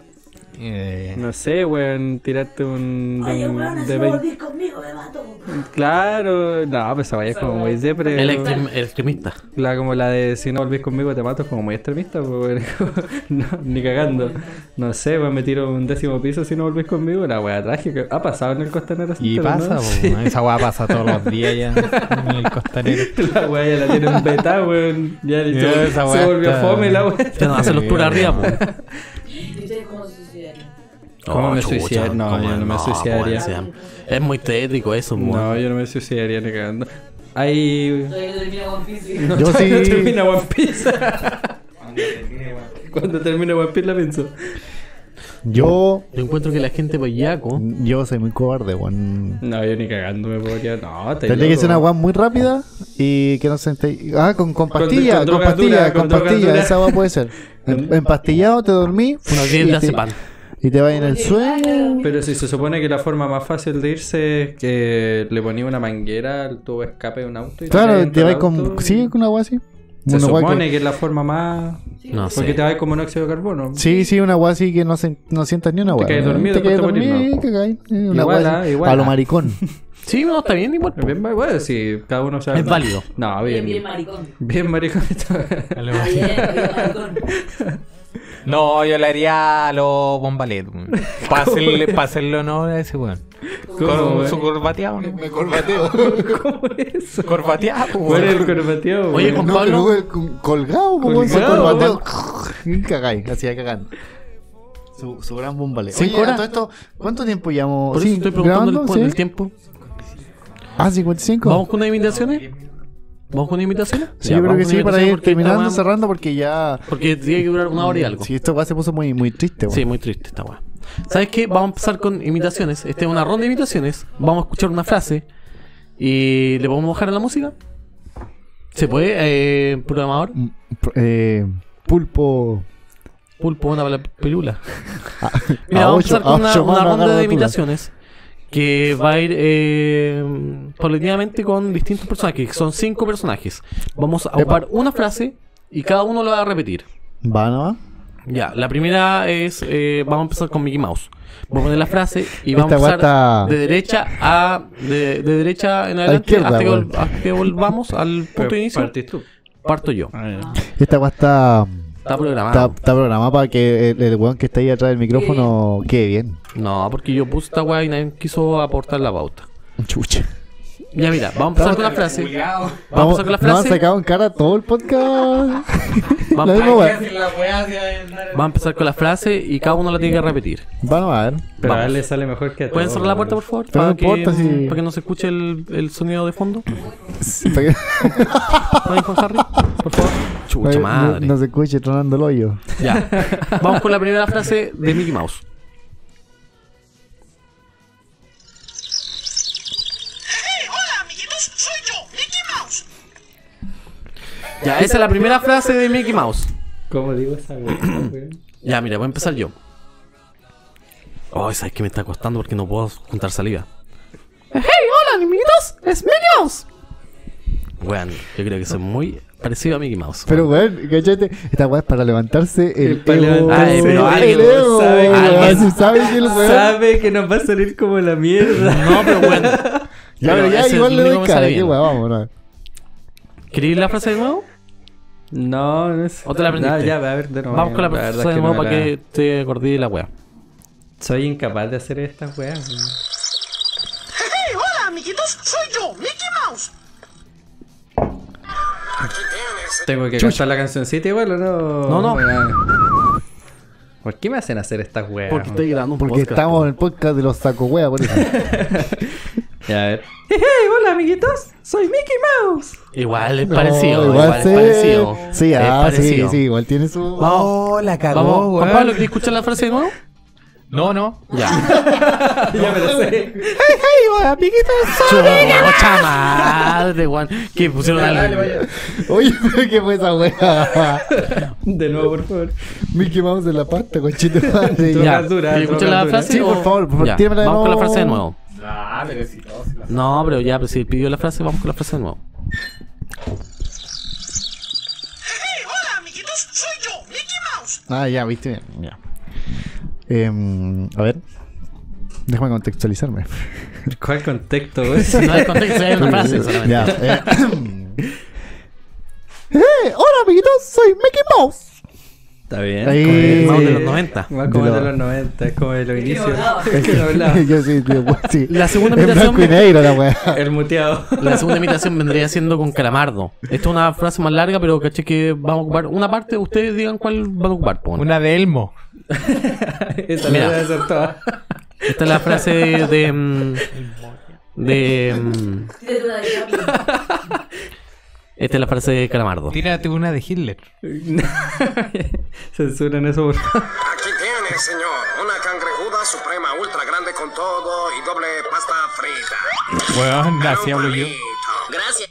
Speaker 2: Eh,
Speaker 3: No sé, weón, tirarte un. de,
Speaker 5: Oye,
Speaker 3: un-
Speaker 5: weón,
Speaker 3: de
Speaker 5: si
Speaker 3: vein-
Speaker 5: volvís conmigo, me mato.
Speaker 3: Claro, no, pues esa vaya es como muy depre.
Speaker 1: El,
Speaker 3: weón.
Speaker 1: extrem- el extremista.
Speaker 4: *laughs*
Speaker 3: La, como la de si no volvís conmigo te mato es como muy extremista, pues, weón. *laughs* No, ni cagando. No sé, weón, me tiro un décimo piso si no volvís conmigo, la wea trágica. Ha pasado en el costanero este
Speaker 2: y
Speaker 3: Central,
Speaker 2: pasa,
Speaker 3: ¿no?
Speaker 2: po,
Speaker 3: Sí.
Speaker 2: esa weá pasa todos los días ya en el costanero.
Speaker 3: *laughs*
Speaker 4: pues,
Speaker 3: La wea ya la tienen beta, weón. Ya
Speaker 2: Ya,
Speaker 3: se-
Speaker 2: esa
Speaker 3: se
Speaker 2: weá
Speaker 3: volvió
Speaker 2: está-
Speaker 3: fome la wea.
Speaker 1: Te van a hacer los puros arriba,
Speaker 4: *laughs*
Speaker 1: po.
Speaker 5: ¿Y ustedes cómo se suicidaron?
Speaker 3: ¿Cómo
Speaker 1: Oh,
Speaker 3: me
Speaker 1: chucha,
Speaker 3: suicidar? No,
Speaker 1: ¿cómo?
Speaker 3: yo no me
Speaker 1: po,
Speaker 3: suicidaría.
Speaker 1: weón, Es muy tétrico eso, po.
Speaker 3: No, yo no me suicidaría ni cagando. Ahí.
Speaker 5: Todavía no termina One Piece.
Speaker 3: No, *laughs*
Speaker 4: Yo
Speaker 3: todavía no
Speaker 4: sí-
Speaker 3: termina One Piece. *laughs* Cuando termine One Piece la pienso.
Speaker 4: Yo.
Speaker 1: Yo encuentro que la gente
Speaker 4: *laughs*
Speaker 1: payaco.
Speaker 4: Yo soy muy cobarde, weón.
Speaker 3: No, yo ni cagando me podría. No, te
Speaker 4: Tendría que ser una weón muy rápida y que no se ente- Ah, con, con
Speaker 3: Con- con
Speaker 4: pastilla, con,
Speaker 3: drogas
Speaker 4: pastilla,
Speaker 3: duras,
Speaker 4: con,
Speaker 3: con drogas *laughs*
Speaker 4: pastilla,
Speaker 3: duras.
Speaker 4: esa agua puede ser. En- Empastillado, te dormí.
Speaker 1: Unos 10
Speaker 4: y
Speaker 1: de
Speaker 4: te-
Speaker 1: hace pan.
Speaker 4: Y te vas en el sueño.
Speaker 3: Pero si se supone que la forma más fácil de irse es que le ponía una manguera al tubo de escape de un auto. Y
Speaker 4: Claro,
Speaker 3: dentro
Speaker 4: te
Speaker 3: del
Speaker 4: vas
Speaker 3: auto
Speaker 4: con.
Speaker 3: y-
Speaker 4: Sí, con una agua así.
Speaker 3: Se
Speaker 4: Una hueá que-
Speaker 3: supone que... es la forma más...
Speaker 1: No
Speaker 3: Porque
Speaker 1: sé.
Speaker 3: te vas con monóxido de carbono.
Speaker 4: Sí, sí, una agua así que no, sen- no sientas ni una agua.
Speaker 3: caes dormido,
Speaker 4: te
Speaker 3: después te
Speaker 4: caes
Speaker 3: morís,
Speaker 4: dormido
Speaker 3: ¿no?
Speaker 4: y te caes. eh, Una
Speaker 3: Igual,
Speaker 4: hueá así,
Speaker 3: ah, igual,
Speaker 4: A lo
Speaker 3: ah.
Speaker 4: maricón.
Speaker 1: Sí, no, está bien igual. po.
Speaker 3: Bien, bueno, sí, cada uno sabe.
Speaker 1: Es válido.
Speaker 3: No,
Speaker 5: Bien,
Speaker 3: bien.
Speaker 5: bien maricón.
Speaker 3: *laughs* Bien, *laughs* maricón.
Speaker 5: Ah, bien, bien maricón.
Speaker 2: No, yo le haría a los bombalet. Para hacerle, pa' hacerle honor a ese weón. Con
Speaker 3: weón?
Speaker 2: su corbateado, ¿no? *laughs* Me corbateo.
Speaker 3: ¿Cómo eso?
Speaker 2: Corbateado,
Speaker 3: ¿Cuál es
Speaker 2: weón.
Speaker 3: el corbateado?
Speaker 1: Oye,
Speaker 3: weón?
Speaker 1: con-
Speaker 4: No,
Speaker 1: Pablo?
Speaker 4: pero, güey, colgado, como ese
Speaker 3: Colgado,
Speaker 4: colbateo. Cagáis, hacía cagando. Su, su gran bombaleo.
Speaker 1: Cinco
Speaker 4: Oye, a
Speaker 1: horas.
Speaker 4: todo esto, ¿cuánto tiempo llevamos?
Speaker 1: Por eso
Speaker 4: Sí,
Speaker 1: estoy preguntando el,
Speaker 4: grabando,
Speaker 1: cu-
Speaker 4: ¿sí?
Speaker 1: el tiempo.
Speaker 4: Ah, 55.
Speaker 1: ¿Vamos con unas imitaciones? ¿Vamos con unas imitaciones?
Speaker 4: sí,
Speaker 1: Ya,
Speaker 4: yo creo
Speaker 1: vamos
Speaker 4: que
Speaker 1: con
Speaker 4: sí,
Speaker 1: unas
Speaker 4: para
Speaker 1: imitaciones
Speaker 4: ir
Speaker 1: porque esta
Speaker 4: terminando,
Speaker 1: weá-
Speaker 4: cerrando, porque ya.
Speaker 1: Porque tiene que durar una hora y algo.
Speaker 4: Sí, esta weá se puso muy, muy triste, weón.
Speaker 1: Sí, muy triste esta weá. ¿Sabes qué? Vamos a empezar con imitaciones. Esta es una ronda de imitaciones. Vamos a escuchar una frase. ¿Y le podemos bajar a la música? ¿Se puede, eh, programador?
Speaker 4: Mm, pr- Eh, pulpo.
Speaker 1: Pulpo, una pala- pelula.
Speaker 4: A,
Speaker 1: Mira,
Speaker 4: a
Speaker 1: vamos
Speaker 4: Ah, ocho-
Speaker 1: a empezar con
Speaker 4: a
Speaker 1: una,
Speaker 4: ocho
Speaker 1: una
Speaker 4: manos agarra
Speaker 1: ronda de
Speaker 4: tu lado.
Speaker 1: imitaciones. Que va a ir eh, paulatinamente con distintos personajes. que Son cinco personajes. Vamos a ocupar una frase y cada uno la va a repetir.
Speaker 4: Va, no va.
Speaker 1: Ya, la primera es, eh, vamos a empezar con Mickey Mouse. Voy a poner la frase y
Speaker 4: Esta
Speaker 1: vamos
Speaker 4: weá
Speaker 1: a empezar
Speaker 4: está-
Speaker 1: de derecha a de, de derecha en adelante
Speaker 4: izquierda,
Speaker 1: hasta que, vol-
Speaker 4: weón.
Speaker 1: hasta que volvamos al punto
Speaker 3: Pero
Speaker 1: de inicio.
Speaker 3: partís tú.
Speaker 1: Parto yo.
Speaker 4: Esta weá está.
Speaker 1: Está
Speaker 4: Está,
Speaker 1: programado.
Speaker 4: está programada para que el, el weón que está ahí atrás del micrófono quede bien.
Speaker 1: No, porque yo puse esta weá y nadie quiso aportar la pauta.
Speaker 4: Chucha.
Speaker 1: Ya mira, vamos a empezar con la frase.
Speaker 2: Cuidado.
Speaker 1: Vamos a empezar con la
Speaker 4: nos han
Speaker 1: frase.
Speaker 4: sacado en cara todo el podcast.
Speaker 1: Vamos-
Speaker 4: la misma
Speaker 2: ¿Qué
Speaker 4: weá.
Speaker 2: haces la weá hacia el-
Speaker 1: Vamos a empezar con la frase y cada uno la tiene que repetir.
Speaker 4: Vamos a ver.
Speaker 3: Pero a
Speaker 1: Vamos.
Speaker 3: él le sale mejor que a
Speaker 1: ¿Pueden
Speaker 3: todos,
Speaker 1: cerrar la puerta, por
Speaker 3: weón.
Speaker 1: favor?
Speaker 4: Pero no
Speaker 1: Para que,
Speaker 4: importa si-
Speaker 1: para que no se escuche el, el sonido de fondo. *laughs*
Speaker 4: Para
Speaker 1: ¿Pueden, Juan Harry? Por favor.
Speaker 4: que
Speaker 1: Chucha
Speaker 4: no-
Speaker 1: madre.
Speaker 4: No, se escuche tronando el hoyo.
Speaker 1: *laughs* Ya. Vamos con la primera frase de Mickey Mouse.
Speaker 6: ¡Hey! ¡Hola, amiguitos! ¡Soy yo, Mickey Mouse!
Speaker 1: Ya, esa es la primera frase de Mickey Mouse.
Speaker 3: ¿Cómo digo esa weón, weón?
Speaker 1: *clears throat* Ya, mira, voy a empezar yo. Oh, sabes que me está costando porque no puedo juntar saliva. ¡Hey! ¡Hola, amiguitos! ¡Es Mickey Mouse! Weón, yo creo que soy muy parecido a Mickey Mouse.
Speaker 4: Pero weón, cachate, esta weá es para levantarse el
Speaker 3: Para
Speaker 4: ego.
Speaker 3: levantarse
Speaker 1: Ay, pero
Speaker 4: el
Speaker 1: alguien
Speaker 4: ego,
Speaker 3: sabe que-
Speaker 4: weón.
Speaker 1: alguien-
Speaker 4: Si sabe que el weón.
Speaker 3: Sabe que nos va a salir como la
Speaker 1: *laughs*
Speaker 3: mierda.
Speaker 1: No, pero weón.
Speaker 4: *laughs* Ya,
Speaker 1: Pero
Speaker 4: pero ya
Speaker 1: ese es
Speaker 4: igual
Speaker 1: el
Speaker 4: le
Speaker 1: único
Speaker 4: doy
Speaker 1: que sale
Speaker 4: cara. Qué
Speaker 1: bien.
Speaker 4: weá, vamos, no.
Speaker 1: ¿Queréis la frase de nuevo?
Speaker 3: No, no es.
Speaker 1: ¿O te la aprendiste?
Speaker 3: No, ya, a ver, de nuevo.
Speaker 1: Vamos con la
Speaker 3: verdad
Speaker 1: frase
Speaker 3: es
Speaker 1: de
Speaker 3: que
Speaker 1: nuevo
Speaker 3: no
Speaker 1: para
Speaker 3: la-
Speaker 1: que te acordé de la wea.
Speaker 3: Soy incapaz de hacer estas weas. weón.
Speaker 6: ¡Hey! ¡Hola, amiguitos! ¡Soy yo, Mickey Mouse!
Speaker 3: Tengo que cantar la cancioncita igual o no.
Speaker 1: No, no.
Speaker 3: Weón. ¿Por qué me hacen hacer estas weas?
Speaker 1: Porque estoy grabando un
Speaker 4: Porque
Speaker 1: podcast.
Speaker 4: estamos en el podcast de los saco weá, por eso.
Speaker 3: Ya, a ver. ¡Hey! ¡Hola, amiguitos! ¡Soy Mickey Mouse!
Speaker 1: Igual es *laughs*
Speaker 4: No,
Speaker 1: parecido. Igual, es
Speaker 4: Oh, sí.
Speaker 1: parecido.
Speaker 4: Sí,
Speaker 1: Es
Speaker 4: ah, sí,
Speaker 1: parecido.
Speaker 4: sí, igual tiene su.
Speaker 2: Oh, la cagó,
Speaker 1: Vamos,
Speaker 2: weón.
Speaker 1: Juan Pablo, ¿querés escuchar la frase de
Speaker 4: *laughs*
Speaker 1: nuevo?
Speaker 2: No, no.
Speaker 1: Ya.
Speaker 3: *laughs* ya *laughs* me lo sé.
Speaker 4: Oh,
Speaker 1: ¡Mucha madre, Juan! Que pusieron al...
Speaker 4: Oye, *laughs* pero ¿qué fue
Speaker 1: *laughs*
Speaker 4: esa weá?
Speaker 3: De nuevo, por favor.
Speaker 4: Mickey Mouse en la pasta, conchito madre.
Speaker 3: Tú-
Speaker 1: Ya.
Speaker 3: Drogas duras,
Speaker 1: ¿Queréis escuchar
Speaker 3: drogas
Speaker 1: la
Speaker 3: duras.
Speaker 1: frase?
Speaker 4: Sí, por
Speaker 1: o-
Speaker 4: favor, por favor,
Speaker 1: Ya,
Speaker 4: tíramela de
Speaker 1: Vamos con la
Speaker 4: nuevo.
Speaker 1: frase de nuevo. No, pero ya, pero si pidió la frase, vamos con la frase de
Speaker 4: *laughs*
Speaker 1: nuevo.
Speaker 6: ¡Hey! ¡Hola, amiguitos! ¡Soy yo, Mickey Mouse!
Speaker 4: Ah, ya, viste bien. Ya. Em, a ver. Déjame contextualizarme.
Speaker 3: ¿Cuál contexto, weón?
Speaker 1: No hay contexto, hay *laughs* una frase solamente.
Speaker 4: Ya, eh.
Speaker 1: *laughs*
Speaker 4: *coughs* ¡Eh! ¡Hola, amiguitos! ¡Soy Mickey Mouse!
Speaker 3: Está bien.
Speaker 4: Ahí.
Speaker 3: Como
Speaker 4: Eh,
Speaker 1: Vamos
Speaker 4: *laughs*
Speaker 1: de los 90.
Speaker 3: Más como
Speaker 4: de
Speaker 3: de,
Speaker 4: lo-
Speaker 3: los 90, es como de los
Speaker 5: Que no
Speaker 3: inicios.
Speaker 5: hablaba.
Speaker 3: Es que no hablaba.
Speaker 4: Yo sí, tío, güey, sí.
Speaker 1: La segunda
Speaker 4: En
Speaker 1: imitación-
Speaker 4: blanco y negro, la weá.
Speaker 3: *laughs* El *laughs* muteado.
Speaker 1: La segunda imitación vendría siendo con Calamardo. Esta es una frase más larga, pero caché que vamos a ocupar una parte. Ustedes digan cuál van a ocupar. po.
Speaker 2: Una de Elmo.
Speaker 3: Esa
Speaker 1: Mira.
Speaker 3: la debe ser toda.
Speaker 1: Esta es la frase de. de, mm, de, mm,
Speaker 5: Tírate una de Chaplin.
Speaker 1: esta es la frase de Calamardo.
Speaker 2: Tírate una de Hitler.
Speaker 3: *laughs* Censuran eso, por favor.
Speaker 6: Aquí tiene, señor, una cangrejuda suprema ultra grande con todo y doble pasta frita.
Speaker 2: Weón, así hablo yo.
Speaker 6: Gracias.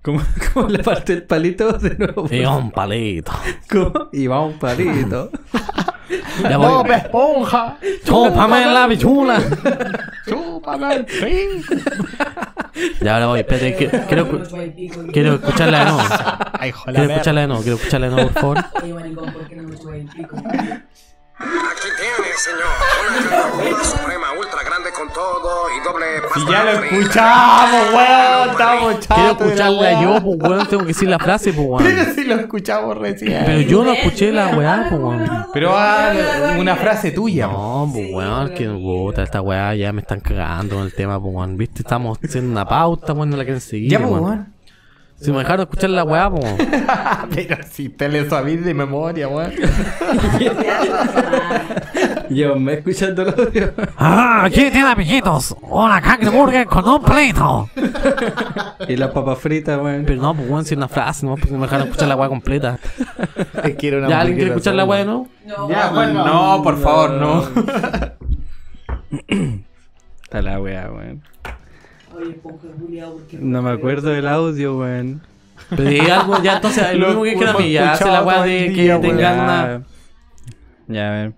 Speaker 3: ¿Cómo, cómo le parte el palito de nuevo? por
Speaker 1: Y un palito. *laughs*
Speaker 3: ¿Cómo? Y va un palito.
Speaker 1: Ya voy.
Speaker 4: ¡Bob Esponja!
Speaker 1: ¡Chúpame la pichula!
Speaker 4: ¡Chúpame el fin!
Speaker 1: Ya ahora voy, espérate, que- quiero, escu- quiero escucharla de nuevo.
Speaker 4: ¡Ay, joder!
Speaker 1: Quiero escucharla de nuevo, quiero escucharla de nuevo, por favor.
Speaker 5: Oye, maricón, ¿por qué no me chupas el pico?
Speaker 6: Aquí tiene, señor. Una cangrejuda suprema ultra grande con todo y doble pasta.
Speaker 4: ¡Ya lo
Speaker 6: madre.
Speaker 4: escuchamos, weón! ¡Estamos chatos!
Speaker 1: Quiero
Speaker 4: de la
Speaker 1: escucharla
Speaker 4: weá. *laughs*
Speaker 1: yo, pues weón, tengo que decir la frase, pues
Speaker 4: Pero
Speaker 1: weón.
Speaker 4: si lo escuchamos recién.
Speaker 1: Pero yo no escuché la weá, pues weón.
Speaker 2: Pero ah, una frase tuya. po.
Speaker 1: No, pues weón, que puta, esta weá ya me están cagando con el tema, pues weón. Viste, estamos haciendo una pauta, weón, no la quieren seguir.
Speaker 2: Ya, po,
Speaker 1: weón.
Speaker 2: weón.
Speaker 1: Si me dejaron escuchar la weá, pues weón.
Speaker 4: Pero si te le sabís de memoria, weón.
Speaker 3: Yo me escuchando el audio.
Speaker 1: ¡Ah! Aquí tiene amiguitos. Una cangreburger con un plato.
Speaker 3: y las papas fritas, weón.
Speaker 1: Pero no, pues weón, si es una frase, no, pues me dejaron escuchar la weá completa.
Speaker 4: Es que era una
Speaker 1: ¿Ya alguien quiere
Speaker 4: hamburguesa
Speaker 1: escuchar la
Speaker 4: sola.
Speaker 1: weá de nuevo?
Speaker 5: No,
Speaker 4: Ya, bueno.
Speaker 2: No, por favor,
Speaker 3: *clears throat*
Speaker 2: no.
Speaker 3: Está la weá, weón.
Speaker 5: oye, pongo Julia, ¿por qué?
Speaker 3: No me acuerdo del audio, weón.
Speaker 1: Pero di algo, ya entonces, el
Speaker 4: Lo
Speaker 1: mismo que queda a mí,
Speaker 4: hemos
Speaker 1: ya hace la
Speaker 4: escuchado
Speaker 1: weá
Speaker 4: todo
Speaker 1: de
Speaker 4: el
Speaker 1: que
Speaker 4: día, weón.
Speaker 1: tengan una.
Speaker 3: Ya, a ver.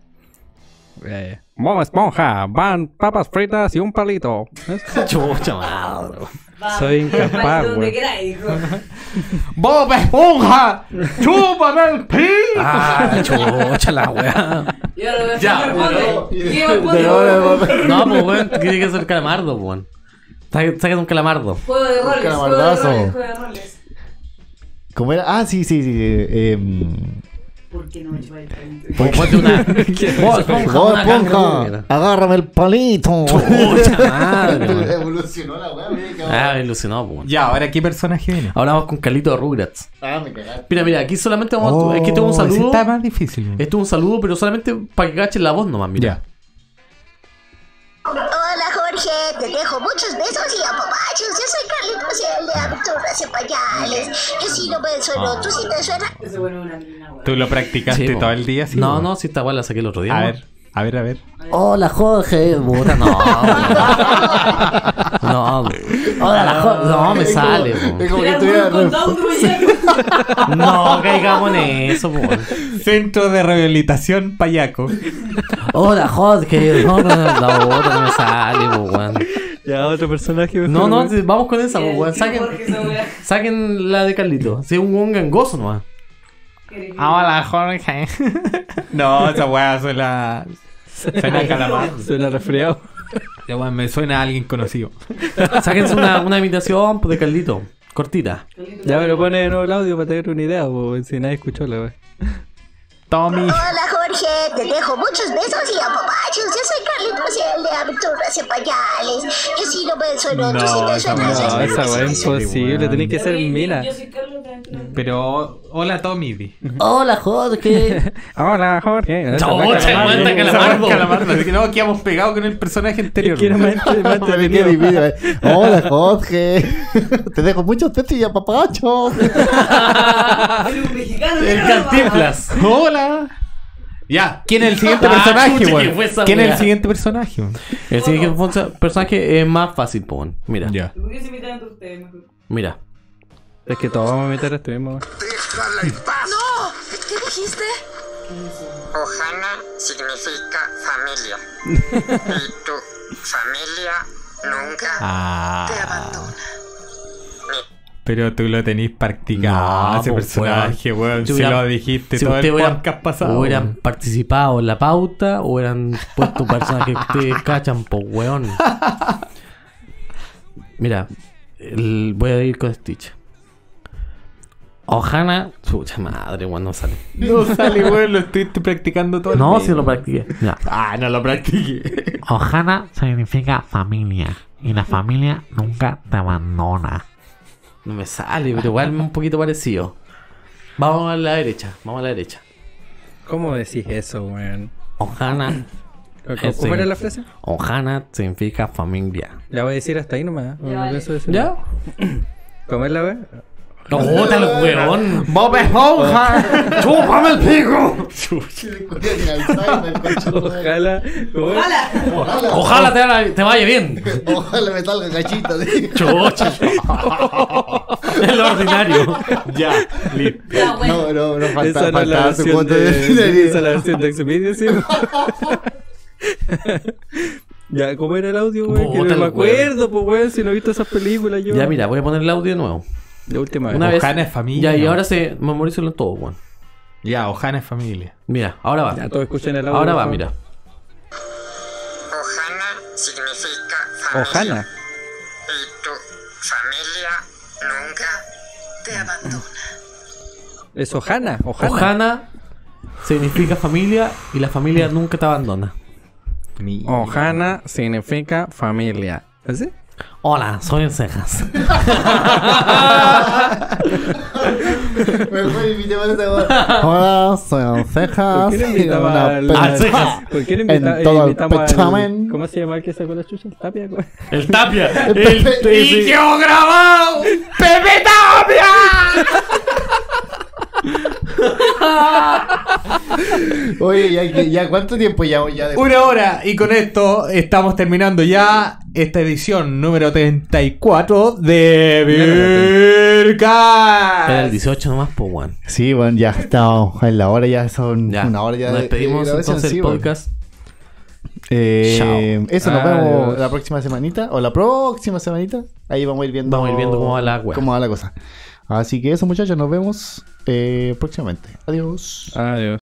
Speaker 3: Eh. Ya, ya. Bob Esponja, van papas fritas y un palito.
Speaker 1: Chucha madre.
Speaker 5: Va,
Speaker 3: Soy
Speaker 5: va,
Speaker 3: incapaz,
Speaker 5: donde
Speaker 3: weón.
Speaker 5: queráis, hijo.
Speaker 4: ¡Bob Esponja! ¡Chúpame el pin!
Speaker 1: Ah, chucha la weá.
Speaker 5: Y ahora voy a
Speaker 1: Ya,
Speaker 5: hacer responde.
Speaker 4: pero-
Speaker 5: ¿Qué responde?
Speaker 4: Pero ahora-
Speaker 1: No, pues weón, tiene que ser calamardo, pues, weón. Saca- Sácate un calamardo.
Speaker 5: Juego de roles, juego de roles,
Speaker 4: Calamardazo.
Speaker 5: juego de roles.
Speaker 4: ¿Cómo era? Ah, sí, sí, sí. eh, em,
Speaker 5: ¿Por qué no me chupas el pico?
Speaker 1: O ponte *laughs* una. Vos, esponja,
Speaker 4: Bob
Speaker 1: una
Speaker 4: Esponja,
Speaker 1: cangreburger.
Speaker 4: agárrame el palito.
Speaker 1: Chucha
Speaker 4: *laughs*
Speaker 1: madre, weón.
Speaker 4: Evolucionó la weá,
Speaker 1: Ah, me ilusionó, pues, weón.
Speaker 2: Ya, ahora qué personaje viene.
Speaker 1: Ahora vamos con Calito de Rugrats.
Speaker 4: Ah, me cagaste.
Speaker 1: Mira, mira, aquí solamente vamos.
Speaker 2: Oh,
Speaker 1: aquí tengo un
Speaker 2: ese
Speaker 1: saludo.
Speaker 2: Está más difícil.
Speaker 1: Esto es un saludo, pero solamente para que cachen la voz nomás, mira.
Speaker 7: Hola Jorge, te dejo muchos besos y apapachos. Yo soy Carlitos, el de aventuras en pañales. Yo sí no me sueno,
Speaker 3: Ah.
Speaker 7: tú sí te suena.
Speaker 5: Ese bueno es una mina, weón.
Speaker 2: Tú lo practicaste
Speaker 1: Sí, po.
Speaker 2: todo el día, sí.
Speaker 1: no,
Speaker 2: po.
Speaker 1: no, si esta weá la saqué el otro día.
Speaker 2: A
Speaker 1: ¿no?
Speaker 2: ver, a ver, a ver.
Speaker 1: Hola Jorge, puta, no. *laughs* no. Hola Jorge, no me sale. po.
Speaker 4: Es como que
Speaker 5: Era
Speaker 4: estuviera
Speaker 5: un condón,
Speaker 4: re-
Speaker 5: *laughs* weón.
Speaker 1: No caigamos en eso, po.
Speaker 2: Centro de Rehabilitación Payaco.
Speaker 1: Hola Jorge, *laughs* no, no, no, no, puta, no me sale, po, weón.
Speaker 3: Ya, otro personaje.
Speaker 1: No, no, si- vamos con esa, po, weón.
Speaker 5: Sí,
Speaker 1: Saquen,
Speaker 5: porque esa weá-
Speaker 1: *laughs* saquen la de Carlito. Si es un weón gangoso nomás.
Speaker 2: Ah, Hola, Jorge. *laughs* no, esa weá suena. Suena a calamar.
Speaker 3: Suena resfriado.
Speaker 2: Ya, weón, me suena a alguien conocido.
Speaker 1: Sáquense una, una imitación po, de Carlito.
Speaker 5: *laughs*
Speaker 1: Cortita.
Speaker 3: Ya me lo pone de nuevo el audio para tener una idea, po, weón, si nadie escuchó la weón.
Speaker 2: Tommy.
Speaker 7: Hola Jorge, te dejo muchos besos y apapachos. Yo soy Carlitos, el de aventuras en pañales. Yo sí no me sueno, tú sí
Speaker 2: No,
Speaker 7: te
Speaker 2: esa
Speaker 7: suena.
Speaker 2: weá-
Speaker 3: No,
Speaker 7: yo sí
Speaker 3: esa
Speaker 7: te
Speaker 3: weón es
Speaker 7: sueno.
Speaker 3: imposible, tenés que ser
Speaker 5: Oye,
Speaker 3: mina.
Speaker 5: Yo soy Carlos Tranquilo.
Speaker 2: Pero, hola, Tommy. di.
Speaker 1: Hola
Speaker 2: *laughs*
Speaker 1: Jorge.
Speaker 3: Hola, Jorge.
Speaker 1: Chucha, weón, está calamardo.
Speaker 2: Calamardo, Así que no, quedamos pegados con el personaje anterior.
Speaker 3: Quiero más, más
Speaker 4: Me venía
Speaker 3: entretenido.
Speaker 4: dividido, eh. Hola Jorge, *laughs* te dejo muchos besos y
Speaker 1: *laughs*
Speaker 4: apapachos.
Speaker 5: Soy un mexicano,
Speaker 1: El
Speaker 5: mira,
Speaker 1: Cantinflas.
Speaker 2: *laughs* Hola. Ya, ¿quién es el siguiente
Speaker 1: Ah,
Speaker 2: personaje,
Speaker 1: chucha, que
Speaker 2: weón?
Speaker 1: fue esa
Speaker 2: ¿Quién es
Speaker 1: weá.
Speaker 2: el siguiente personaje? weón?
Speaker 1: El siguiente fonsa- personaje es más fácil, pon. Mira,
Speaker 2: Ya.
Speaker 5: ¿Por qué se invitan entre ustedes mejor?
Speaker 1: mira.
Speaker 3: Es que todos vamos a meter a este mismo. weón.
Speaker 6: Déjala en paz.
Speaker 7: No, ¿qué dijiste?
Speaker 6: Ohana significa
Speaker 4: *laughs*
Speaker 6: familia. Y tu familia nunca
Speaker 2: Ah. Pero tú lo tenés practicado,
Speaker 1: No,
Speaker 2: ese
Speaker 1: pues,
Speaker 2: personaje, weón.
Speaker 1: Si
Speaker 2: Si
Speaker 1: hubiera-
Speaker 2: lo dijiste
Speaker 1: si
Speaker 2: todo el
Speaker 1: usted hubiera-
Speaker 2: podcast pasado.
Speaker 1: Hubieran *laughs*
Speaker 2: weón.
Speaker 1: participado en la pauta, hubieran puesto un personaje que ustedes cachan, po, weón. Mira, el- voy a ir con Stitch. Ohana, chucha madre, weón, no sale.
Speaker 2: No sale, weón, lo estuviste practicando todo el
Speaker 1: No,
Speaker 2: día.
Speaker 1: si lo practiqué. Mira,
Speaker 2: Ah, no lo
Speaker 1: *laughs*
Speaker 2: practiqué.
Speaker 8: Ohana significa familia y la familia nunca te abandona.
Speaker 1: no me sale, pero igual un poquito parecido. Vamos a la derecha, vamos a la derecha.
Speaker 3: ¿Cómo decís eso, weón?
Speaker 1: Ohana,
Speaker 3: ¿Cómo
Speaker 1: Ese.
Speaker 3: era la frase?
Speaker 1: Ohana significa familia.
Speaker 3: La voy a decir hasta ahí nomás. ¿eh? No, no
Speaker 5: vale.
Speaker 3: pienso decir
Speaker 1: ¿Ya?
Speaker 3: nada. ¿Cómo es la weón?
Speaker 1: No, bota el weón.
Speaker 2: ¡Bob Esponja!
Speaker 1: *laughs* ¡Chúpame el pico!
Speaker 3: Ojalá.
Speaker 5: ¡Hala!
Speaker 1: Ojalá te, haga- te vaya bien.
Speaker 4: Ojalá me salga cachita. sí.
Speaker 2: *laughs*
Speaker 1: Chucha. es lo ordinario.
Speaker 4: Ya, listo.
Speaker 5: Ya, bueno.
Speaker 4: No, no, no
Speaker 3: Esa
Speaker 4: falta,
Speaker 3: no es la
Speaker 4: faltaba su
Speaker 3: versión
Speaker 4: cuota
Speaker 3: de,
Speaker 4: de *laughs*
Speaker 3: esa es la versión de Exomedia, sí. *laughs* ya, ¿cómo era el audio, güey? Que
Speaker 1: Puta
Speaker 3: no
Speaker 1: el
Speaker 3: me acuerdo, pues, güey, si no he visto esas películas yo.
Speaker 1: Ya, mira, voy a poner el audio de nuevo.
Speaker 3: La última
Speaker 1: Una
Speaker 3: vez.
Speaker 1: vez.
Speaker 2: Ojana es familia.
Speaker 1: Ya, y ahora se memorízalo todo, weón.
Speaker 2: Ya, Ojana es familia.
Speaker 1: Mira, ahora va.
Speaker 3: Ya, todos escuchan el audio.
Speaker 1: Ahora
Speaker 3: por
Speaker 1: va,
Speaker 3: favor.
Speaker 1: mira.
Speaker 6: Ojana significa familia.
Speaker 3: Ojalá.
Speaker 6: Y tu familia nunca te abandona.
Speaker 3: Es Ojana. Ojana.
Speaker 1: Ojana significa familia y la familia nunca te abandona.
Speaker 3: Ojana significa familia. ¿Así?
Speaker 1: Hola, soy en *laughs* cejas.
Speaker 4: Mejor invitemos a esa weá. Hola, soy Alcejas.
Speaker 3: ¿Por qué le invitaba al-
Speaker 1: al Ah, cejas.
Speaker 3: ¿Por qué le
Speaker 4: En
Speaker 3: invita, eh,
Speaker 4: todo el
Speaker 3: invitamos al-
Speaker 4: pechamen.
Speaker 3: ¿Cómo se llama el que sacó la chucha? El Tapia, güey.
Speaker 1: El tapia.
Speaker 4: El Pepe.
Speaker 1: tío grabado. ¡Pepe Tapia!
Speaker 4: Oye, ¿ya, ya cuánto tiempo ya? ya de...
Speaker 2: Una hora y con esto estamos terminando ya esta edición número 34 de
Speaker 1: Era el
Speaker 2: Virka.
Speaker 1: 18 nomás, pues, weón.
Speaker 4: Sí, bueno, ya estamos en la hora, ya son
Speaker 1: Ya.
Speaker 4: una hora ya
Speaker 1: Nos
Speaker 4: de- de
Speaker 1: despedimos
Speaker 4: grabación,
Speaker 1: entonces
Speaker 4: sí,
Speaker 1: del
Speaker 4: bueno.
Speaker 1: podcast.
Speaker 4: Eh, Eso, nos
Speaker 3: Adiós.
Speaker 4: vemos la próxima semanita o la próxima semanita. Ahí vamos a ir viendo,
Speaker 1: Vamos a ir viendo cómo va la wea.
Speaker 4: cómo va la cosa. Así que eso, muchachos, nos vemos eh, próximamente. Adiós.
Speaker 3: Adiós.